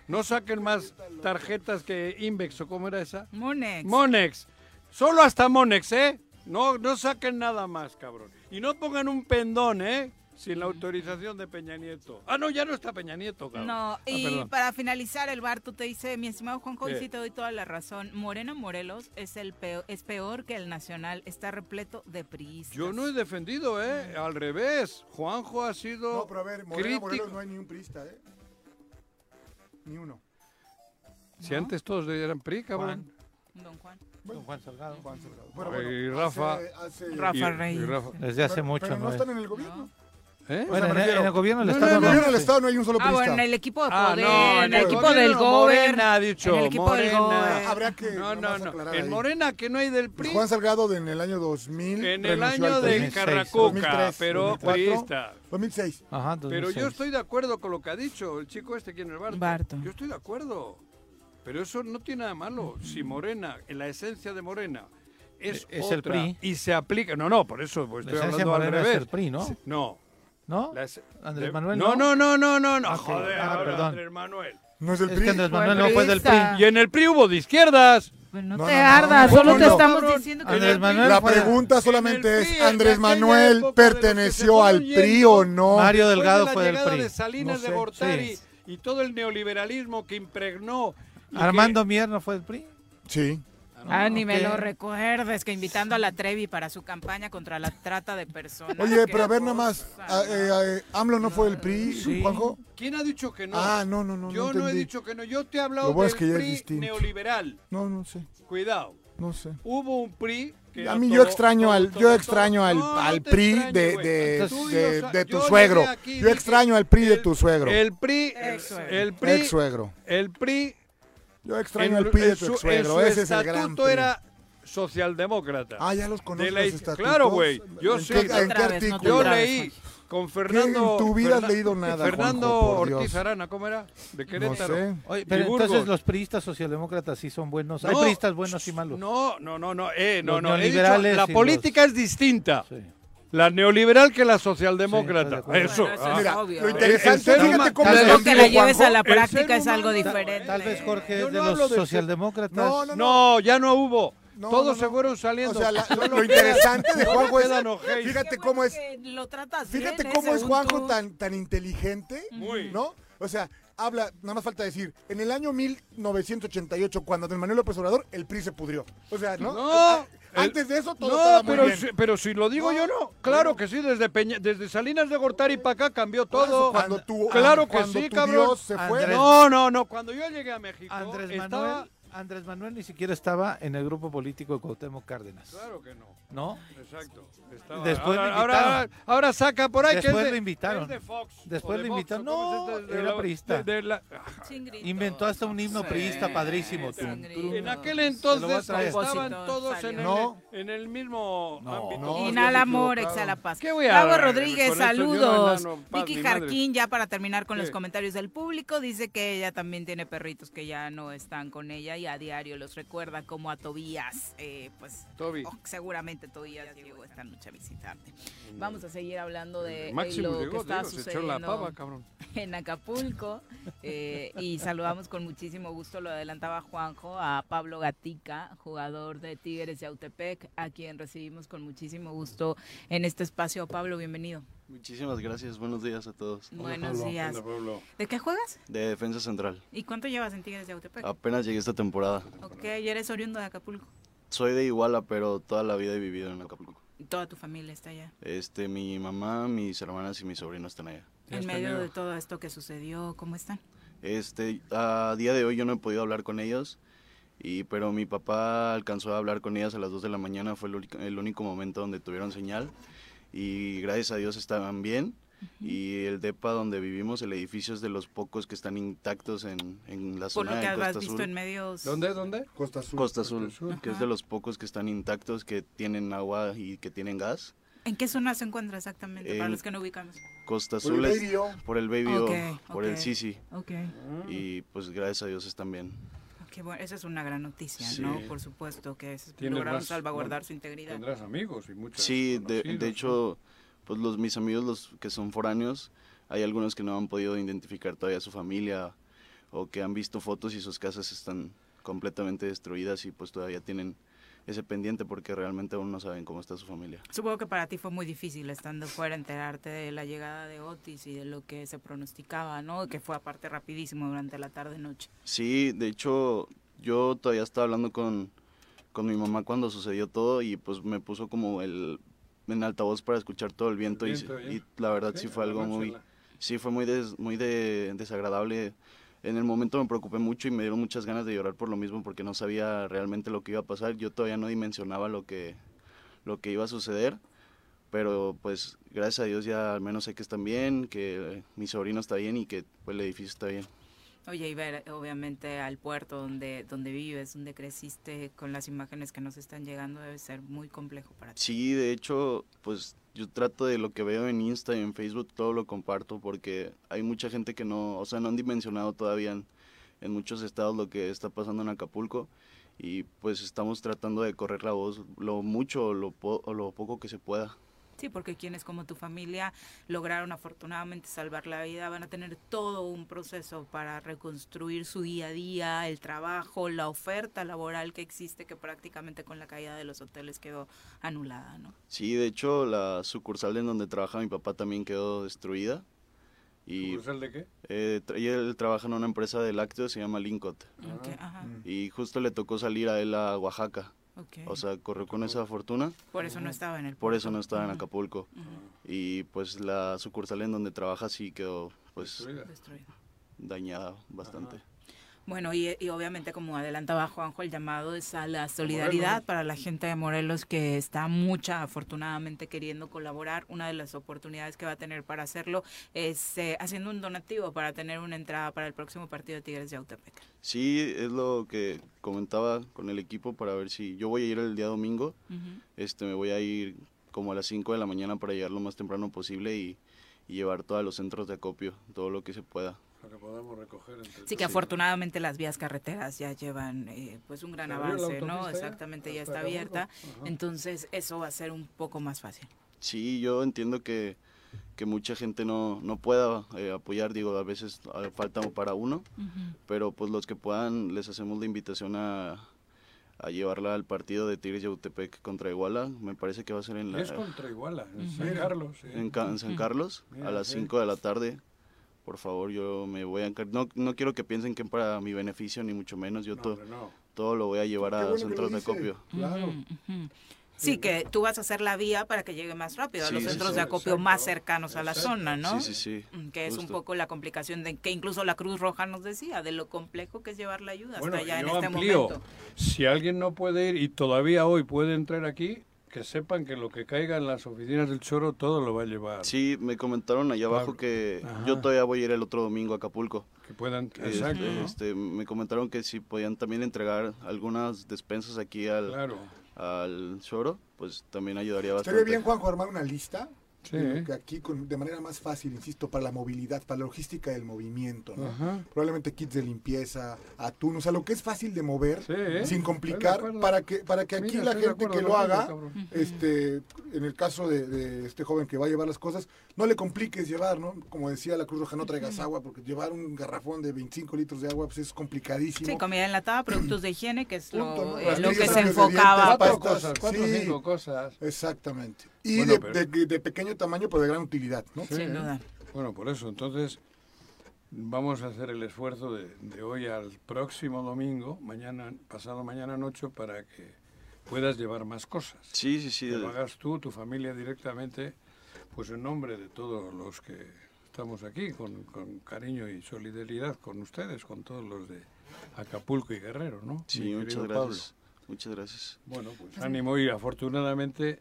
D: No saquen más tarjetas que Invex o cómo era esa.
C: Monex.
D: Monex. Solo hasta Monex, ¿eh? No, no saquen nada más, cabrón. Y no pongan un pendón, ¿eh? Sin
F: Mm.
D: la autorización de Peña Nieto. Ah, no, ya no está Peña Nieto, cabrón.
C: No,
D: Ah,
C: y
D: perdón.
C: para finalizar, el Barto te dice, mi estimado Juanjo, y
F: Eh.
D: ¿Qué?
C: sí te doy toda la razón, Morena Morelos es el peor, es peor que el Nacional, está repleto de priistas.
D: Yo no he defendido, ¿eh? Al revés. Juanjo ha sido
F: No, pero a ver, Morena
D: crítico.
F: Morelos no hay ni un prista, ¿eh? Ni uno.
D: Si antes todos eran PRI, cabrón.
C: Don Juan.
F: Don Juan Salgado. Juan Salgado.
D: Y Rafa-
F: hace- hace-
D: Rafa Ah, y- Reyes. y Rafa.
R: Desde hace
F: Pero-
R: mucho.
F: Pero no
R: no es.
F: están en el gobierno.
D: ¿Eh?
R: Bueno,
D: Me
R: en el-
D: refiero-
R: en el gobierno del
D: No,
R: Estado no.
D: no, en el
R: Sí.
D: gobierno del Estado no hay un solo
C: Ah, bueno,
D: periodista.
C: en el equipo de
D: Ah,
C: poder,
D: no,
C: en el equipo
D: gobierno
C: del
D: de
C: gobierno,
D: Morena, ha dicho.
C: en el equipo del
D: Morena.
C: gobierno.
F: Habrá que.
D: No, no,
F: nomás
D: no.
F: aclarar
D: En
F: ahí.
D: Morena, que no hay del PRI.
F: Juan Salgado en el año 2000.
D: En el
F: renunció
D: año
F: al
D: de
F: PRI.
D: Carracuca, pero
F: 2004,
D: priista.
F: 2006.
R: Ajá,
D: Pero yo estoy de acuerdo con lo que ha dicho el chico este, ¿quién es Barto?
C: Barto.
D: Yo estoy de acuerdo. Pero eso no tiene nada malo. Si Morena, en la esencia de Morena, es,
R: Eh, Es el
D: otra
R: PRI.
D: y se aplica. No, no, por eso pues,
R: La
D: estoy
R: esencia de
D: hablando al
R: Morena es
D: revés.
R: el PRI, ¿no?
D: Sí, No.
R: ¿No?
D: La es-
R: Andrés
D: de-
R: Manuel,
D: No, no,
R: ¿no?
D: no, no, no. no.
R: Ah, sí.
D: Joder,
R: Ah,
D: ahora
R: perdón.
D: Andrés Manuel.
F: No es el
R: Es que Andrés
D: Fue
R: Manuel no fue del PRI.
D: priista. Y en el PRI hubo de izquierdas.
C: no,
F: te ardas,
R: solo te
F: estamos
C: diciendo
R: que Andrés Manuel
F: La
R: fue-
F: pregunta solamente es, ¿Andrés Manuel perteneció al PRI o no?
R: Mario
D: Después
R: Delgado
D: de la
R: fue del
D: llegada
R: PRI.
D: de Salinas
R: No
D: de
R: sé.
D: Gortari
R: Sí.
D: y todo el neoliberalismo que impregnó. y
R: Armando Mier no fue del PRI.
F: Sí.
C: Ah, ni me
R: Ok.
C: lo recuerdes, que invitando a la Trevi para su campaña contra la trata de personas.
F: Oye,
C: Qué (laughs)
F: pero a ver nada más,
C: cosa.
F: ah, eh, eh, AMLO no fue el PRI, Juanjo.
D: ¿Quién ha dicho que no?
F: Ah, no, no, no,
D: Yo
F: no
D: no, he
F: entendí.
D: dicho que no. Yo te he hablado
F: Lo bueno
D: del
F: es que ya es
D: PRI
F: distinto.
D: neoliberal.
F: No, no sé,
D: Cuidado.
F: no sé.
D: Hubo un PRI que
F: A mí
D: atoró-
F: yo extraño al
D: atoró
F: yo
D: todo.
F: extraño al,
D: No,
F: al
D: no te
F: PRI
D: extraño,
F: de,
D: güey.
F: de- de-
D: Entonces, tú y yo
F: de
D: sa-
F: tu
D: yo
F: suegro.
D: llegué aquí y
F: Yo
D: dije,
F: extraño al PRI de tu suegro.
D: El PRI, el PRI,
F: Ex-suegro.
D: el PRI.
F: Yo extraño
D: en-
F: al PRI de
D: en
F: tu
D: su- en
F: ex-suegro,
D: su
F: ese es el gran
D: estatuto
F: PRI.
D: era socialdemócrata.
F: Ah, ya los
D: De
F: conoces
D: la
F: los
D: iz-
F: estatutos.
D: Claro, güey. Yo
F: ¿En
D: sí.
F: qué- en qué Otra vez, no te artículo?
D: Yo leí con Fernando.
F: en tu vida has
D: Fernan-
F: leído nada,
D: Fernando
F: Juanjo, por
D: Ortiz
F: Dios?
D: Arana, ¿cómo era? De Querétaro.
F: sé.
R: Oye, pero
D: Y
R: entonces
D: Burgos.
R: los priistas socialdemócratas sí son buenos. Hay
D: No.
R: priistas buenos y malos.
D: No, no, no, no, eh, no,
R: Los
D: no. he dicho,
R: neoliberales
D: la
R: y
D: política es distinta. La neoliberal que la socialdemócrata. eso.
R: Bueno, eso es
D: ah.
R: obvio.
C: Lo
R: interesante,
D: El ser
R: fíjate
D: huma-
R: cómo
D: el
R: es
D: ser
R: que la
D: humano-
C: lleves a la
D: el ser
C: práctica es algo
D: humano-
C: diferente. Tal vez
R: Jorge
D: Yo
R: es de
D: no
R: los
D: hablo de-
R: socialdemócratas.
D: No, no, ya no hubo. Todos se fueron saliendo.
F: O sea, la-
D: Solo
F: lo interesante
D: quedan-
F: de
D: solo
F: Juanjo es,
D: quedan ojeis.
F: fíjate cómo es,
C: Lo tratas
F: fíjate
C: bien, ¿eh?
F: cómo es
C: Según
F: Juanjo
C: tú.
F: tan, tan inteligente, ¿no? O sea, habla, nada más falta decir, en el año 1988, cuando Andrés Manuel López Obrador, el PRI se pudrió. O sea, ¿no?
D: No, el-
F: Antes de eso todo
D: No,
F: estaba muy
D: pero
F: bien.
D: si, pero si lo digo yo no. Claro que sí, desde Peña- desde Salinas de Gortari para acá cambió
F: Por eso,
D: todo.
F: cuando tu-
D: claro que
F: cuando
D: sí,
F: tu
D: cabrón.
F: Dios se fue.
R: Andrés-
D: No, no, no. Cuando yo llegué a México,
R: Andrés
D: estaba-
R: Manuel, Andrés Manuel ni siquiera estaba en el grupo político de Cuauhtémoc Cárdenas.
D: Claro que no.
R: ¿No?
D: Exacto. Estaba-
R: Después
D: ahora,
R: lo
D: ahora-
R: invitaron.
D: ahora- ahora saca por ahí que
R: Después
D: es de,
R: lo invitaron.
D: es de Fox.
R: Después
D: o de
R: lo
D: Vox,
R: invitaron.
D: ¿o cómo
R: No,
D: es este?
R: era
D: la-
R: priista.
D: de- de la-
R: Inventó hasta un himno
D: Sí.
R: priista padrísimo. Tum, tum.
D: En aquel
R: Se lo voy a
D: entonces
R: traer.
D: estaban
C: Compositor,
D: todos
C: salió.
D: en,
C: No.
D: el, en el mismo ámbito.
C: Inhala amor, exhala paz.
D: ¿Qué voy a
C: Gabo
D: hablar
C: Rodríguez,
D: con esto? Yo no,
C: saludos.
D: no, no, paz,
C: Vicky
D: mi madre.
C: Jarquín, ya para terminar con los
D: ¿Qué?
C: comentarios del público, dice que ella también tiene perritos que ya no están con ella y a diario los recuerda como a Tobías. eh, pues
D: Toby.
C: oh, seguramente Tobías llegó esta noche a visitarte. Vamos a seguir hablando de eh,
D: Máximo
C: lo que
D: llegó,
C: está
D: digo, se echó
C: sucediendo
D: la pava, cabrón.
C: (laughs) en Acapulco eh, y saludamos con muchísimo gusto, lo adelantaba Juanjo, a Pablo Gatica, jugador de Tigres de Autepec, a quien recibimos con muchísimo gusto en este espacio. Pablo, bienvenido.
Q: Muchísimas gracias, buenos días a todos.
C: Buenos días. ¿De qué juegas?
Q: De Defensa Central.
C: ¿Y cuánto llevas en Tigres de Autepec?
Q: Apenas llegué esta temporada.
C: Ok, y eres oriundo de Acapulco.
Q: Soy de Iguala, pero toda la vida he vivido en Acapulco.
C: Y Toda tu familia está allá.
Q: Este, mi mamá, mis hermanas y mis sobrinos están allá.
C: En medio de todo esto que sucedió, ¿cómo están?
Q: Este, a día de hoy yo no he podido hablar con ellos, y, pero mi papá alcanzó a hablar con ellas a las 2 de la mañana, fue el, único- el único momento donde tuvieron señal y gracias a Dios estaban bien. Y el DEPA donde vivimos, el edificio es de los pocos que están intactos en, en la
C: Por
Q: zona
C: lo que
Q: de Costa
C: has visto
Q: Azul.
C: en medios.
D: dónde?
F: Costa Azul.
Q: Costa Azul, que es
C: Ajá.
Q: de los pocos que están intactos, que tienen agua y que tienen gas.
C: ¿En qué zona se encuentra exactamente? para
Q: En-
C: los que no ubicamos.
Q: Costa
C: Por el
Q: Azul es
C: Baby O.
Q: por el Baby O,
C: Ok,
Q: por el
C: ok,
Q: Sisi.
C: ok.
Q: Y pues gracias a Dios están bien.
C: Qué bueno, esa es una gran noticia, ¿no?
Q: Sí.
C: Por supuesto que es,
D: Tienes
C: lograron
D: más-
C: salvaguardar
D: bueno,
C: su integridad.
D: Tendrás amigos y muchos.
Q: Sí, de,
D: conocidos,
Q: de hecho, pues los mis amigos los que son foráneos, hay algunos que no han podido identificar todavía a su familia o que han visto fotos y sus casas están completamente destruidas y pues todavía tienen ese pendiente porque realmente aún no saben cómo está su familia.
C: Supongo que para ti fue muy difícil estando fuera enterarte de la llegada de Otis y de lo que se pronosticaba, ¿no? Que fue aparte rapidísimo durante la tarde-noche.
Q: Sí, de hecho, yo todavía estaba hablando con, con mi mamá cuando sucedió todo y pues me puso como el en altavoz para escuchar todo el viento,
D: El
Q: y,
D: viento,
Q: y
D: ya.
Q: la verdad
D: Sí,
Q: sí fue algo muy
D: arránchela.
Q: sí fue muy des- muy de- desagradable. En el momento me preocupé mucho y me dieron muchas ganas de llorar por lo mismo porque no sabía realmente lo que iba a pasar. Yo todavía no dimensionaba lo que lo que iba a suceder, Pero pues gracias a Dios ya al menos sé que están bien, que eh, mi sobrino está bien y que pues, el edificio está bien.
C: Oye, y ver obviamente al puerto donde, donde vives, donde creciste, con las imágenes que nos están llegando, debe ser muy complejo para ti.
Q: Sí, de hecho, pues yo trato de lo que veo en Insta y en Facebook, todo lo comparto porque hay mucha gente que no, o sea, no han dimensionado todavía en, en muchos estados lo que está pasando en Acapulco y pues estamos tratando de correr la voz lo mucho o lo, po- o lo poco que se pueda.
C: Sí, porque quienes como tu familia lograron afortunadamente salvar la vida van a tener todo un proceso para reconstruir su día a día, el trabajo, la oferta laboral que existe, que prácticamente con la caída de los hoteles quedó anulada, ¿no?
Q: Sí, de hecho, la sucursal en donde trabaja mi papá también quedó destruida. Y,
D: ¿Sucursal de qué?
Q: Eh, tra- y él trabaja en una empresa de lácteos, se llama Lincot.
D: Ah,
C: Ok, ajá.
D: mm,
Q: Y justo le tocó salir a él a Oaxaca.
C: Ok.
Q: O sea, corrió con esa fortuna.
C: Por eso no estaba en el
Q: Por eso no estaba en
C: Ujú.
Q: Acapulco. Y pues la sucursal en donde trabaja sí quedó pues
C: Destruida.
Q: dañada bastante.
C: Bueno, y, y obviamente como adelantaba Juanjo, el llamado es a la solidaridad para la gente de Morelos que está mucha, afortunadamente, queriendo colaborar. Una de las oportunidades que va a tener para hacerlo es eh, haciendo un donativo para tener una entrada para el próximo partido de Tigres de Autepec.
Q: Sí, es lo que comentaba con el equipo para ver si yo voy a ir el día domingo.
C: Ujú.
Q: Este, me voy a ir como a las 5 de la mañana para llegar lo más temprano posible y, y llevar todos los centros de acopio, todo lo que se pueda.
D: Lo que podamos recoger entre
C: Sí,
D: todos.
C: que afortunadamente las vías carreteras ya llevan eh, pues un gran
D: ¿Se abrió la
C: avance, ¿no?
D: autopista ya?
C: Exactamente, ya
D: ¿Hasta
C: está
D: Acapulco?
C: abierta.
D: Ajá.
C: Entonces eso va a ser un poco más fácil.
Q: Sí, yo entiendo que, que mucha gente no, no pueda eh, apoyar, digo, a veces ah, falta para uno,
C: Ujú.
Q: pero pues los que puedan les hacemos la invitación a, a llevarla al partido de Tigres Yautepec contra Iguala, me parece que va a ser en la...
D: Es contra Iguala, en
Q: Ujú.
D: San Carlos. sí.
Q: en, Ca- en San
D: Ujú.
Q: Carlos
D: Mira,
Q: a las
D: sí.
Q: 5 de la tarde. Por favor, yo me voy a encar- no, no quiero que piensen que es para mi beneficio, ni mucho menos. Yo to- todo lo voy a llevar
D: Qué
Q: a
D: bueno que lo
Q: centros de
D: dice,
Q: acopio.
D: Claro.
C: Sí, que tú vas a hacer la vía para que llegue más rápido a
Q: Sí,
C: los
Q: sí,
C: centros
Q: sí,
C: de acopio
Q: exacto,
C: más cercanos a la
Q: exacto.
C: zona, ¿no?
Q: Sí, sí, sí,
C: Mm, Que es un
Q: justo.
C: poco la complicación de que incluso la Cruz Roja nos decía, de lo complejo que es llevar la ayuda
D: Bueno,
C: hasta allá en
D: yo
C: este
D: amplío.
C: momento.
D: Si alguien no puede ir y todavía hoy puede entrar aquí, que sepan que lo que caiga en las oficinas del Choro todo lo va a llevar.
Q: Sí, me comentaron allá abajo que yo todavía voy a ir el otro domingo a Acapulco.
D: Que puedan,
Q: Que,
D: exacto.
Q: este,
D: ¿no?
Q: este, me comentaron que si podían también entregar algunas despensas aquí al,
D: Claro.
Q: al Choro, pues también ayudaría
F: Estaría
Q: bastante.
F: bien, Juanjo, armar una lista.
Q: Sí.
F: de lo que aquí con- de manera más fácil, insisto, para la movilidad, para la logística del movimiento, ¿no?
D: Ajá.
F: Probablemente kits de limpieza, atún, o sea, lo que es fácil de mover,
D: ¿eh?
F: sin complicar,
D: Estoy de acuerdo.
F: para que, para que aquí
D: Mira,
F: la
D: estoy de
F: gente
D: acuerdo
F: que lo
D: contigo,
F: haga,
D: cabrón.
F: este, en el caso de, de este joven que va a llevar las cosas, no le compliques llevar, ¿no? Como decía la Cruz Roja, no traigas agua, porque llevar un garrafón de 25 litros de agua, pues es complicadísimo.
C: Sí, comida enlatada, productos de higiene, que es lo,
F: Punto, ¿no?
C: eh, lo
F: Pastillas,
C: que se
F: lápices de
C: enfocaba.
F: dientes,
C: pues,
F: pastas,
D: cosas, cuatro o cinco cosas.
F: Exactamente. Y
D: Bueno,
F: de,
D: pero-
F: de- de pequeño tamaño, pero de gran utilidad, ¿no?
D: Sí, ¿eh? Bueno, por eso, entonces vamos a hacer el esfuerzo de, de hoy al próximo domingo, mañana, pasado mañana noche, para que puedas llevar más cosas.
Q: Sí, sí, sí.
D: Que lo hagas tú, tu familia directamente, pues en nombre de todos los que estamos aquí, con, con cariño y solidaridad con ustedes, con todos los de Acapulco y Guerrero, ¿no? Mi
Q: Sí,
D: querido
Q: muchas
D: Pablo.
Q: gracias. Muchas gracias.
D: Bueno, pues ánimo y afortunadamente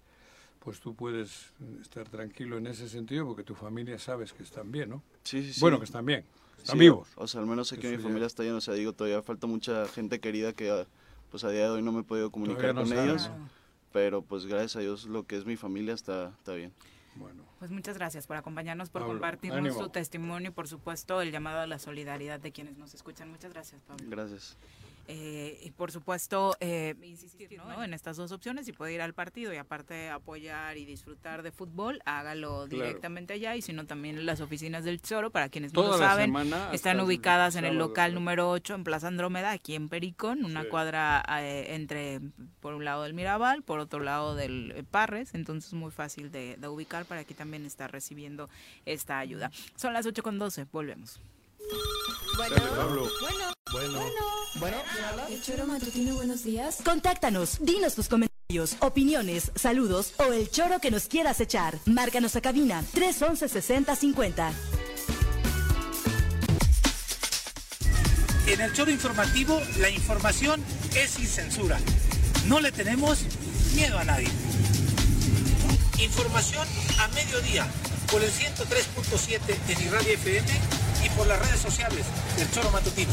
D: pues tú puedes estar tranquilo en ese sentido porque tu familia sabes que están bien, ¿no?
Q: Sí, sí, sí.
D: Bueno, que están bien, que están
Q: Sí,
D: vivos.
Q: O sea, al menos sé que
D: Eso
Q: mi
D: ya.
Q: familia está bien. O sea, digo, todavía falta mucha gente querida que ah, pues a día de hoy no me he podido comunicar
D: Todavía no
Q: con
D: saben,
Q: ellos.
D: ¿no?
Q: Pero pues gracias a Dios lo que es mi familia está, está bien.
C: pues muchas gracias por acompañarnos, por
Q: Pablo,
C: compartirnos
Q: ánimo.
C: tu testimonio y por supuesto el llamado a la solidaridad de quienes nos escuchan. Muchas gracias, Pablo.
Q: Gracias.
C: Eh, y por supuesto, eh, insistir ¿no? en estas dos opciones, si puede ir al partido y aparte apoyar y disfrutar de fútbol, hágalo
D: Claro.
C: directamente allá y si no también en las oficinas del Tesoro, para quienes no
D: Toda
C: lo
D: la
C: saben,
D: semana hasta
C: están
D: el
C: ubicadas en el
D: sábado,
C: local número 8 en Plaza Andrómeda, aquí en Pericón, una
D: Sí.
C: cuadra eh, entre, por un lado del Mirabal, por otro lado del eh, Parres, entonces muy fácil de, de ubicar para aquí también estar recibiendo esta ayuda. Son las 8 con 12, volvemos.
J: Bueno,
C: Pablo.
J: bueno,
C: Bueno.
J: bueno. El Choro Matutino, buenos días. Contáctanos, dinos tus comentarios, opiniones, saludos o el choro que nos quieras echar. Márcanos a cabina 311 6050.
T: En el choro informativo, la información es sin censura. No le tenemos miedo a nadie.
A: Información a mediodía por el 103.7 de mi radio FM y por las redes sociales del Choro Matutino.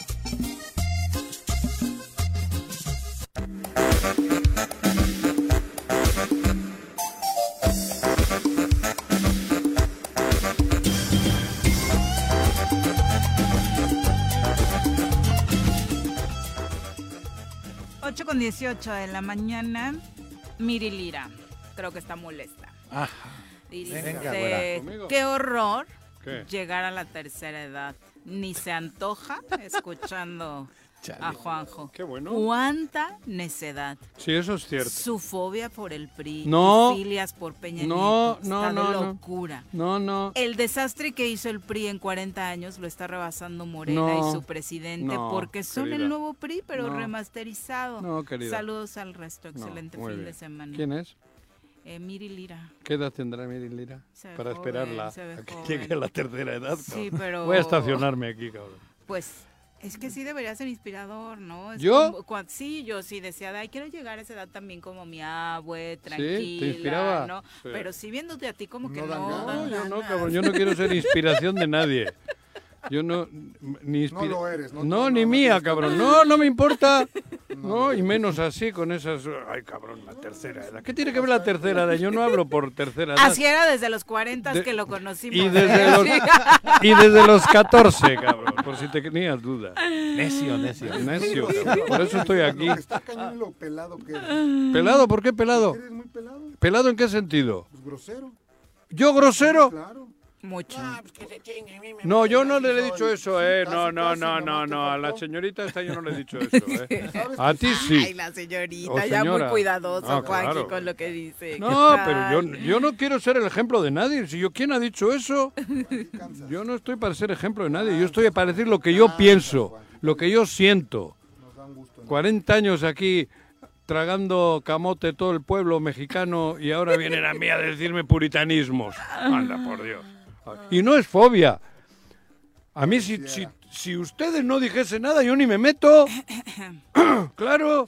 C: Ocho con 18 de la mañana, Miri Lira. Creo que está molesta. Dice,
B: Venga, güera.
D: ¿Conmigo?
C: qué horror
D: ¿Qué?
C: llegar a la tercera edad. Ni se antoja escuchando a
D: Chale.
C: Juanjo.
D: Qué bueno.
C: Cuánta necedad.
D: Sí, eso es cierto.
C: Su fobia por el PRI,
D: No.
C: sus filias por Peña
D: No,
C: Nieto,
D: no,
C: está de
D: no, no.
C: locura.
D: No, no.
C: El desastre que hizo el PRI en 40 años lo está rebasando Morena
D: No,
C: y su presidente
D: no,
C: porque son
D: querida.
C: el nuevo PRI pero
D: No.
C: remasterizado.
D: No, querida.
C: Saludos al resto,
D: No,
C: excelente
D: muy
C: fin de
D: bien.
C: semana.
D: ¿Quién es?
C: Eh, Miri Lira.
D: ¿Qué edad tendrá Miri Lira?
C: Se ve
D: Para
C: joven,
D: esperarla
C: se ve
D: a que
C: joven.
D: llegue a la tercera edad.
C: Sí,
D: cabrón.
C: pero-
D: Voy a estacionarme aquí, cabrón.
C: Pues es que sí debería ser inspirador, ¿no? Es
D: ¿Yo?
C: como cuan- sí, yo sí decía, ay, quiero llegar a esa edad también como mi abue,
D: ¿te
C: tranquila,
D: inspiraba?
C: ¿no?
D: Sí.
C: Pero sí viéndote a ti como que no.
D: No,
C: dan
D: yo no,
C: ganas.
D: cabrón. Yo no quiero ser inspiración de nadie. Yo no. Ni
F: No lo eres,
D: No,
F: no-
D: ni mía, cabrón. No, no me importa. No, y menos así con esas. Ay, cabrón, la tercera edad. ¿Qué tiene que ver la tercera edad? Yo no hablo por tercera edad.
C: (laughs) Así era desde los 40
D: De-
C: que lo conocimos.
D: Y
C: ¿eh?
D: desde, los,
C: Sí.
D: y desde los 14, cabrón, por si tenías duda.
R: Necio, necio.
D: Necio, cabrón. Por eso estoy aquí.
F: Está cañón lo pelado que eres.
D: ¿Pelado? ¿Por qué pelado?
F: Eres muy pelado,
D: ¿Pelado en qué sentido?
F: pues, grosero.
D: ¿Yo grosero?
F: Claro.
C: Mucho.
D: No, yo no le he dicho eso, eh.
C: ah,
D: No, no, no, no, no. A la señorita esta yo no le
C: (laughs)
D: he dicho eso, eh. A ti
C: Ay,
D: sí.
C: la señorita,
D: O
C: ya muy
D: señora.
C: cuidadosa,
D: Ah,
C: Juanqui,
D: claro.
C: con lo que dice.
D: No,
C: ¿Qué
D: pero
C: tal?
D: yo, yo no quiero ser el ejemplo de nadie. Si yo, ¿quién ha dicho
C: (laughs)
D: eso? Yo no estoy para ser ejemplo de
C: Ah,
D: nadie. Yo estoy para decir lo que yo pienso, lo que yo siento. 40 años aquí tragando camote todo el pueblo mexicano y ahora vienen a mí a decirme
C: (laughs)
D: puritanismos. Anda, por Dios. Y no es fobia. A mí, si, si, si ustedes no dijesen nada, yo ni
F: (coughs)
D: me meto. claro.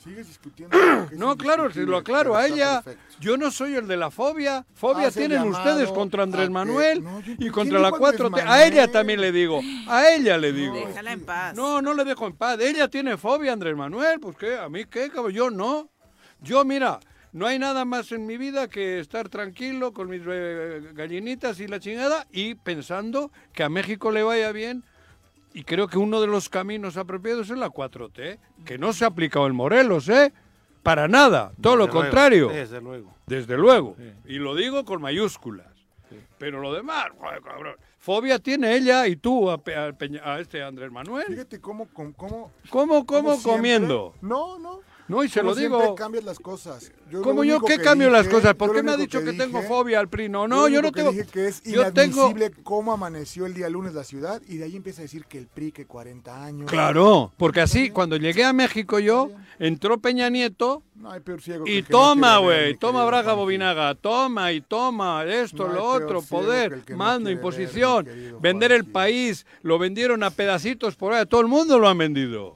D: no, claro, si lo aclaro a ella. Yo no soy el de la fobia. Fobia
F: Hace
D: tienen
F: Ah, llamado
D: ustedes contra Andrés
F: a que-
D: Manuel
F: No, yo-
D: y
F: ¿quién
D: contra
F: dijo
D: la
F: Andrés
D: 4T. A
F: Manuel?
D: ella también le digo. A ella le digo.
C: Déjala en paz.
D: No, no le dejo en paz. Ella tiene fobia, Andrés Manuel. Pues qué, a mí qué, cabrón. Yo no. Yo, mira, no hay nada más en mi vida que estar tranquilo con mis eh, gallinitas y la chingada y pensando que a México le vaya bien. Y creo que uno de los caminos apropiados es la 4T, que no se ha aplicado en Morelos, ¿eh? Para nada. Todo lo
R: Desde luego,
D: contrario.
R: Desde luego.
D: Desde luego. Y lo digo con mayúsculas. Pero lo demás, joder, cabrón. Fobia tiene ella y tú a, Pe- a Peña- a este Andrés Manuel.
F: Fíjate cómo, com- cómo, como
D: ¿Cómo, cómo
F: siempre-
D: comiendo?
F: No, no.
D: No, y se
F: Como
D: lo
F: siempre
D: digo.
F: cambias las cosas. Yo lo
D: ¿Cómo yo
F: único
D: qué
F: que
D: cambio las
F: dije-
D: cosas? ¿Por
F: yo
D: qué
F: lo
D: me ha
F: único
D: dicho que,
F: que
D: tengo
F: dije-
D: fobia al PRI?
F: lo
D: No, no, yo
F: único
D: no
F: que
D: tengo.
F: dije que es
D: yo tengo.
F: inadmisible cómo amaneció el día lunes la ciudad y de ahí empieza a decir que el PRI que 40 años.
D: Claro, porque así, cuando llegué a México yo, entró Peña Nieto
F: No hay peor ciego que
D: y
F: el que no
D: toma,
F: quiere ver,
D: güey,
F: mi
D: toma
F: querido
D: Braga
F: Juan.
D: Bobinaga, toma y toma, esto,
F: No hay
D: lo
F: peor ciego
D: otro,
F: que
D: poder,
F: el que no
D: mando,
F: quiere ver, mi
D: imposición, vender el país, lo vendieron a pedacitos por ahí, todo el mundo lo han vendido.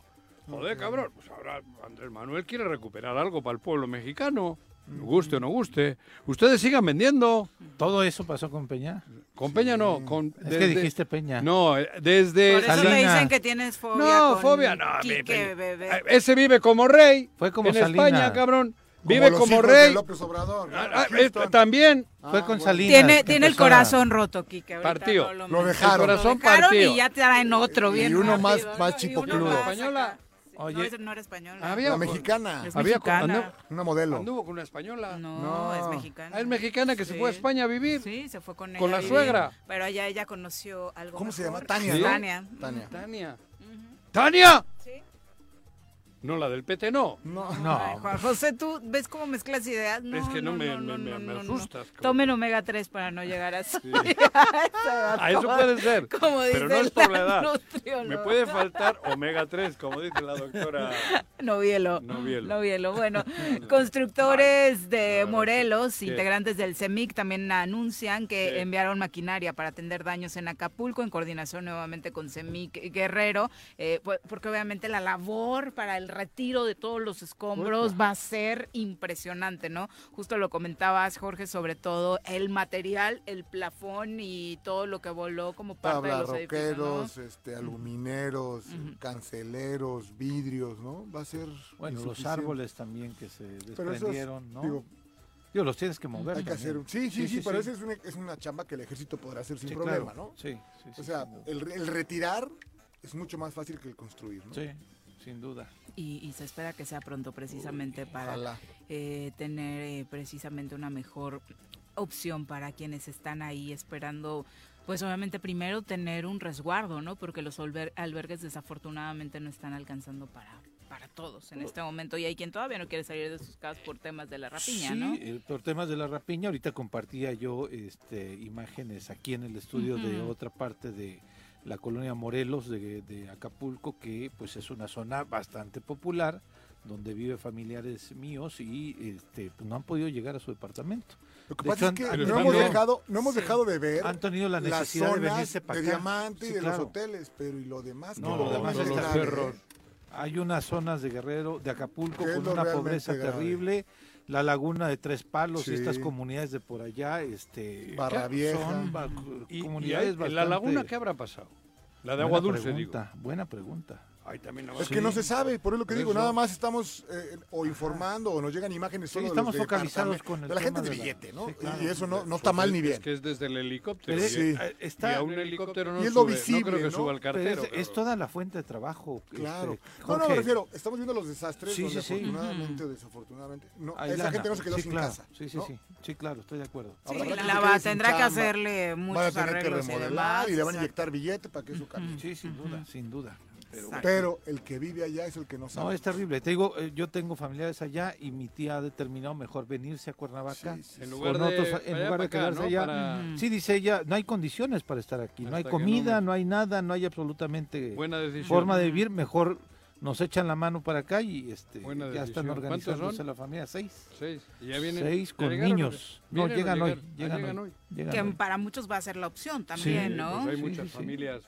D: Joder, cabrón, pues ahora Andrés Manuel quiere recuperar algo para el pueblo mexicano, guste o no guste. Ustedes sigan vendiendo.
R: Todo eso pasó con Peña.
D: Con Peña no, con...
R: Es que dijiste Peña.
D: No, eh, desde...
C: Por eso te
D: Salinas.
C: dicen que tienes fobia.
D: No,
C: con
D: fobia, no, a mí,
C: Quique,
D: pe-
C: bebé.
D: Eh, Ese vive como rey.
R: Fue como
D: En
R: Salinas.
D: España, cabrón.
R: Como
D: Vive
R: los
D: como
R: hijos
D: rey.
R: de
F: López Obrador.
D: Ah, eh, también.
R: Fue con Salinas.
C: Tiene,
R: que
C: tiene el
R: empezó a-
C: corazón roto, Kike. ahorita
D: Partido.
C: no
D: Lo
C: menciono.
D: dejaron. El corazón
C: Lo dejaron
D: partido.
C: Y ya traen otro bien.
R: Y uno más-
C: rápido,
R: más
C: ¿no?
R: chico
C: Y uno
R: peludo.
C: más acá.
D: Española.
C: No, esa no era española.
D: Había-
F: La mexicana.
C: Es
D: Había-
C: mexicana.
D: anduvo-
F: Una modelo.
D: Anduvo con una española.
C: No, es mexicana.
D: Ah, Es mexicana que se fue a
C: Sí.
D: España a vivir.
C: Sí, se fue con ella.
D: Con
C: a
D: la
C: vivir.
D: suegra.
C: Pero allá ella conoció algo
F: ¿Cómo se
C: mejor.
F: llama? Tania, ¿no?
C: Tania.
F: Tania.
D: Tania.
C: Sí.
D: No, la del PT no.
C: No, Ay, Juan José, tú ves cómo mezclas ideas. No,
D: es que no, me, me-
C: no,
D: me-
C: no,
D: me
C: no, no.
D: asustas.
C: Tomen omega 3 para no llegar (laughs) a eso.
D: Ah, eso puede ser,
C: Como dice
D: pero no es por
C: (laughs)
D: la edad.
C: nutrióloga.
D: Me puede faltar omega 3, como dice la doctora.
C: Novielo.
D: Novielo.
C: Novielo. Bueno, constructores de Morelos,
D: ¿Qué?
C: integrantes del CEMIC, también anuncian que
D: ¿Qué?
C: enviaron maquinaria para atender daños en Acapulco en coordinación nuevamente con CEMIC Guerrero, eh, pu- porque obviamente la labor para el retiro de todos los escombros va a ser impresionante, ¿no? Justo lo comentabas, Jorge, sobre todo el material, el plafón y todo lo que voló como parte de
F: Tablas,
C: los edificios. pues, ¿no?
F: roqueros, este, alumineros, canceleros, vidrios, ¿no? Va a ser.
E: Bueno, los
F: insuficiente.
E: árboles también que se
F: Pero esos,
E: desprendieron, ¿no?
F: digo,
E: Digo, los tienes que mover.
F: Hay que
E: también.
F: hacer un- Sí, sí, sí, pero esa es una, es una chamba que el ejército podrá hacer sin
E: Sí, claro.
F: problema, ¿no?
E: Sí, sí, sí,
F: O sea,
E: sin duda.
F: el, re- el retirar es mucho más fácil que el construir, ¿no?
E: Sí, sin duda.
C: y, y se espera que sea pronto precisamente para
F: ojalá.
C: eh, tener eh, precisamente una mejor opción para quienes están ahí esperando pues obviamente primero tener un resguardo no porque los alber- albergues desafortunadamente no están alcanzando para para todos
E: Oh.
C: en este momento y hay quien todavía no quiere salir de sus casas por temas de la rapiña
E: sí,
C: no
E: eh, por temas de la rapiña, ahorita compartía yo este, imágenes aquí en el estudio de
C: Ujú.
E: otra parte de la colonia Morelos de, de Acapulco, que pues es una zona bastante popular, donde vive familiares míos y este, pues, no han podido llegar a su departamento.
F: Lo
E: De
F: que pasa
E: hecho,
F: es que
E: han- han
F: no hemos,
E: tenido-
F: dejado, no hemos
E: Sí.
F: dejado de ver
E: Han tenido la
F: las
E: necesidad de
F: zonas
E: venirse para
F: de
E: acá.
F: diamante y
E: Sí,
F: de
E: claro.
F: los hoteles, pero y lo demás.
E: No, lo demás es grave. Hay unas zonas de Guerrero, de Acapulco,
F: ¿Qué es
E: con
F: lo
E: una
F: realmente
E: pobreza
F: grave?
E: terrible. La laguna de Tres Palos
F: Sí.
E: y estas comunidades de por allá, este,
F: Barra
E: claro,
F: Vieja.
E: son ba-
D: Y- y
E: comunidades
D: ahí, en la
E: bastante-
D: laguna, ¿qué habrá pasado? La de
E: Buena
D: agua dulce,
E: pregunta, Buena pregunta.
D: Ay, también
F: Es que no se sabe, por eso lo que
E: Por
F: digo,
E: eso.
F: nada más estamos eh, o informando o nos llegan imágenes solo de los
E: estamos
F: de
E: focalizados
F: departamento-
E: con el
F: de la gente
E: tema
F: de
E: de la-
F: billete, ¿no?
E: Sí, claro.
F: Y eso no, no
E: Pues
F: está mal ni bien.
D: Es que es desde el helicóptero.
E: Pero
D: y-
E: es-
F: Sí.
E: eh, está-
D: y a un helicóptero no
F: y es lo
D: sube,
F: visible,
D: No creo
F: ¿no?
D: que suba el
E: Pero
D: cartero.
E: es- es,
D: cabrón.
E: toda la fuente de trabajo.
F: Claro.
E: este,
F: no, no, me
E: Jorge.
F: refiero, estamos viendo los desastres
E: Sí,
F: donde
E: sí, sí.
F: afortunadamente o desafortunadamente no,
E: Hay
F: esa
E: lana.
F: gente no se quedó
E: Sí,
F: sin
E: claro.
F: casa.
E: Sí, sí,
F: ¿no?
E: sí. Sí, claro, estoy de acuerdo.
C: Sí,
F: Habrá
C: la
F: gente
C: va-
F: quede sin
C: tendrá que
F: chamba,
C: hacerle
F: Van
C: muchos
F: a tener que
C: arreglos y demás,
F: remodelar y, le van a
C: exacto.
F: inyectar billete para que eso cambie.
E: Sí, sin duda, sin duda. Pero bueno.
F: Pero el que vive allá es el que no sabe.
E: No, es terrible. Te digo, eh, yo tengo familiares allá y mi tía ha determinado mejor venirse a Cuernavaca
D: sí, En lugar de-
E: en
D: allá
E: lugar de
D: para acá,
E: quedarse
D: ¿no?
E: allá.
D: Para- Ujú.
E: Sí, dice ella, no hay condiciones para estar aquí. No hay
D: Hasta que no
E: comida, no,
D: me-
E: hay nada, no hay absolutamente
D: Buena decisión.
E: forma de vivir. Mejor nos echan la mano para acá y este
D: Buena
E: ya
D: decisión.
E: están
D: ¿Cuántos
E: organizándose
D: son?
E: la familia. Seis.
D: Seis. Y ya vienen-
E: Seis
D: ¿ya
E: con
D: llegaron o
E: niños.
D: qué?
E: No,
D: ¿Vienen o
E: llegan hoy.
D: llegaron? Ah,
E: Llegan,
D: llegan
E: hoy.
D: hoy.
E: llegan
C: que
E: hoy.
C: para muchos va a ser la opción
D: Sí,
C: también no
D: pues hay muchas familias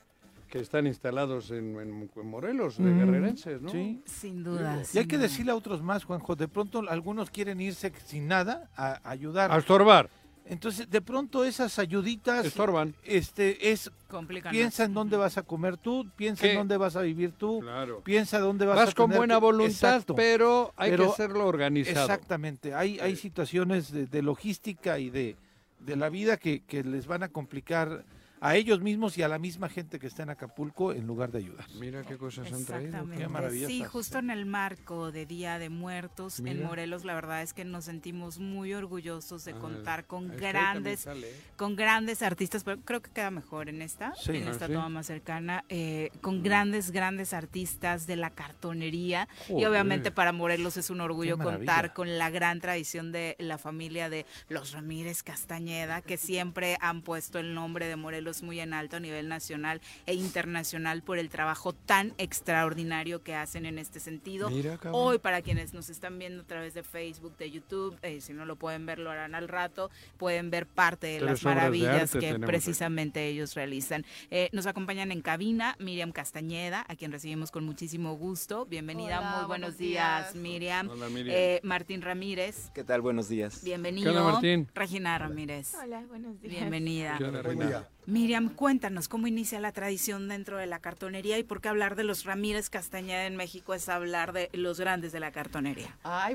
D: que están instalados en, en- en Morelos, de guerrerenses, ¿no?
E: Mm, Sí.
C: sin duda
E: Y hay
C: sin
E: que
C: duda.
E: decirle a otros más, Juanjo, de pronto algunos quieren irse sin nada a a ayudar.
D: A estorbar.
E: Entonces, de pronto esas ayuditas
D: Estorban.
E: Este es
C: Complican
E: piensa en dónde vas a comer tú, piensa
D: Sí.
E: en dónde vas a vivir tú,
D: Claro.
E: piensa dónde vas,
D: Vas
E: a
D: con
E: tener
D: buena
E: que-
D: voluntad,
E: Exacto.
D: pero hay que hacerlo organizado.
E: Exactamente. Hay hay situaciones de, de logística y de de la vida que, que les van a complicar a ellos mismos y a la misma gente que está en Acapulco en lugar de ayudar.
D: Mira qué cosas han traído.
C: Exactamente.
E: Qué maravilla
C: sí,
E: estás.
C: justo en el marco de Día de Muertos en
D: Mira.
C: Morelos, la verdad es que nos sentimos muy orgullosos de
D: Ah,
C: contar con
D: ahí está, ahí
C: grandes,
D: también sale, ¿eh?
C: con grandes artistas, pero creo que queda mejor en esta,
D: Sí.
C: en
D: Ah,
C: esta
D: sí. Mm.
C: toma más cercana, eh, con grandes, grandes artistas de la cartonería y
J: Joder.
C: obviamente para Morelos es un orgullo
J: Qué
C: contar
J: maravilla.
C: con la gran tradición de la familia de los Ramírez Castañeda, que siempre han puesto el nombre de Morelos muy en alto a nivel nacional e internacional por el trabajo tan extraordinario que hacen en este sentido.
D: Mira, cabrón.
C: Hoy, para quienes nos están viendo a través de Facebook, de YouTube, eh, si no lo pueden ver, lo harán al rato, pueden ver parte de
D: Tres
C: las
D: obras de
C: maravillas
D: arte
C: que
D: tenemos
C: precisamente precisamente ellos realizan. Eh, nos acompañan en cabina Miriam Castañeda, a quien recibimos con muchísimo gusto. Bienvenida,
I: Hola,
C: muy buenos
I: buenos
C: días,
I: días.
C: Miriam.
I: Hola, Miriam.
C: Eh, Martín Ramírez,
I: ¿Qué tal? Buenos días.
C: bienvenido.
I: Martín?
C: Regina Ramírez.
S: Hola, buenos días.
C: Bienvenida.
I: ¿Qué onda, Buen Regina? día.
C: Miriam, cuéntanos cómo inicia la tradición dentro de la cartonería y por qué hablar de los Ramírez Castañeda en México es hablar de los grandes de la cartonería.
S: Ay,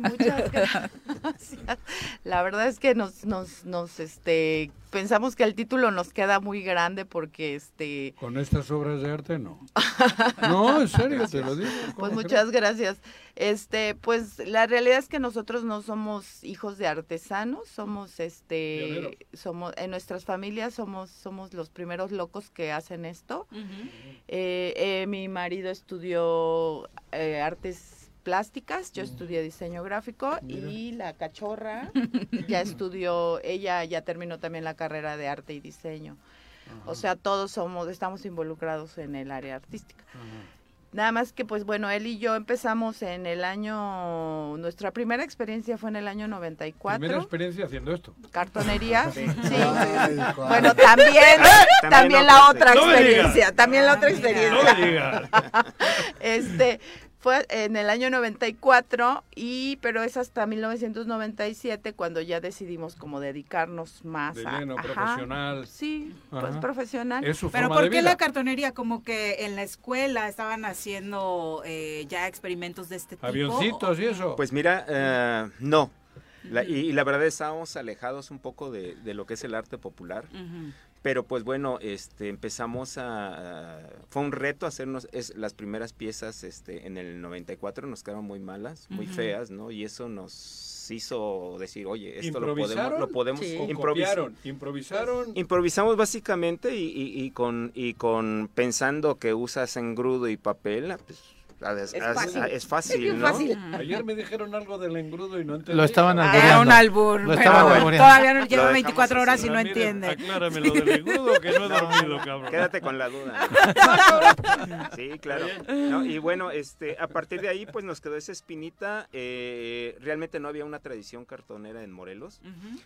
S: muchas
C: (laughs)
S: gracias. La verdad es que nos, nos, nos, este, pensamos que el título nos queda muy grande porque, este,
D: Con estas obras de arte no. No, en serio, te lo digo. ¿cómo
S: pues
D: crees?
S: muchas gracias. Este, pues la realidad es que nosotros no somos hijos de artesanos, somos,
D: Pioneros.
S: este, somos, en nuestras familias somos, somos los primeros locos que hacen esto. Eh, eh, mi marido estudió eh, artes plásticas, yo estudié diseño gráfico y la cachorra ya estudió, ella ya terminó también la carrera de arte y diseño. O sea, todos somos, estamos involucrados en el área artística. Nada más que, pues bueno, él y yo empezamos en el año, nuestra primera experiencia fue en el año 94.
I: Primera experiencia haciendo esto.
S: Cartonería, sí.
I: Sí.
S: sí.
I: Ay, cuál.
S: Bueno, también,
I: También
S: (laughs) también la
I: otra,
S: otra
I: sí. No me
S: experiencia,
I: diga.
S: también la
I: Ah,
S: otra
I: mira.
S: experiencia.
I: No me diga.
S: Este, fue en el año 94 y, pero es hasta 1997 cuando ya decidimos como dedicarnos más
I: De
S: a...
I: lleno,
S: ajá,
I: profesional.
S: Sí, pues
I: Ajá.
S: profesional.
I: Es su
C: Pero
I: forma
C: ¿por
I: de
C: qué
I: vida.
C: la cartonería? Como que en la escuela estaban haciendo eh, ya experimentos de este tipo.
I: Avioncitos y eso.
H: Pues mira, eh, no. La- y, y la verdad estábamos alejados un poco de, de lo que es el arte popular.
C: Ujú.
H: Pero pues bueno, este, empezamos a, a- Fue un reto hacernos es, las primeras piezas este, en el 94, nos quedaron muy malas, muy
I: Ujú.
H: feas, ¿no? Y eso nos hizo decir, oye, esto lo podemos,
I: ¿Improvisaron?
H: lo podemos
I: Sí. ¿O
H: improvis-
I: copiaron? ¿Improvisaron?
H: Improvisamos básicamente y, y- y con, y con pensando que usas engrudo y papel, pues, a- a- es,
R: fácil.
H: fácil, ¿no?
I: Ayer me dijeron algo del engrudo y no entendí.
R: Lo estaban
C: Ah,
R: alboreando.
C: un albur,
R: Lo
C: pero
R: estaban alboreando.
C: todavía no
H: Ah, Lo
C: lleva
H: dejamos
C: 24 horas y no
H: miren,
C: entiende.
H: aclárame
I: lo del engrudo, que no he dormido, cabrón.
H: Quédate con
I: (laughs)
H: la duda. Sí, claro. No, y bueno, este, a partir de ahí, pues nos quedó esa espinita. eh, realmente no había una tradición cartonera en Morelos.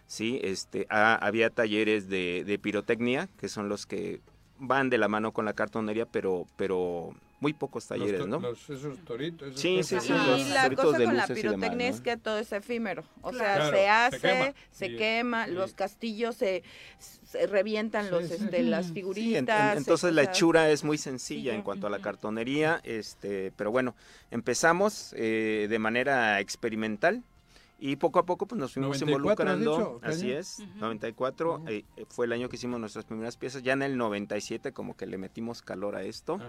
H: Sí, este, ha- había talleres de, de pirotecnia, que son los que van de la mano con la cartonería, pero, pero muy pocos talleres,
I: Los-
H: ¿no?
I: los- esos toritos. esos
H: Sí, sí,
I: cosas.
H: sí, los
S: Y la
H: ceritos
S: cosa
H: de
S: con la
H: luces y demás,
S: pirotecnia
H: ¿no?
S: es que todo es efímero. O sea,
H: Claro.
S: se
H: Claro,
S: hace,
H: se
S: se quema,
H: quema. Sí.
S: los castillos se, se revientan los, este, las
H: Sí, en- en-
S: figuritas.
H: entonces
S: eh,
H: la
S: o sea,
H: hechura es muy sencilla en cuanto a la cartonería, este, pero bueno, empezamos eh, de manera experimental y poco a poco pues nos
I: 94
H: fuimos
I: has
H: involucrando,
I: dicho,
H: así
I: Tania.
H: es, 94 eh, eh, fue el año que hicimos nuestras primeras piezas, ya en el 97 como que le metimos calor a esto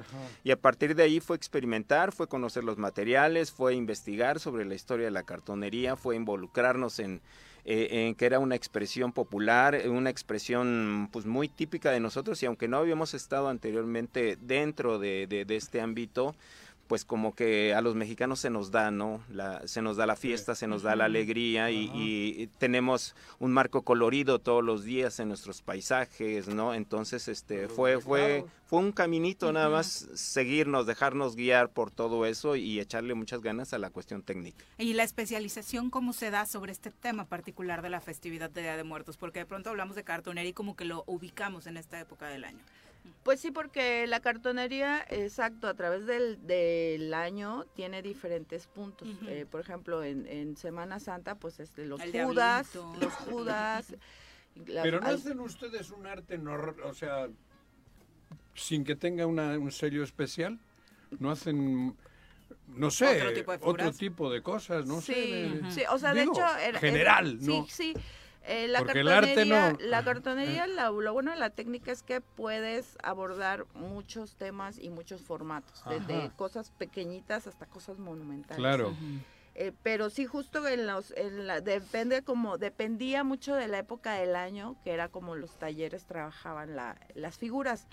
H: y a partir de ahí fue experimentar, fue conocer los materiales, fue investigar sobre la historia de la cartonería, fue involucrarnos en, eh, en que era una expresión popular, eh, una expresión pues muy típica de nosotros y aunque no habíamos estado anteriormente dentro de, de- de este ámbito, pues como que a los mexicanos se nos da, ¿no? La, se nos da la fiesta, se nos da la alegría y, y tenemos un marco colorido todos los días en nuestros paisajes, ¿no? Entonces, este, fue, fue, fue un caminito nada más seguirnos, dejarnos guiar por todo eso y echarle muchas ganas a la cuestión técnica.
C: Y la especialización, ¿cómo se da sobre este tema particular de la festividad de Día de Muertos? Porque de pronto hablamos de cartonería y como que lo ubicamos en esta época del año.
S: Pues sí, porque la cartonería, exacto, a través del, del año tiene diferentes puntos.
C: Ujú.
S: Eh, por ejemplo, en, en Semana Santa, pues este, los
C: El
S: judas,
C: diablito.
S: los judas. las-
I: Pero no
S: al-
I: hacen ustedes un arte, nor- o sea, sin que tenga una- un sello especial, no hacen, no sé,
S: Otro tipo de
I: otro
S: figuras.
I: tipo de cosas, no
S: sí,
I: sé. de-
S: sí, o sea,
I: digo,
S: de hecho... era-
I: general,
S: era-
I: ¿no?
S: Sí, sí. Eh, la,
I: Porque el arte
S: cartonería,
I: no-
S: la
I: Ajá, eh.
S: cartonería, la- lo bueno de la técnica es que puedes abordar muchos temas y muchos formatos, desde
I: Ajá.
S: cosas pequeñitas hasta cosas monumentales.
I: Claro.
S: Eh, pero sí justo en los en la, depende como dependía mucho de la época del año que era como los talleres trabajaban la- las figuras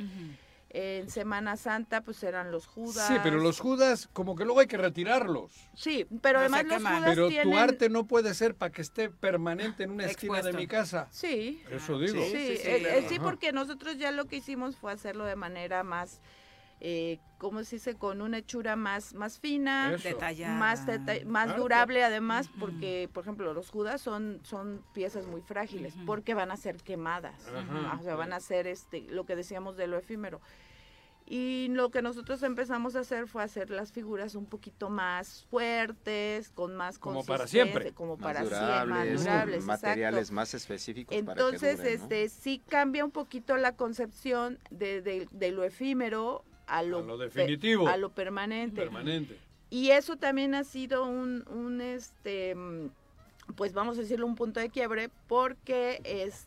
S: en Semana Santa pues eran los judas
I: Sí, pero los judas, como que luego hay que retirarlos.
S: sí pero además los judas
I: Pero
S: tienen
I: tu arte no puede ser para que esté permanente en una esquina de
S: Expuesto.
I: mi casa.
S: Sí.
I: Eso digo.
S: Sí, eh, eh, sí, porque nosotros ya lo que hicimos fue hacerlo de manera más, eh, ¿cómo se dice? Con una hechura más, más fina,
C: Eso. Detallada.
S: más, deta- más
C: Claro.
S: durable además, porque, por ejemplo, los judas son, son piezas muy frágiles, porque van a ser quemadas, Ah,
C: Ajá.
S: o sea, van a ser este, lo que decíamos de lo efímero. Y lo que nosotros empezamos a hacer fue hacer las figuras un poquito más fuertes, con más
H: Como
S: consistencia,
H: para siempre.
S: como
H: Más
S: para siempre,
H: durables,
S: más
H: con
S: durables,
H: materiales
S: exacto.
H: más específicos para que
S: Entonces,
H: duren, ¿no?
S: este, sí cambia un poquito la concepción de, de- de lo efímero a lo,
I: A lo
S: pe-
H: Eh,
I: definitivo.
S: a lo permanente.
I: Permanente.
S: Y eso también ha sido un, un, este, mm, pues vamos a decirlo, un punto de quiebre, porque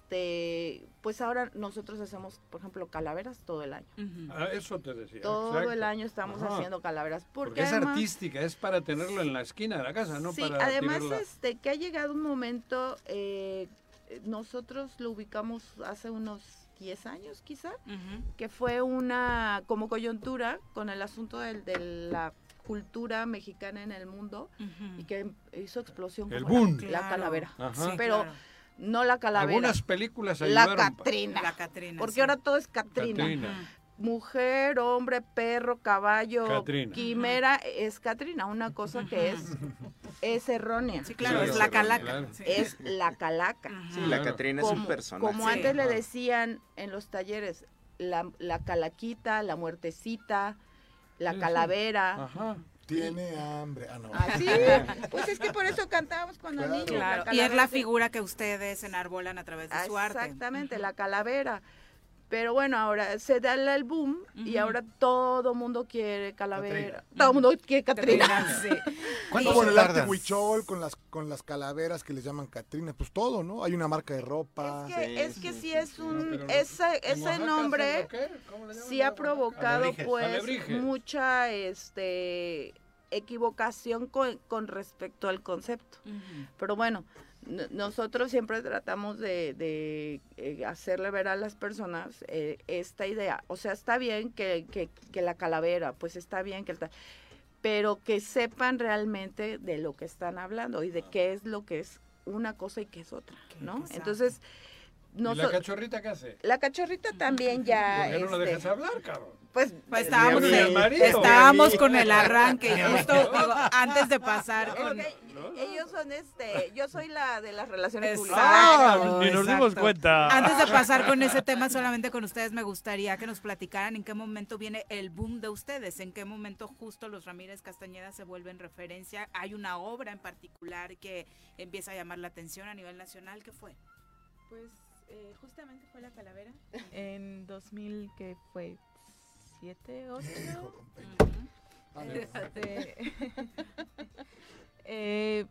S: este, pues ahora nosotros hacemos, por ejemplo, calaveras todo el año.
I: Ah, eso te decía.
S: Todo
I: exacto.
S: el año estamos
I: Ajá.
S: haciendo calaveras. Porque,
I: Porque es
S: además-
I: artística, es para tenerlo en la esquina de la casa, no
S: sí,
I: para
S: además
I: tirarla.
S: este que ha llegado un momento, eh, eh, nosotros lo ubicamos hace unos 10 años quizá, que fue una como coyuntura con el asunto del, de la cultura mexicana en el mundo y que hizo explosión
I: El
S: como la-
I: boom.
S: la,
I: Claro.
S: calavera.
I: Ajá. Sí,
S: Pero
I: claro.
S: no la calavera.
I: Algunas películas
S: La
I: ayudaron pa-
S: Catrina.
C: La Catrina,
S: Porque
C: sí.
S: ahora todo es Catrina.
I: Catrina.
S: Mujer, hombre, perro, caballo,
I: Catrina.
S: quimera, es Catrina, una cosa que es, es errónea. Sí,
I: claro, Claro,
S: es
I: es
S: la
I: la errónea,
S: calaca.
I: calaca. claro. Sí.
S: Es la calaca.
H: Sí, la Catrina es un personaje.
S: Como
H: Sí.
S: antes le
H: Ajá.
S: decían en los talleres, la, la calaquita, la muertecita, la
F: Sí, sí.
S: calavera.
F: Ajá. Tiene hambre. Ah, no. (laughs)
S: Así, pues es que por eso cantábamos cuando
F: Claro.
S: niños.
F: Claro,
C: Y es la
S: calavera.
C: figura que ustedes enarbolan a través de su arte.
S: Exactamente, la calavera. Pero bueno, ahora se da el boom y ahora todo mundo quiere calavera. Todo mundo quiere Catrina.
F: ¿Cuánto
S: ¿Cuánto
F: con
S: se
F: el arte
S: tardan?
F: huichol, con las, con las calaveras que les llaman Catrinas, pues todo, ¿no? Hay una marca de ropa.
S: Es que sí, (laughs) es, que sí, es un ese, ese
B: Oaxaca
S: nombre sí ha provocado
B: Alebrijes,
S: pues
B: alebrijes.
S: mucha este equivocación con, con respecto al concepto. Pero bueno, no- nosotros siempre tratamos de, de, eh, hacerle ver a las personas eh, esta idea. O sea, está bien que, que- que la calavera, pues está bien que el ta- pero que sepan realmente de lo que están hablando y de
I: Ah.
S: qué es lo que es una cosa y qué es otra, ¿no?
I: exacto.
S: Entonces,
I: ¿Y la
S: noso-
I: cachorrita qué hace?
S: la cachorrita también ya...
I: ¿Por qué no la
S: este,
I: dejas hablar, cabrón?
S: Pues,
I: Pues
C: Estábamos,
I: Ni al marido.
C: estábamos
I: Ni a mí.
C: con el arranque
S: (laughs)
C: y justo
S: Ni a mí.
C: digo, antes de pasar
S: Es
C: con...
S: que ellos son este, yo soy la de las relaciones
C: Exacto,
S: públicas. Ah,
K: Y nos dimos
C: exacto.
K: cuenta.
C: Antes de pasar con ese tema, solamente con ustedes me gustaría que nos platicaran en qué momento viene el boom de ustedes, en qué momento justo los Ramírez Castañeda se vuelven referencia. Hay una obra en particular que empieza a llamar la atención a nivel nacional. ¿Qué fue?
U: Pues eh, justamente fue la (laughs) calavera en 2000 que fue 7, 8.
F: Ah, no.
U: Este, (laughs) eh,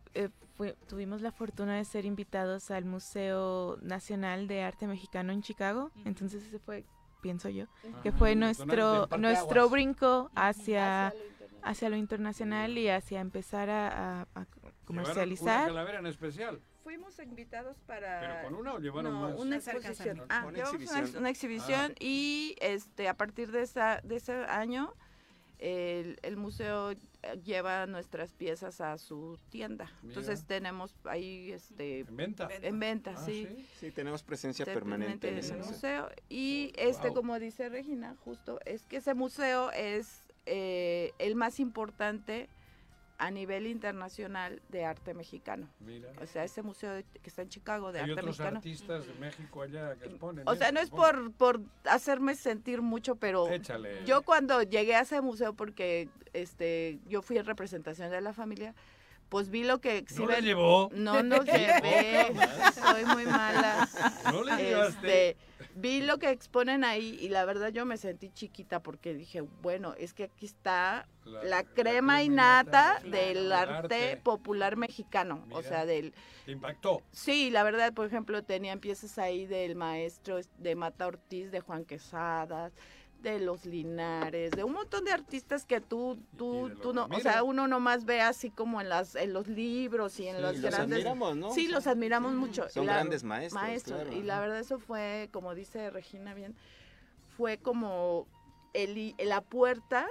U: tuvimos la fortuna de ser invitados al Museo Nacional de Arte Mexicano en Chicago, entonces ese fue, pienso yo, que
V: Ajá,
U: fue
V: el detonante,
U: nuestro
V: el parteaguas.
U: nuestro brinco hacia hacia lo internacional y hacia empezar a, a- a
I: ¿Llevaron
U: comercializar.
I: una calavera en especial?
S: Fuimos invitados para
I: ¿Pero con una o llevaron
S: No,
I: más?
S: una
I: Cerca,
S: exposición.
I: cerca.
S: Ah,
I: Una
S: llevamos una, ex-
I: exhibición.
S: una exhibición
I: Ah.
S: y este a partir de esa de ese año el, el museo eh, lleva nuestras piezas a su tienda. Entonces tenemos ahí este en
H: venta?
S: En venta,
H: Ah,
S: sí.
H: sí. Sí, tenemos presencia
S: Este,
H: permanente en ese
S: el
H: museo.
S: museo. Y este,
H: Wow.
S: como dice Regina, justo, es que ese museo es eh, el más importante a nivel internacional de arte mexicano.
I: Mira.
S: O sea, ese museo de- que está en Chicago de
I: Hay
S: arte
I: otros
S: mexicano.
I: artistas de México allá que exponen.
S: O sea, no es por, por hacerme sentir mucho, pero
I: Échale.
S: yo cuando llegué a ese museo, porque este yo fui en representación de la familia, pues vi lo que
I: ¿No
S: exhiben.
I: la llevó?
S: No
I: (laughs)
S: nos llevé, soy muy mala. Este,
I: ¿No la llevaste?
S: vi lo que exponen ahí y la verdad yo me sentí chiquita porque dije, bueno, es que aquí está
I: La-
S: la,
I: la
S: crema innata
I: innata,
S: del
I: claro, del
S: arte
I: arte.
S: popular mexicano, o
I: Mira.
S: sea, del
I: Te impactó.
S: Sí, la verdad, por ejemplo, tenían piezas ahí del maestro es- de Mata Ortiz, de Juan Quesadas, de los Linares, de un montón de artistas que tú, tú, tú no, o sea, uno nomás ve así como en las, en los libros y en
H: Sí,
S: los,
H: los
S: grandes.
H: admiramos, ¿no?
S: Sí,
H: O
S: los
H: sea,
S: admiramos
H: sí,
S: mucho.
H: son
S: Y la-
H: grandes maestros, claro,
S: y la
H: ajá.
S: verdad, eso fue, como dice Regina bien, fue como el, i- la puerta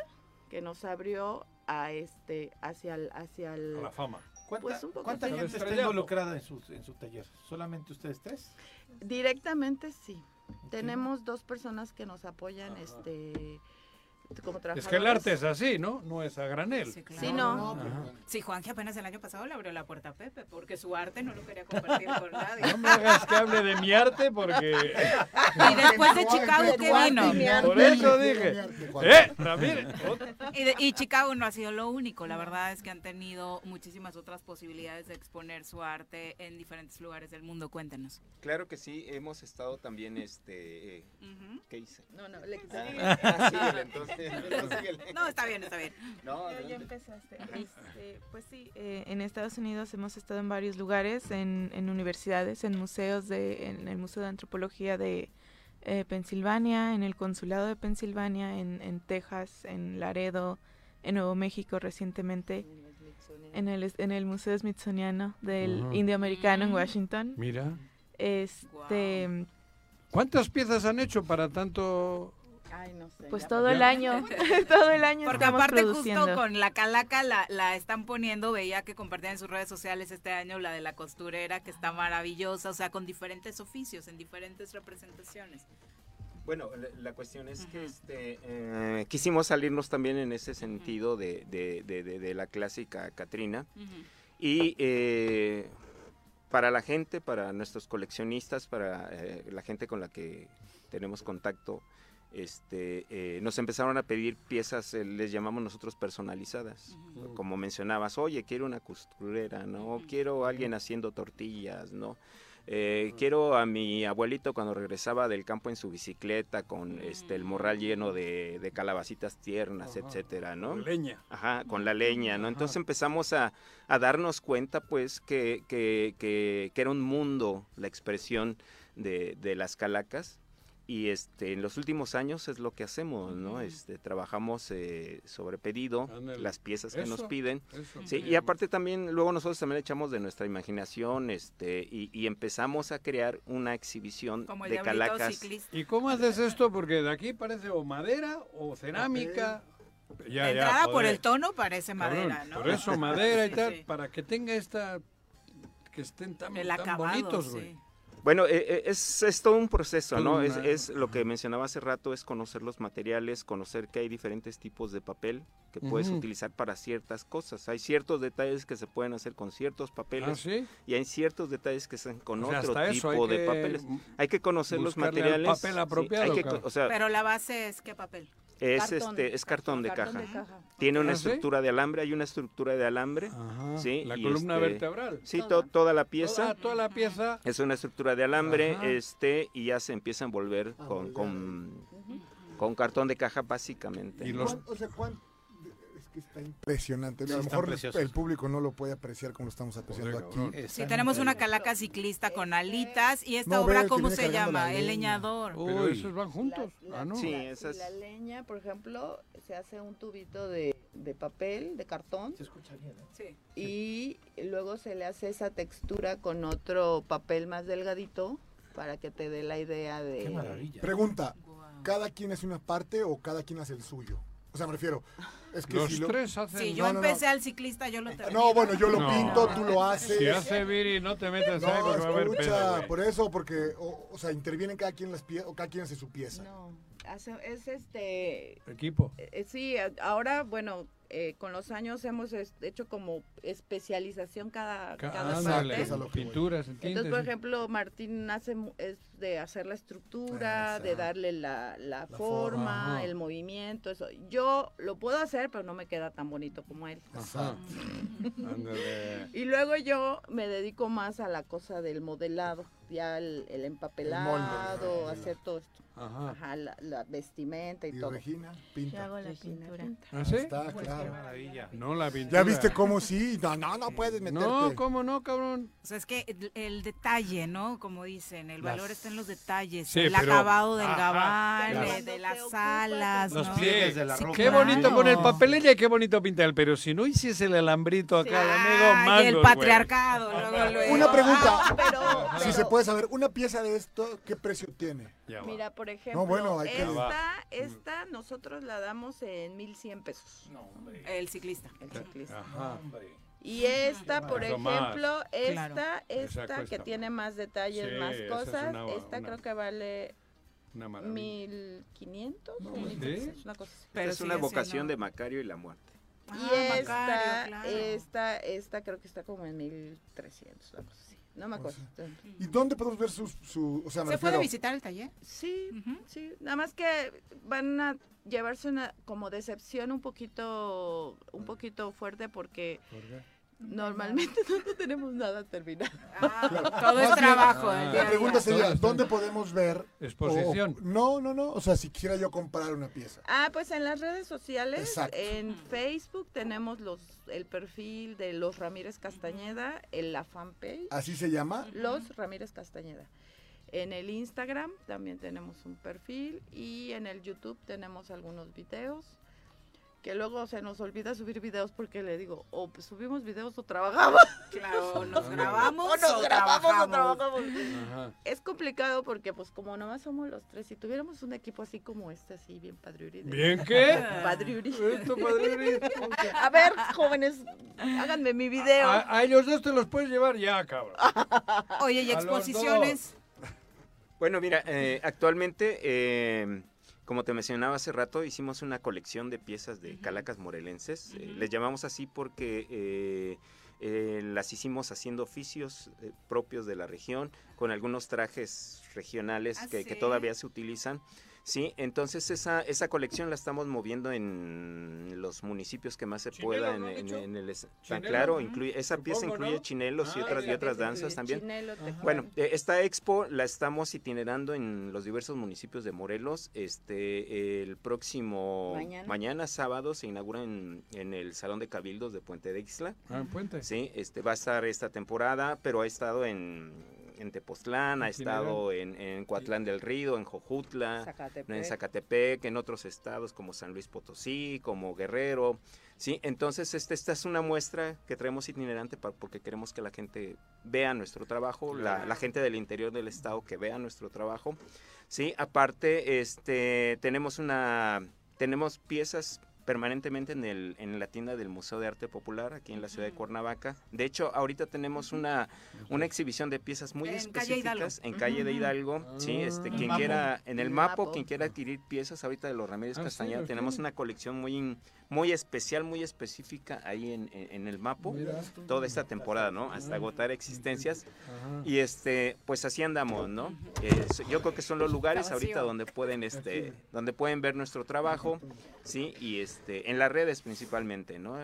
S: que nos abrió a este, hacia el, hacia el-
I: A la fama.
R: ¿Cuánta,
S: Pues un poco
R: cuánta
S: sí.
R: gente está
S: Estrellato.
R: involucrada en su, en su taller? ¿Solamente ustedes tres?
S: Directamente sí. Tenemos dos personas que nos apoyan, este, como trabajadores.
I: Es que el arte es así, ¿no? No es a granel.
C: Sí, claro. pues,
S: Sí, no.
I: Ajá.
C: Sí, Juanji apenas el año pasado le abrió la puerta a Pepe porque su arte no lo quería compartir
U: (laughs)
C: con nadie.
K: No me hagas que hable de mi arte
S: (laughs)
K: porque.
C: Y después de Chicago, ¿qué vino?
K: Por eso dije. ¡Eh, Ramírez!
C: Y, de- y Chicago no ha sido lo único. La verdad es que han tenido muchísimas otras posibilidades de exponer su arte en diferentes lugares del mundo. Cuéntenos.
H: Claro que sí, hemos estado también, este, eh, ¿qué hice?
S: No, no, le quité.
H: Ah, ah, síguele, entonces. (laughs) No, síguele.
C: No, está bien, está bien.
H: No,
U: Ya- ya
H: adelante.
U: empezaste. Este, pues sí, eh, en Estados Unidos hemos estado en varios lugares, en, en universidades, en museos, de, en el Museo de Antropología de eh, Pensilvania, en el Consulado de Pensilvania, en, en Texas, en Laredo, en Nuevo México recientemente, en el, en el Museo Smithsoniano del
I: Ujú.
U: Indio Americano en Washington.
I: Mira.
U: Este,
I: ¿Cuántas piezas han hecho para tanto
S: Ay, no
C: Este,
S: sé.
U: Pues
S: ya
U: todo el
S: perdí.
C: (laughs)
U: año, (laughs) todo el año
C: Porque
U: estamos
C: aparte
U: produciendo.
C: justo con la calaca la, la están poniendo, veía que compartían en sus redes sociales este año la de la costurera, que está maravillosa, o sea, con diferentes oficios, en diferentes representaciones.
H: Bueno, la, cuestión es que este... Eh, quisimos salirnos también en ese sentido de, de- de- de- de la clásica Catrina. Y eh, para la gente, para nuestros coleccionistas, para eh, la gente con la que tenemos contacto, este, eh, nos empezaron a pedir piezas, eh, les llamamos nosotros personalizadas.
G: Ujú.
H: Como mencionabas, oye, quiero una costurera, ¿no? Quiero alguien haciendo tortillas, ¿no? Eh, quiero a mi abuelito cuando regresaba del campo en su bicicleta con este el morral lleno de, de calabacitas tiernas, etcétera, ¿no?
I: Con leña.
H: Ajá, con la leña, ¿no? Entonces empezamos a, a darnos cuenta, pues, que, que- que- que era un mundo la expresión de, de las calacas. Y este, en los últimos años es lo que hacemos, ¿no? Este, trabajamos eh, sobre pedido,
I: Ándale.
H: las piezas que nos
I: Eso,
H: piden.
I: eso.
H: Sí, y aparte también, luego nosotros también le echamos de nuestra imaginación este, y, y empezamos a crear una exhibición
I: Como el
H: de
I: diablito
H: calacas.
I: ciclista. ¿Y cómo haces esto? Porque de aquí parece o madera o cerámica.
H: Ah,
I: Ya,
C: de
I: ya,
C: entrada por
I: joder.
C: el tono parece
I: Cabrón,
C: madera, ¿no?
I: Por eso madera y
C: (laughs) Sí,
I: tal,
C: sí.
I: para que tenga esta que estén tan,
C: El
I: tan
C: acabado,
I: bonitos,
C: sí.
I: güey.
H: Bueno, eh, eh, es, es todo un proceso,
I: Todo
H: ¿no?
I: una-
H: Es, es lo que mencionaba hace rato, es conocer los materiales, conocer que hay diferentes tipos de papel que puedes
I: Ujú.
H: utilizar para ciertas cosas. Hay ciertos detalles que se pueden hacer con ciertos papeles
I: ¿Ah, sí?
H: y hay ciertos detalles que se hacen con
I: O sea,
H: otro
I: hasta eso hay
H: tipo de
I: que
H: papeles. Hay que conocer los
I: buscarle al
H: materiales.
I: papel
H: sí,
I: apropiado,
H: hay que,
I: cabrón.
H: o sea,
C: Pero la base es qué papel.
H: es este es cartón, de,
C: cartón
H: caja.
C: de caja.
H: Tiene una
I: Ah, ¿sí?
H: estructura de alambre, hay una estructura de alambre, ¿sí?
I: La
H: y
I: columna
H: este-
I: vertebral.
H: Sí, to- toda la
I: Toda,
H: pieza.
I: toda la pieza.
H: Es una estructura de alambre,
I: Ajá.
H: este, y ya se empieza a envolver con, con, con cartón de caja básicamente.
F: ¿Y
H: ¿no?
F: los- O sea, ¿cuán- Es que está impresionante.
H: Sí,
F: a lo
H: están
F: mejor
H: preciosos.
F: el público no lo puede apreciar como lo estamos apreciando aquí.
C: Sí, tenemos una calaca ciclista con alitas y esta
F: No, ve el
C: obra,
F: que
C: ¿cómo
F: viene
C: se
F: cargando la
C: llama? El
F: leña.
C: leñador.
F: Pero Uy. esos
I: van juntos.
F: Ah, no.
H: Sí,
S: la,
H: esas-
S: la leña, por ejemplo, se hace un tubito de, de papel, de cartón. Se escucha bien, Y luego se le hace esa textura con otro papel más delgadito para que te dé la idea de...
F: Qué maravilla. Pregunta, ¿cada quien hace una parte o cada quien hace el suyo? O sea, me refiero, es que
I: Los
F: si lo-
I: tres hacen-
C: Si
F: No,
C: yo
F: no, no.
C: empecé al ciclista, yo lo terminé.
F: No, bueno, yo lo
I: No.
F: pinto, tú lo haces.
I: Si hace Viri, no te metas ahí
F: No,
I: porque va a haber pedo,
F: escucha,
I: güey.
F: por eso, porque, o, o sea, intervienen cada quien las piezas, o cada quien hace su pieza.
S: No, hace- es este...
I: Equipo.
S: eh, sí, a- ahora, bueno, eh, con los años hemos es- hecho como especialización cada,
I: Ca-
S: cada
I: ándale,
S: parte.
I: pinturas, tintes,
S: Entonces, por
I: sí.
S: ejemplo, Martín hace mu- es de hacer la estructura,
I: Ah,
S: de darle la, la forma,
I: Ajá.
S: el movimiento, eso. Yo lo puedo hacer, pero no me queda tan bonito como él.
I: Ajá. Ándale.
S: Y luego yo me dedico más a la cosa del modelado, ya el, el empapelado, hacer todo esto.
I: Ajá.
S: Ajá, la, la vestimenta y,
F: Y
S: todo.
F: Regina pinta.
S: Yo hago la pintura.
I: ¿Ah, sí?
F: Está, claro.
I: No, la pintura.
F: ¿Ya viste cómo sí? No, no, no puedes meterte.
I: No, cómo no, cabrón.
C: O sea, es que el, el detalle, ¿no? Como dicen, el
I: Las-
C: valor está en los detalles,
I: Sí,
C: el
I: pero-
C: acabado del
I: Ajá,
C: gabán,
I: claro.
C: de, de las alas, ¿no? Sí,
I: Qué
C: claro.
I: bonito pone el papel ella y qué bonito pinta él, pero si no hiciese el alambrito acá, el amigo
C: Ay,
I: malo,
C: el
I: güey. (laughs)
C: patriarcado, luego, luego.
F: Una pregunta.
C: Ah,
F: si se puede saber, una pieza de esto, ¿qué precio tiene?
S: Mira, por ejemplo,
F: bueno, hay que-
S: esta, esta nosotros la damos en 1100 pesos.
C: El ciclista.
S: El ciclista.
I: Ajá.
S: Y esta, por
I: Eso más.
S: ejemplo, esta,
I: Claro. Esa
S: esta
I: cuesta
S: que
I: más.
S: tiene más detalles,
I: Sí,
S: más
I: esa es
S: cosas,
I: una-
S: esta
I: una-
S: creo que vale
I: Una maravilla.
S: 1500,
H: pues,
S: 1600,
H: sí.
S: una cosa así.
H: Esta es una vocación de Macario y la muerte.
S: Y
C: Ah,
S: esta,
C: Macario, claro.
S: esta, esta creo que está como en 1300, una cosa así. No me
F: O
S: acuerdo.
F: Mm. ¿Y dónde podemos ver su, su o sea, me
C: ¿Se puede
F: refiero- (laughs)
C: visitar el taller?
S: Sí, sí. Nada más que van a llevarse una como decepción un poquito,
I: Ah.
S: un poquito fuerte porque normalmente no tenemos nada terminado.
F: Ah, Más bien, La pregunta
S: Todo
F: sería,
S: es-
F: ¿dónde podemos ver?
I: Exposición.
F: o- no, no, no. O sea, si quisiera yo comprar una pieza.
S: Ah, pues en las redes sociales,
F: Exacto.
S: en Facebook tenemos los el perfil de los Ramírez Castañeda, en la fanpage.
F: ¿Así se llama?
S: Los Ramírez Castañeda. En el Instagram también tenemos un perfil y en el YouTube tenemos algunos videos. que luego se nos olvida subir videos porque le digo, o pues, subimos videos o trabajamos. (laughs)
I: (laughs)
C: Claro, nos grabamos
S: o nos
C: o
S: grabamos o
C: trabajamos.
S: trabajamos.
I: Ah.
S: Es complicado porque pues como nomás somos los tres, si tuviéramos un equipo así como este, así bien padriuri. de- (laughs)
I: ¿Bien qué?
S: Padriuri.
I: Esto, padriuri.
S: (laughs) A ver, jóvenes, háganme mi video.
I: A, a ellos dos te los puedes llevar ya, cabrón. Ah,
C: Oye, ¿y
I: A los
C: exposiciones?
H: Bueno, mira, eh, actualmente, eh, como te mencionaba hace rato, hicimos una colección de piezas de calacas morelenses. Eh, les llamamos así porque eh, eh, las hicimos haciendo oficios eh, propios de la región, con algunos trajes regionales
G: Ah,
H: que, que
G: ¿sí?
H: todavía se utilizan. Sí, entonces esa, esa colección la estamos moviendo en los municipios que más se pueda en,
G: ¿no,
H: en-
G: Techo?
H: en el es- tan
G: Chinelo,
H: claro,
G: ujú.
H: incluye esa pieza
G: Supongo,
H: incluye
G: ¿no?
H: chinelos y
G: Ah,
H: otras y
G: esa
H: otras
G: pieza
H: danzas
G: incluye
H: también.
G: chinelo, tejón.
H: Bueno, eh, Esta expo la estamos itinerando en los diversos municipios de Morelos. Este, el próximo
G: Mañana.
H: sábado se inaugura en, en el Salón de Cabildos de Puente de Ixla.
I: Ah, en Puente.
H: Sí, este va a estar esta temporada, pero ha estado en, en Tepoztlán, ha
G: Itinerante.
H: estado en, en Coatlán del Río, en Jojutla, en
G: Zacatepec.
H: Zacatepec, en otros estados como San Luis Potosí, como Guerrero. Sí, entonces este, esta es una muestra que traemos itinerante pa- porque queremos que la gente vea nuestro trabajo, la, la gente del interior del estado que vea nuestro trabajo. Sí, aparte este, tenemos, una, tenemos piezas permanentemente en, el, en la tienda del Museo de Arte Popular aquí en la ciudad de Cuernavaca. De hecho, ahorita tenemos una, una exhibición de piezas muy
C: En calle Hidalgo.
H: específicas en calle de
C: Ujú.
H: Hidalgo. Sí, este,
C: El
H: quien
C: Mapo.
H: quiera, en el
C: El
H: Mapo,
C: Mapo.
H: quien quiera adquirir piezas ahorita de los Ramírez
G: Ah, sí,
H: Castañeda,
G: los
H: tenemos
G: tienen.
H: una colección muy, in- muy especial, muy específica ahí en, en- en el Mapo,
G: Mira.
H: toda esta temporada, ¿no? Hasta agotar existencias.
I: Ah.
H: Y este, pues así andamos, ¿no? Eh, so- yo creo que son los lugares
G: Está
H: ahorita
G: vacío.
H: donde pueden, este, donde pueden ver nuestro trabajo, sí, y este, en las redes principalmente, ¿no?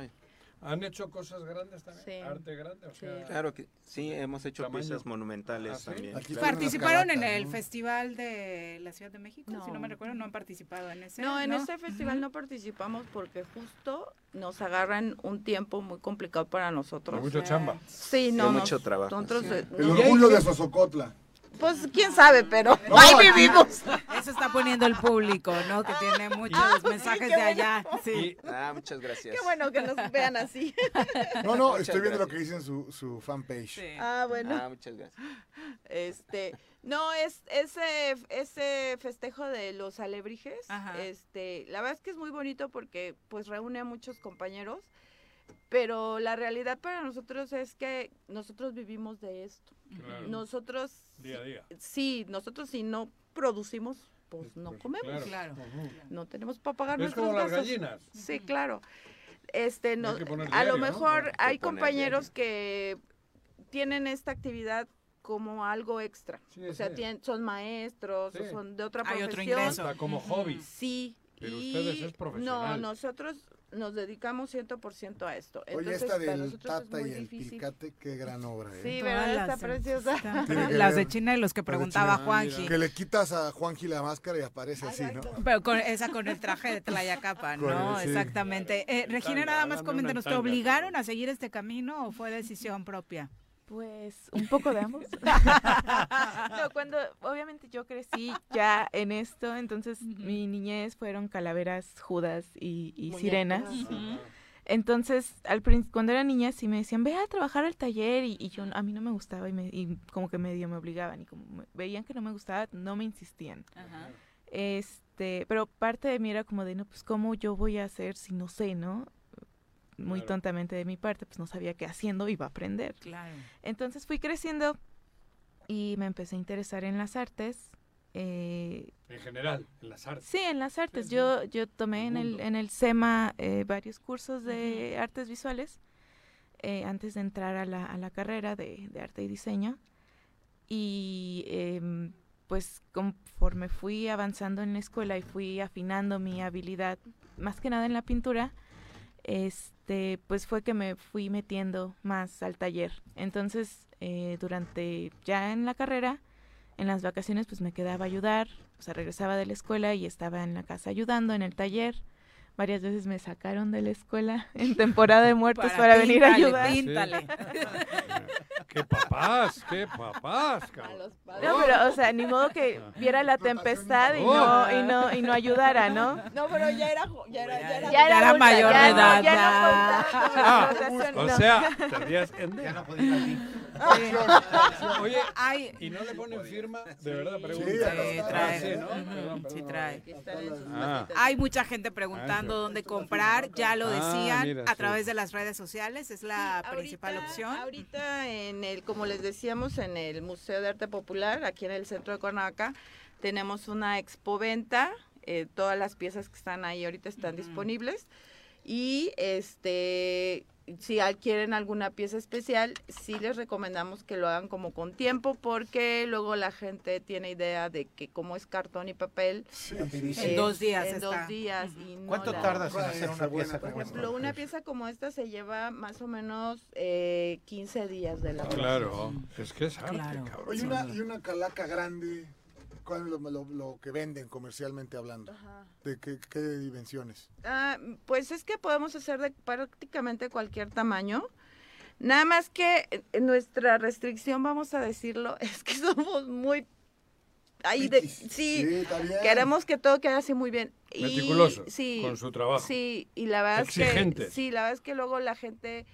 I: ¿Han hecho cosas grandes también? Arte grande. O sea,
H: Claro que sí, hemos hecho piezas monumentales
I: Ah, ¿sí?
H: también.
I: Aquí
H: claro.
C: ¿Participaron en el Festival de la Ciudad de México? Si no
S: No.
C: me recuerdo, no han participado en ese.
S: No, en este festival no participamos porque justo nos agarran un tiempo muy complicado para nosotros.
H: Mucho chamba.
S: Sí, no.
H: De
S: nos-
H: mucho trabajo.
S: Nosotros,
H: Sí.
S: eh,
F: El
S: no.
F: orgullo de Sosocotla.
S: Pues quién sabe, pero ahí vivimos.
C: Eso está poniendo el público, ¿no? Que tiene muchos mensajes de allá. Sí.
H: Ah, muchas gracias.
S: Qué bueno que nos vean así.
F: No, no,
H: Muchas
F: estoy viendo
H: gracias.
F: lo que dice en su, su fanpage.
S: Ah, bueno.
H: Ah, muchas gracias.
S: Este, no, es ese, ese festejo de los alebrijes, este, la verdad es que es muy bonito porque pues reúne a muchos compañeros, pero la realidad para nosotros es que nosotros vivimos de esto.
I: Claro.
S: Nosotros
I: Día a día.
S: sí, nosotros si no producimos, pues no comemos.
I: claro. Ujú.
S: No tenemos para pagar
I: Es
S: nuestros
I: como las
S: gastos.
I: gallinas.
S: Sí, claro. Este, no,
I: que poner
S: a
I: diario,
S: lo
I: ¿no?
S: mejor
I: Hay que
S: hay
I: poner
S: compañeros que tienen esta actividad como algo extra. o sea,
I: sí.
S: tienen- son maestros
I: Sí.
S: o son de otra
C: Hay
S: profesión.
C: otro ingreso. Hasta
I: como hobby.
S: Sí.
I: Pero
S: y
I: ustedes es
S: No,
I: profesional.
S: nosotros nos dedicamos 100% a esto.
F: Oye,
S: Entonces,
F: esta
S: para
F: del
S: nosotros es
F: Tata
S: muy
F: y el
S: difícil.
F: Picate, qué gran obra, ¿eh?
S: Sí,
C: Todas
S: verdad,
C: las
S: está preciosa.
F: Tiene que
C: Las
F: ver.
C: de China y los que
F: Las de
C: preguntaba
F: China.
C: Juanji.
F: Que le quitas a Juanji la máscara y aparece así, ¿no?
C: Pero con, esa con el traje de Tlayacapa,
F: Con
C: ¿no?
F: el- sí.
C: Exactamente. Eh, Regina,
S: tanga,
C: nada más
S: dame una
C: coméntanos, ¿te
S: tanga.
C: obligaron a seguir este camino o fue decisión propia?
U: Pues un poco de ambos. (laughs) no, cuando obviamente yo crecí ya en esto, entonces mi niñez fueron calaveras, judas y, y
S: Muñecas.
U: sirenas.
S: Ujú.
U: Entonces, al prin- cuando era niña sí me decían, ve a trabajar al taller y, y yo a mí no me gustaba y, me- y como que medio me obligaban y como me- veían que no me gustaba, no me insistían.
B: Ah.
U: Este, pero parte de mí era como de, no, pues cómo yo voy a hacer si no sé, ¿no? Muy
C: Claro.
U: tontamente de mi parte, pues no sabía qué haciendo iba a aprender.
C: Claro.
U: Entonces fui creciendo y me empecé a interesar en las artes. eh,
I: En general, en las artes.
U: Sí, en las artes. Yo, yo tomé en el, en el SEMA eh, varios cursos de artes visuales eh, antes de entrar a la, a la carrera de, de arte y diseño. Y em, pues conforme fui avanzando en la escuela y fui afinando mi habilidad, más que nada en la pintura, este, pues fue que me fui metiendo más al taller. Entonces, eh, durante ya en la carrera, en las vacaciones pues me quedaba a ayudar, o sea, regresaba de la escuela y estaba en la casa ayudando en el taller Varias veces me sacaron de la escuela (laughs) en temporada de muertos para,
C: Para
U: venir a
C: píntale,
U: ayudar.
C: píntale.
D: ¡Qué papás! ¡Qué papás, cabrón!
U: No, pero, o sea, ni modo que viera la tempestad y no, y no, y no ayudara,
C: (laughs)
U: ¿no?
S: No, pero ya era, jo- ya era, ya era,
U: Ya era
S: adulta,
U: mayor
S: ya
U: de
S: no-
U: edad,
S: ya no
U: ya.
S: contaba con
U: Ah,
S: las cosas,
I: O
S: no.
I: sea, tendrías Ya no podía
C: (laughs)
I: Oye,
C: Ay.
I: y no le ponen firma, de verdad, pregunta.
C: Sí, trae.
I: Ah, sí, ¿no?
C: Ujú,
I: Perdón,
C: sí
I: perdón.
C: trae.
I: Ah.
C: Hay mucha gente preguntando
I: Ah, sí.
C: dónde comprar, ya lo
I: Ah,
C: decían,
I: mira,
C: a
I: sí.
C: través de las redes sociales, es la principal opción.
S: Ahorita en el, como les decíamos, en el Museo de Arte Popular, aquí en el centro de Cuernavaca, tenemos una expoventa. eh, todas las piezas que están ahí ahorita están disponibles. Y este, si adquieren alguna pieza especial, sí les recomendamos que lo hagan como con tiempo, porque luego la gente tiene idea de que como es cartón y papel, eh,
C: Rapidísimo. En dos días
S: en
C: está.
S: dos días. y no
E: ¿Cuánto
S: la-
E: tardas en hacer una pieza?
S: Por ejemplo, una pieza como esta se lleva más o menos eh, 15 días de la
D: Claro, es que es arte, cabrón.
F: Oye, una, y una calaca grande, ¿cuál es lo, lo- lo que venden comercialmente hablando? ¿De qué, qué dimensiones?
S: Ah, pues es que podemos hacer de prácticamente cualquier tamaño. Nada más que eh, nuestra restricción, vamos a decirlo, (laughs) es que somos muy... Ahí de, sí,
F: está bien.
S: queremos que todo quede así muy bien. Y,
I: Meticuloso,
S: sí,
I: con su trabajo.
S: Sí, y la verdad es
I: Exigentes.
S: que... Sí, la verdad es que luego la gente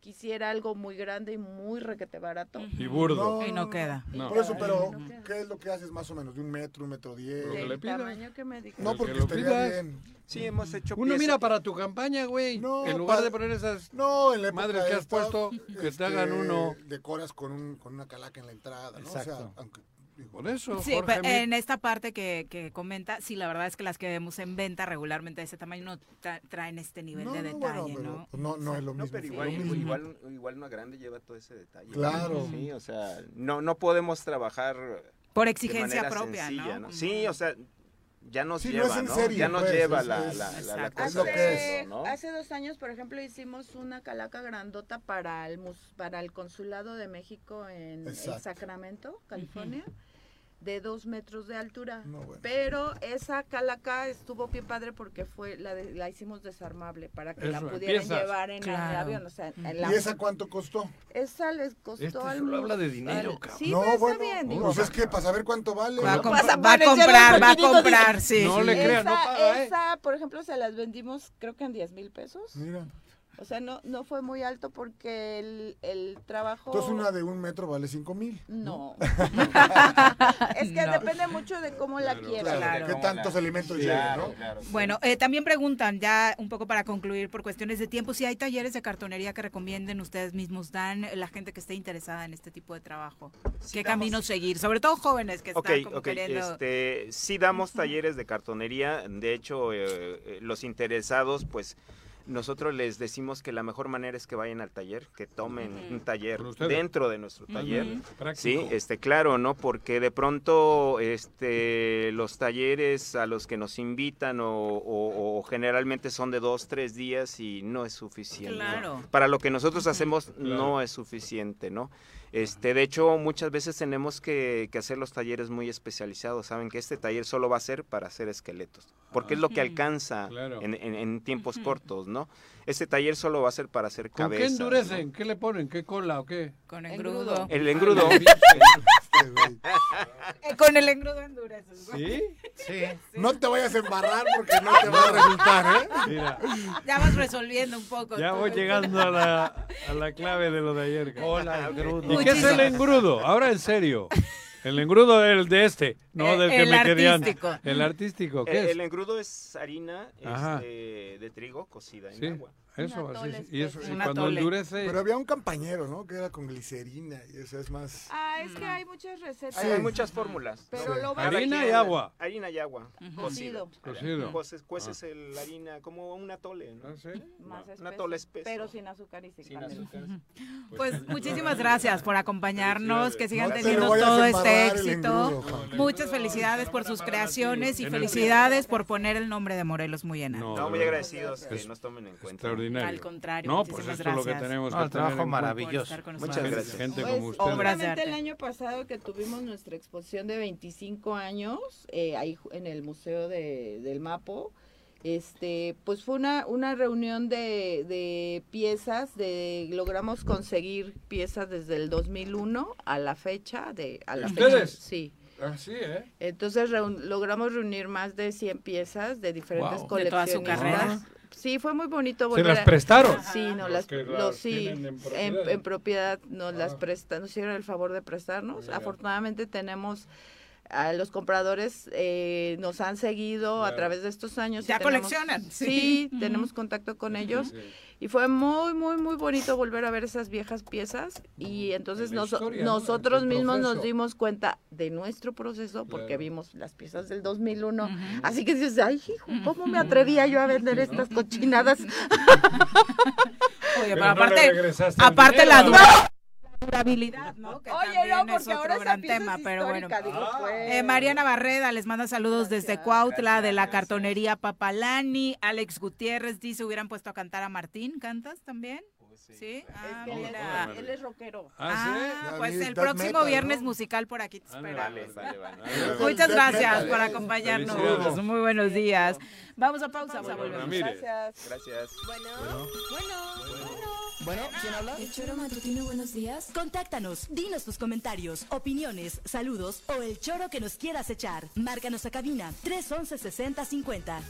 S: quisiera algo muy grande y muy requete barato.
I: Y burdo.
C: Y no queda.
I: No.
F: Por eso, pero ¿qué es lo que haces más o menos? ¿De un metro, un metro diez?
I: Lo que le pidas.
S: que me digas.
I: Lo
F: No,
I: que
F: porque
I: lo
F: estaría
I: pidas.
F: bien.
H: Sí, hemos hecho
I: Uno mira para tu campaña, güey. en lugar de poner esas
F: no, en la época
I: madres que has
F: esta,
I: puesto, que te
F: este,
I: hagan uno.
F: Decoras con, un, con una calaca en la entrada, ¿no? O sea,
I: Exacto.
F: aunque, digo,
I: Por eso,
C: Sí,
I: Jorge.
C: pe-
I: mira.
C: en esta parte que, que comenta, sí, la verdad es que las que vemos en venta regularmente de ese tamaño no tra- traen este nivel
F: No,
C: de
F: no, bueno,
C: detalle,
F: pero,
C: ¿no?
F: pues, no- no es lo
H: No,
F: mismo,
H: pero
F: es lo
H: igual,
F: mismo.
H: igual, igual una grande lleva todo ese detalle. ¿no?
F: Claro.
H: Sí, o sea, no, no podemos trabajar...
C: Por
H: de
C: exigencia
H: manera
C: propia,
H: sencilla,
C: ¿no?
H: Sí, o sea, ya nos
F: Sí, no
H: lleva,
F: es en
H: ¿no?
F: serio,
H: ya nos
F: pues,
H: lleva
F: es-
H: la,
F: es-
H: la, la, la
F: Exacto.
H: cosa.
F: Es lo que
H: de
F: es.
H: eso, ¿no?
S: Hace dos años, por ejemplo, hicimos una calaca grandota para el mus- para el consulado de México en, en
F: Exacto.
S: Sacramento, California, de dos metros de altura.
F: No, bueno.
S: Pero esa calaca estuvo bien padre porque fue la de- la hicimos desarmable para que la
F: Eso,
S: pudieran
F: piezas.
S: llevar en el
F: Claro.
S: avión. O sea, en la-
F: ¿Y esa cuánto costó?
S: esa les costó
F: Este
S: al
F: solo
S: mus-
F: habla de dinero,
S: al-
F: cabrón.
S: Sí,
F: No,
S: pero está
F: bueno,
S: bien, digo,
F: Pues es que para saber cuánto vale.
S: Pues
C: Va a Con lo comprar- vas a va a poner, comprar, ya va a no, comprar, poquitito, sí.
D: No le creas, no
S: esa,
D: paga, ¿eh?
S: esa, por ejemplo, se las vendimos creo que en 10 mil pesos.
F: Mira.
S: O sea, no, no fue muy alto porque el, el trabajo...
F: Entonces una de un metro vale cinco mil.
S: No. (laughs) es que
C: No.
S: depende mucho de cómo la quieras.
F: (laughs) Claro, ¿Qué tantos alimentos lleva, no?
C: Bueno, eh, también preguntan, ya un poco para concluir por cuestiones de tiempo, si hay talleres de cartonería que recomienden ustedes mismos, dan eh, la gente que esté interesada en este tipo de trabajo.
H: Sí,
C: ¿Qué
H: damos-
C: camino seguir? Sobre todo jóvenes que
H: Ok,
C: están como
H: ok,
C: queriendo...
H: Este, sí damos talleres de cartonería. De hecho, eh, eh, los interesados, pues nosotros les decimos que la mejor manera es que vayan al taller, que tomen
I: Ujú.
H: un taller
I: Con ustedes.
H: dentro de nuestro
I: Ujú.
H: taller.
I: Práctico.
H: Sí, este, claro, ¿no? Porque de pronto este, los talleres a los que nos invitan o, o- o generalmente son de dos, tres días y no es suficiente. ¿no?
C: Claro.
H: Para lo que nosotros hacemos no es suficiente, ¿no? Este, de hecho, muchas veces tenemos que, que hacer los talleres muy especializados. Saben que este taller solo va a ser para hacer esqueletos, porque es lo que
I: Ujú.
H: alcanza
I: Claro.
H: en, en- en tiempos
I: Ujú.
H: cortos, ¿no? Este taller solo va a ser para hacer
I: ¿Con qué
H: cabezas. ¿no?
I: endurecen? ¿Qué le ponen? ¿Qué cola o qué? Ah,
C: Con engrudo.
H: El engrudo. (laughs)
C: Eh, Con el engrudo endurece.
I: ¿Sí?
C: Sí.
F: No te vayas a embarrar porque no te va a resultar, ¿eh?
K: Mira,
C: Ya vas resolviendo un poco.
K: ya voy
C: todo.
K: llegando a la, a la clave de lo de ayer. Hola, engrudo.
I: ¿Y qué es el engrudo? Ahora en serio. El engrudo del de este, no
H: Eh,
I: del que
H: el
I: me querían.
H: artístico.
I: El artístico, ¿qué
H: Eh, el,
I: es?
H: el engrudo es harina
I: Ajá.
H: este, de trigo cocida en
I: Sí,
H: agua.
I: eso, así,
H: atole
I: sí, y eso, y
H: especial. Un
I: cuando
H: atole.
I: endurece,
F: Pero había un campañero, ¿no? Que era con glicerina y eso es más...
S: Ah, es que hay muchas recetas.
H: Hay, hay muchas fórmulas.
S: Pero
F: Sí.
S: lo
F: Harina
H: Cada quien-
F: y agua.
H: Harina y agua.
S: Ujú.
H: Cocido.
I: Cocido. Ah.
H: Cueces, cueces el harina como un atole, ¿no?
S: más
H: Un atole
S: espeso,
H: espeso.
S: Pero sin azúcar y sin,
H: Sin
S: canela.
H: azúcar.
C: Pues muchísimas gracias por acompañarnos, que sigan
S: No te lo
C: teniendo
S: vayas a
C: todo este
S: embarrar el
C: éxito.
S: engrudo, Juan.
C: Muchas felicidades por sus creaciones y
I: En el-
C: felicidades por poner el nombre de Morelos muy en alto.
H: No, muy
I: verdad.
H: agradecidos que
I: Es
H: nos tomen en cuenta.
I: Extraordinario.
C: Al contrario,
I: No, pues
C: muchísimas
I: esto es lo que
C: gracias.
I: tenemos
C: No,
I: que
C: el
I: tener
C: trabajo
I: en cuenta.
C: maravilloso. Por estar con
H: Muchas
I: Gente-
H: gracias.
I: Gente
S: Pues,
I: como ustedes.
S: Obviamente el año pasado que tuvimos nuestra exposición de 25 años eh, ahí ju- en el Museo de- del Mapo, Este, pues fue una, una reunión de, de piezas, de logramos conseguir piezas desde el 2001 a la fecha de a la fecha,
I: ¿Ustedes?
S: sí.
I: Así, ¿eh?
S: Entonces reun- logramos reunir más de 100 piezas de diferentes
I: Wow. De toda
S: colecciones.
I: su carrera.
S: Sí, fue muy bonito.
K: ¿Se las
S: a-
K: prestaron?
S: Sí, no,
K: Los
S: las,
K: que
S: los-
K: las
S: sí,
K: tienen en
S: en
K: propiedad.
S: en propiedad nos las presta, nos hicieron el favor de prestarnos.
K: Mira.
S: Afortunadamente tenemos a los compradores eh, nos han seguido a
C: Claro.
S: través de estos años. y
C: Ya
S: tenemos-
C: coleccionan, sí.
S: Sí,
C: Ujú.
S: tenemos contacto con ellos.
C: sí.
S: Y fue muy, muy, muy bonito volver a ver esas viejas piezas. Y entonces
C: la
S: nos-
C: historia, ¿no?
S: nosotros
C: El
S: mismos nos
C: proceso.
S: dimos cuenta de nuestro proceso porque
C: Claro.
S: vimos las piezas del 2001. Así que dices, ay, hijo, ¿cómo me atrevía yo a vender estas cochinadas? (laughs)
C: Oye,
S: Pero
C: pero
S: no le
C: aparte,
S: regresaste el
C: aparte la
S: dinero.
C: dura- durabilidad, ¿no? Que
S: Oye, no,
C: también
S: porque
C: es otro
S: ahora
C: gran tema, pero bueno.
S: pues.
C: Eh, Mariana Barreda les manda saludos desde Cuautla, de la cartonería Papalani. Alex Gutiérrez dice, hubieran puesto a cantar a Martín. ¿Cantas también? sí. Ah,
S: él
C: mira.
S: era- él es rockero.
C: Ah,
S: Ah,
C: pues
S: mira,
C: el
S: death
C: próximo
S: metal, ¿no?
C: viernes musical por aquí te
S: Ándale,
C: esperamos.
S: vale,
H: vale,
I: vale.
C: (laughs) Muchas
I: Death
C: gracias
I: metal.
C: por acompañarnos.
I: Felicidades.
C: Muy buenos días. Vamos a pausa, o sea, volvemos.
I: Ramírez.
H: Gracias.
J: Bueno, bueno. ¿quién habla? El Choro Matutino, buenos días. Contáctanos, dinos tus comentarios, opiniones, saludos o el choro que nos quieras echar. Márcanos a cabina 311 6050.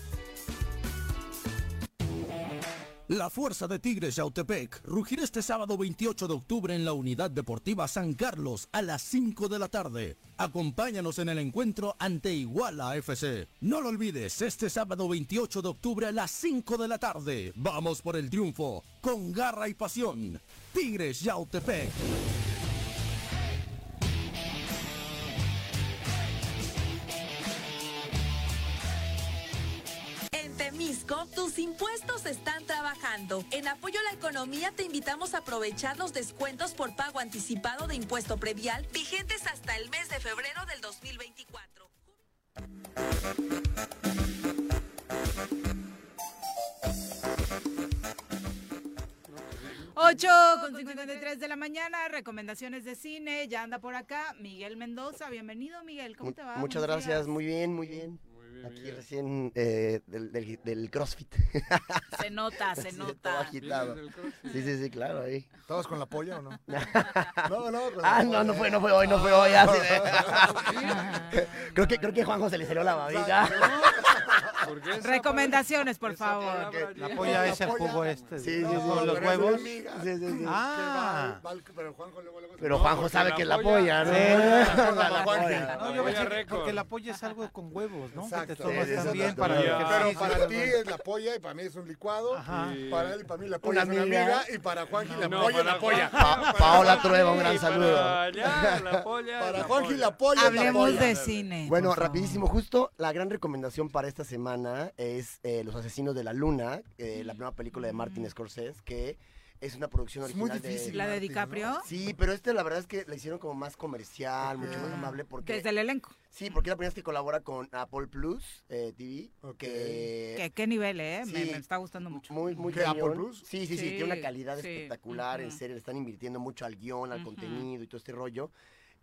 P: La fuerza de Tigres Yautepec rugirá este sábado 28 de octubre en la Unidad Deportiva San Carlos a las 5 de la tarde. Acompáñanos en el encuentro ante Iguala FC. No lo olvides, este sábado 28 de octubre a las 5 de la tarde. Vamos por el triunfo, con garra y pasión. Tigres Yautepec.
G: En Temisco, tus impuestos están trabajando. En apoyo a la economía, te invitamos a aprovechar los descuentos por pago anticipado de impuesto previal vigentes hasta el mes de febrero del 2024.
C: Ocho con 53 de la mañana, recomendaciones de cine, ya anda por acá Miguel Mendoza, bienvenido Miguel, ¿cómo
W: Mu-
C: te va?
W: Muchas
C: Buenos
W: gracias,
C: días.
W: muy bien, muy bien. Aquí recién eh, del, del- del CrossFit.
C: Se nota, se
W: Sí,
C: nota.
W: Todo agitado.
C: Vienes del
W: Sí, sí, sí, claro, ahí.
F: ¿Estabas con la polla o no?
W: no, (laughs)
F: no,
W: Ah, no, no fue, Ah, no fue hoy, no fue hoy. así de- (laughs) creo, que, creo que Juanjo se le salió la babita.
C: Recomendaciones, por favor.
W: La
R: polla es el jugo este.
W: Sí, sí, sí.
R: Con los
W: Pero es
R: huevos.
W: amiga. Sí, sí, sí.
R: Ah.
W: Pero Juanjo sabe que la polla, ¿no?
R: Sí.
W: La
R: La
W: polla.
R: polla. No,
W: La
R: yo
W: polla
R: pensé que
W: récord.
R: porque la polla es algo con huevos, ¿no? Que te
W: Exacto.
R: tomas
W: Sí, sí, sí,
R: también
W: sí,
R: para
W: sí, sí.
F: Pero
R: que
F: para ti es la polla y para mí es un licuado.
W: Ajá.
F: Para él y para mí la polla
W: Una
F: es una
W: amiga.
F: amiga y para Juanji la
W: No,
F: polla es la
W: para Juan-
F: polla.
W: Pa- Paola Trueba, un gran
F: Y para
W: saludo.
F: allá, la polla es Para Juanji la polla es la
C: Hablemos
F: polla.
C: de cine.
W: Bueno,
C: por favor.
W: rapidísimo, justo la gran recomendación para esta semana es eh, Los Asesinos de la Luna, eh, la primera película de Martin Scorsese, que Mm. es una producción
C: muy
W: original
C: difícil,
W: de...
C: ¿La de Martin, DiCaprio? ¿no?
W: Sí, pero esta la verdad es que la hicieron como más comercial, mucho
F: Ah,
W: más amable, porque...
C: Desde el elenco.
W: Sí, porque es la primera vez que colabora con Apple Plus eh, TV, que...
C: ¿Qué, qué nivel, eh? Me,
W: Sí.
C: me está gustando mucho.
W: Muy, muy cañón. Sí, sí, sí, tiene una calidad
C: sí.
W: espectacular, en
C: Ujú.
W: serio, le están invirtiendo mucho al guión, al
C: Ujú.
W: contenido y todo este rollo.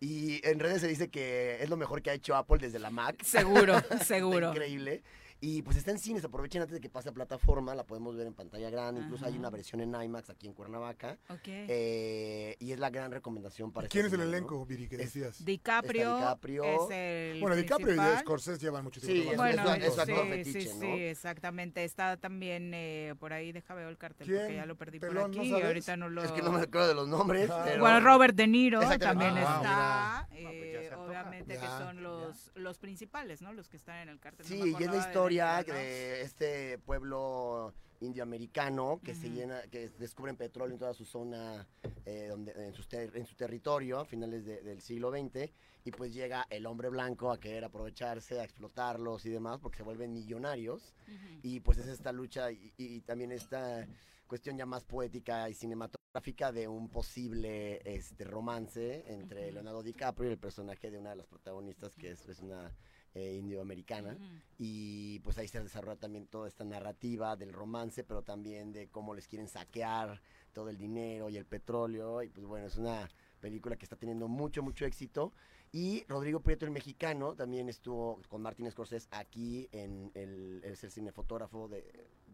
W: Y en redes se dice que es lo mejor que ha hecho Apple desde la Mac.
C: Seguro,
W: (laughs) Está
C: seguro.
W: Increíble. Y pues está en cines, aprovechen antes de que pase a plataforma, la podemos ver en pantalla grande, incluso hay
C: Ajá.
W: una versión en IMAX aquí en Cuernavaca.
C: Ok.
W: Eh, y es la gran recomendación para esta
F: ¿Quién es el
W: semana, ¿no?
F: elenco, Viri, que decías?
C: DiCaprio,
W: Está DiCaprio.
C: es el
F: Bueno, DiCaprio
C: principal.
F: y Scorsese llevan mucho tiempo.
W: Sí,
F: trabajando.
C: Bueno,
W: es su actor
C: sí,
W: fetiche,
C: sí,
W: ¿no?
C: sí, exactamente. Está también eh, por ahí, déjame ver el cartel porque
W: ¿Quién?
C: ya lo perdí
W: Pelón,
C: por
W: ¿no
C: aquí y
W: sabes?
C: ahorita no lo...
W: Es que no me acuerdo de los nombres,
C: Ah.
W: pero-
C: Bueno, Robert De Niro
W: Exactamente.
C: también
W: Ah,
C: está, eh, obviamente que
W: Ya,
C: son los, los principales, ¿no? Los que están en el cartel. No me
W: Sí, y es
C: acordaba
W: la
C: de
W: historia
C: Nicolás.
W: de este pueblo indioamericano que se llena, que descubren petróleo en toda su zona, eh, donde, en, sus ter- en su territorio a finales de- del siglo XX, y pues llega el hombre blanco a querer aprovecharse, a explotarlos y demás, porque se vuelven millonarios, y pues es esta lucha y, y- y también esta cuestión ya más poética y cinematográfica de un posible este romance entre Leonardo DiCaprio y el personaje de una de las protagonistas que es, es una eh, indioamericana y pues ahí se desarrolla también toda esta narrativa del romance, pero también de cómo les quieren saquear todo el dinero y el petróleo. Y pues bueno, es una película que está teniendo mucho, mucho éxito Y Rodrigo Prieto, el mexicano, también estuvo con Martín Scorsese aquí en el, es el cinefotógrafo de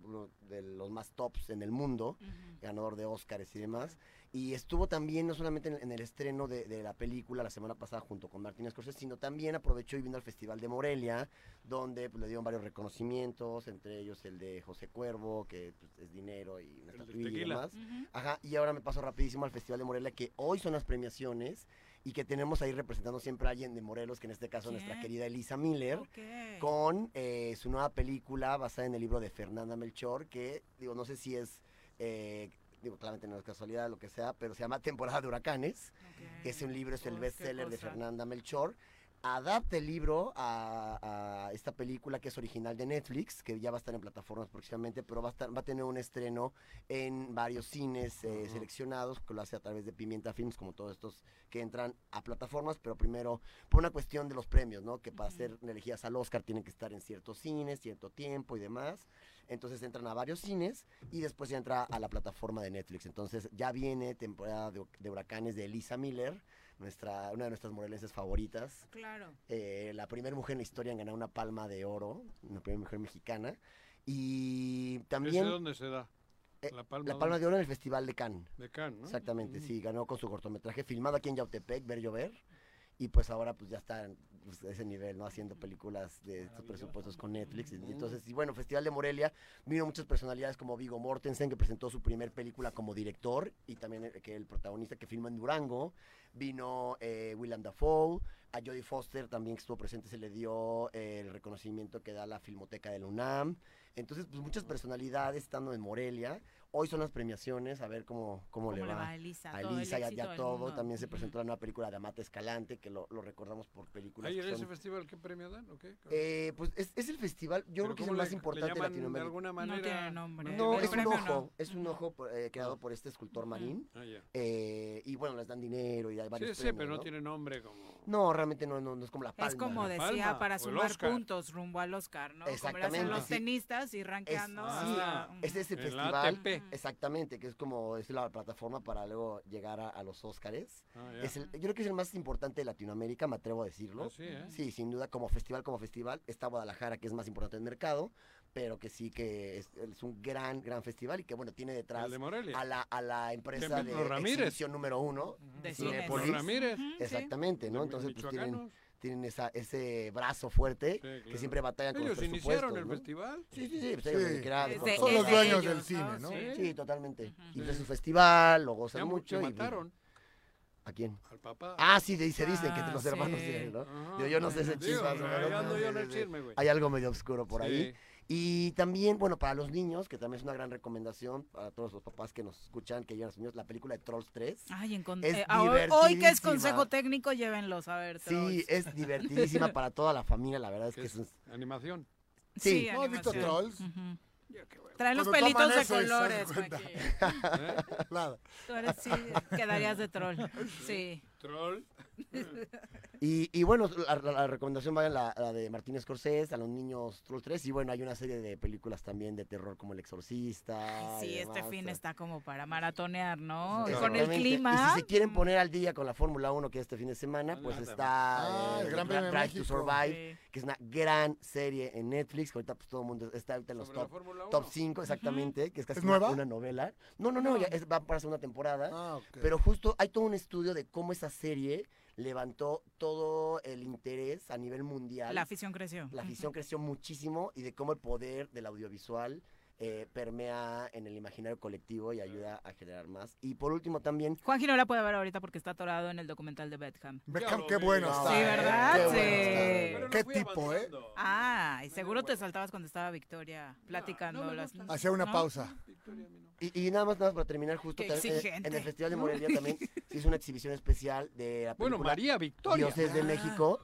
W: uno de los más tops en el mundo, ganador de Óscares y demás. Y estuvo también, no solamente en, en el estreno de, de la película la semana pasada junto con Martín Scorsese, sino también aprovechó y vino al Festival de Morelia, donde pues, le dieron varios reconocimientos, entre ellos el de José Cuervo, que pues, es dinero y una estatuilla y
M: tequila.
W: demás.
M: Ujú.
W: Ajá, y ahora me paso rapidísimo al Festival de Morelia, que hoy son las premiaciones y que tenemos ahí representando siempre a alguien de Morelos, que en este caso nuestra
M: ¿Quién?
W: querida Elisa Miller, con eh, su nueva película basada en el libro de Fernanda Melchor, que digo, no sé si es, eh, digo, claramente no es casualidad, lo que sea, pero se llama Temporada de Huracanes, que es un libro, es el
M: Uy, qué
W: bestseller de
M: cosa.
W: Fernanda Melchor. Adapta el libro a, a esta película que es original de Netflix, que ya va a estar en plataformas próximamente, pero va a, estar, va a tener un estreno en varios cines eh, seleccionados, que lo hace a través de Pimienta Films, como todos estos que entran a plataformas, pero primero por una cuestión de los premios, ¿no? Que para ser elegidas al Oscar tienen que estar en ciertos cines, cierto tiempo y demás. Entonces entran a varios cines y después ya entra a la plataforma de Netflix. Entonces ya viene temporada de, de huracanes de Elisa Miller, nuestra, una de nuestras morelenses favoritas.
C: Claro.
W: Eh, la primera mujer en la historia en ganar una palma de oro, una primera mujer mexicana. Y también...
D: ¿Ese dónde se da? la palma,
W: Eh, La Palma de Oro en el Festival de Cannes.
D: De Cannes, ¿no?
W: Exactamente,
D: Mm.
W: sí, ganó con su cortometraje filmado aquí en Yautepec, Ver Llover. Y pues ahora pues ya está pues, a ese nivel, ¿no? Haciendo películas de estos presupuestos con Netflix. Y, entonces, y bueno, Festival de Morelia vino muchas personalidades como Vigo Mortensen, que presentó su primer película como director, y también el, que el protagonista que filma en Durango. Vino eh, Willem Dafoe, a Jodie Foster también que estuvo presente, se le dio eh, el reconocimiento que da la Filmoteca de la UNAM. Entonces, pues muchas personalidades estando en Morelia. Hoy son las premiaciones, a ver cómo, cómo,
C: ¿Cómo
W: le, va
C: a Elisa?
W: a
C: Todo el
W: Elisa y a- y
C: éxito
W: a
C: del
W: todo.
C: mundo.
W: También se presentó la nueva película de Amata Escalante, que lo, lo recordamos por películas.
I: ¿Ahí
W: que
I: Ah, en ese
W: son-
I: festival qué premio dan o qué?
W: Eh, pues es, es el festival, yo creo que es
I: cómo
W: el
I: le-
W: más
I: le
W: importante de
I: llaman de
W: Latinoamérica.
I: alguna No manera? tiene nombre,
W: No,
I: el
W: es un
I: premio
W: ojo,
I: no.
W: es un ojo por- eh, creado por este escultor marín.
I: Ah, ya.
W: Eh, y bueno, les dan dinero y hay
I: Sí,
W: varios
I: sí,
W: premios,
I: pero no
W: ¿no?
I: tiene nombre
W: (laughs)
I: como...
W: No, realmente no, no, no es como la palma.
C: Es como decía, para sumar puntos rumbo al Oscar, ¿no? Como lo hacen
W: Exactamente,
C: los
W: sí.
C: tenistas y
W: Es,
C: rankeando.
I: Ah,
C: Ah.
W: sí,
C: hasta-
W: ese es el,
C: El
W: festival.
C: ATP.
W: Exactamente, que es como es la plataforma para luego llegar a, a los Óscares.
I: Ah, ya.
W: Es el- yo creo que es el más importante de Latinoamérica, me atrevo a decirlo.
I: Ah, sí, ¿eh?
W: sin duda, como festival, como festival, está Guadalajara, que es más importante del mercado, pero que sí que es, es un gran, gran festival y que bueno, tiene detrás
I: El de Morelia.
W: a la, a la empresa de
I: Templo Ramírez.
W: exhibición número uno.
I: De
W: Cinépolis.
I: cines. Templo Ramírez. Ujú, sí.
W: Exactamente, ¿no?
I: De
W: Entonces pues, tienen,
I: michoacanos.
W: tienen esa, ese brazo fuerte
I: claro.
W: que siempre batallan con los
I: Ellos iniciaron el
W: presupuestos, ¿no?
I: festival.
W: Sí, sí, sí, pues ellos
I: Sí.
W: lo crearon,
I: Es
W: con
I: de-
W: todo.
I: es
W: Son los
I: de
W: dueños
I: ellos,
W: del cine,
I: ¿no?
W: ¿no?
I: Sí.
W: Sí, totalmente. Y
I: Sí.
W: es su festival, lo gozan
I: Ya mu-
W: mucho.
I: que
W: y-
I: mataron.
W: ¿A quién?
I: Al papá.
W: Ah, sí, dice, dice que
I: Ah,
W: los
I: sí.
W: hermanos tienen, ¿no?
I: Ajá.
W: Digo, yo no sé ese
I: Digo,
W: chisme.
I: ahí
W: pero no,
I: ando
W: no,
I: yo
W: no,
I: en
W: no,
I: el
W: no.
I: chisme, güey.
W: Hay algo medio oscuro por
I: Sí.
W: ahí. Y también, bueno, para los niños, que también es una gran recomendación para todos los papás que nos escuchan, que llevan a sus niños, la película de Trolls 3.
C: Ay, en con-
W: es
C: eh, ah, hoy- hoy que es
W: divertidísima.
C: consejo técnico, llévenlos a ver.
W: Sí,
C: (laughs)
W: es divertidísima para toda la familia, la verdad es que es un-
I: Animación.
W: Sí.
C: Sí,
W: ¿No has visto
C: animación.
W: Trolls?
C: Ujú. Trae los
W: Cuando tú
C: pelitos de
W: amaneces, haz de
C: colores,
I: (laughs)
W: cuenta.
C: Joaquín.
W: ¿Eh? Nada.
C: Tú eres, sí, quedarías
I: (laughs)
C: de troll. Sí.
I: Troll.
W: Y, y bueno, la, la- la recomendación va a la, la de Martínez Scorsese, a los niños Trolls 3. Y bueno, hay una serie de películas también de terror como El Exorcista. y
C: Sí, este
W: demás,
C: fin
W: o-
C: está como para maratonear, ¿no?
W: Exactamente.
C: Con el clima.
W: Y si se quieren poner al día con la Fórmula 1 que este fin de semana, pues
I: ándale.
W: está
I: Ah,
W: eh,
I: el Gran
W: Dra-
I: Premio de
W: Drive to
I: México.
W: Survive, que es una gran serie en Netflix, que ahorita pues todo el mundo está ahorita en los
I: ¿Sobre la
W: top,
I: Fórmula 1?
W: top 5 exactamente, que es casi
I: ¿Es
W: una-
I: nueva? Ah,
W: una novela. No, no, no, ya es- va para segunda temporada,
I: ok.
W: pero justo hay todo un estudio de cómo esa serie levantó todo el interés a nivel mundial.
C: La afición creció.
W: La afición creció muchísimo y de cómo el poder del audiovisual eh, permea en el imaginario colectivo y ayuda a generar más. Y por último también...
C: Juanji no la puede ver ahorita porque está atorado en el documental de Beckham.
W: Beckham, qué bueno
C: Sí,
W: está, ¿eh?
C: ¿verdad?
W: Qué
C: Sí.
W: bueno está. Pero no Qué fui
C: tipo, eh? Ah, y seguro te saltabas cuando estaba Victoria platicando. las...
W: Hacía una
C: ¿no?
W: pausa. Y, y nada más, nada más para terminar justo
C: Qué
W: también, eh, en
C: exigente.
W: el Festival de Morelia también se hizo una exhibición especial de la
I: Bueno,
W: película
I: María Victoria.
W: Dioses de
I: Ah.
W: México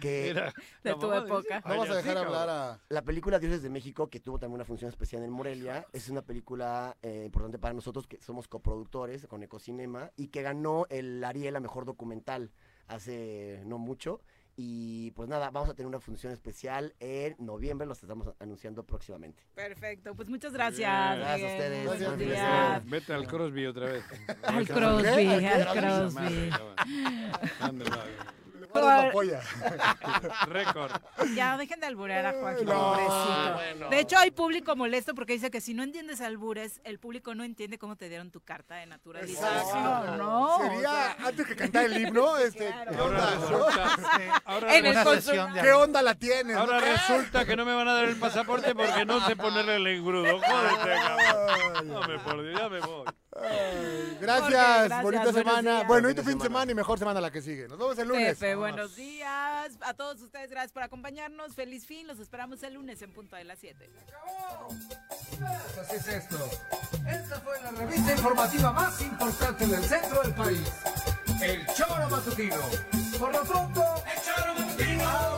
W: que
I: Era De la tu mamá de época. ese.
W: No vas a
I: Ay,
W: dejar
I: así,
W: hablar
I: cabrón.
W: a la película Dioses de México que tuvo también una función especial en Morelia. Es una película eh, importante para nosotros que somos coproductores con Ecocinema y que ganó el Ariel a mejor documental hace no mucho. Y pues nada, vamos a tener una función especial en noviembre, los estamos anunciando próximamente.
C: Perfecto, (laughs) pues muchas gracias.
W: Gracias a
C: Miguel.
W: ustedes.
C: Buenos
W: Gracias,
C: días.
W: felicidades.
D: Vete al Crosby otra vez.
C: Al
D: ¿Qué?
C: Crosby,
D: ¿Al
C: (laughs)
D: qué?
C: al Crosby.
D: Ándale, va.
F: Juárez lo apoya.
D: Récord.
C: Ya, dejen de alburear a Joaquín,
F: no,
C: pobrecito.
F: Ah, bueno.
C: De hecho, hay público molesto porque dice que si no entiendes albures, el público no entiende cómo te dieron tu carta de naturalización.
F: Exacto.
C: No,
F: Sería
C: o sea,
F: antes que cantar el (laughs) himno, este. ¿qué
D: Ahora
F: onda?
D: resulta-
F: (laughs)
D: ahora
F: En el
D: resulta-
F: consulado. ¿Qué onda la tienes? Ah.
D: Ahora
F: ¿Qué?
D: resulta que no me van a dar el pasaporte porque no sé ponerle el engrudo. Jódete, cabrón. No me por Dios, ya me voy.
F: Gracias,
C: gracias,
F: bonita
C: buenos
F: semana.
C: días.
F: Bueno, y tu fin de semana y mejor semana la que sigue. Nos vemos el lunes.
C: Pepe,
F: Vámonos.
C: buenos días. A todos ustedes, gracias por acompañarnos. Feliz fin. Los esperamos el lunes en punto de las 7.
B: Así es esto. Esta fue la revista informativa más importante del centro del país. El Choro Matutino. Por lo pronto, el Choro Matutino.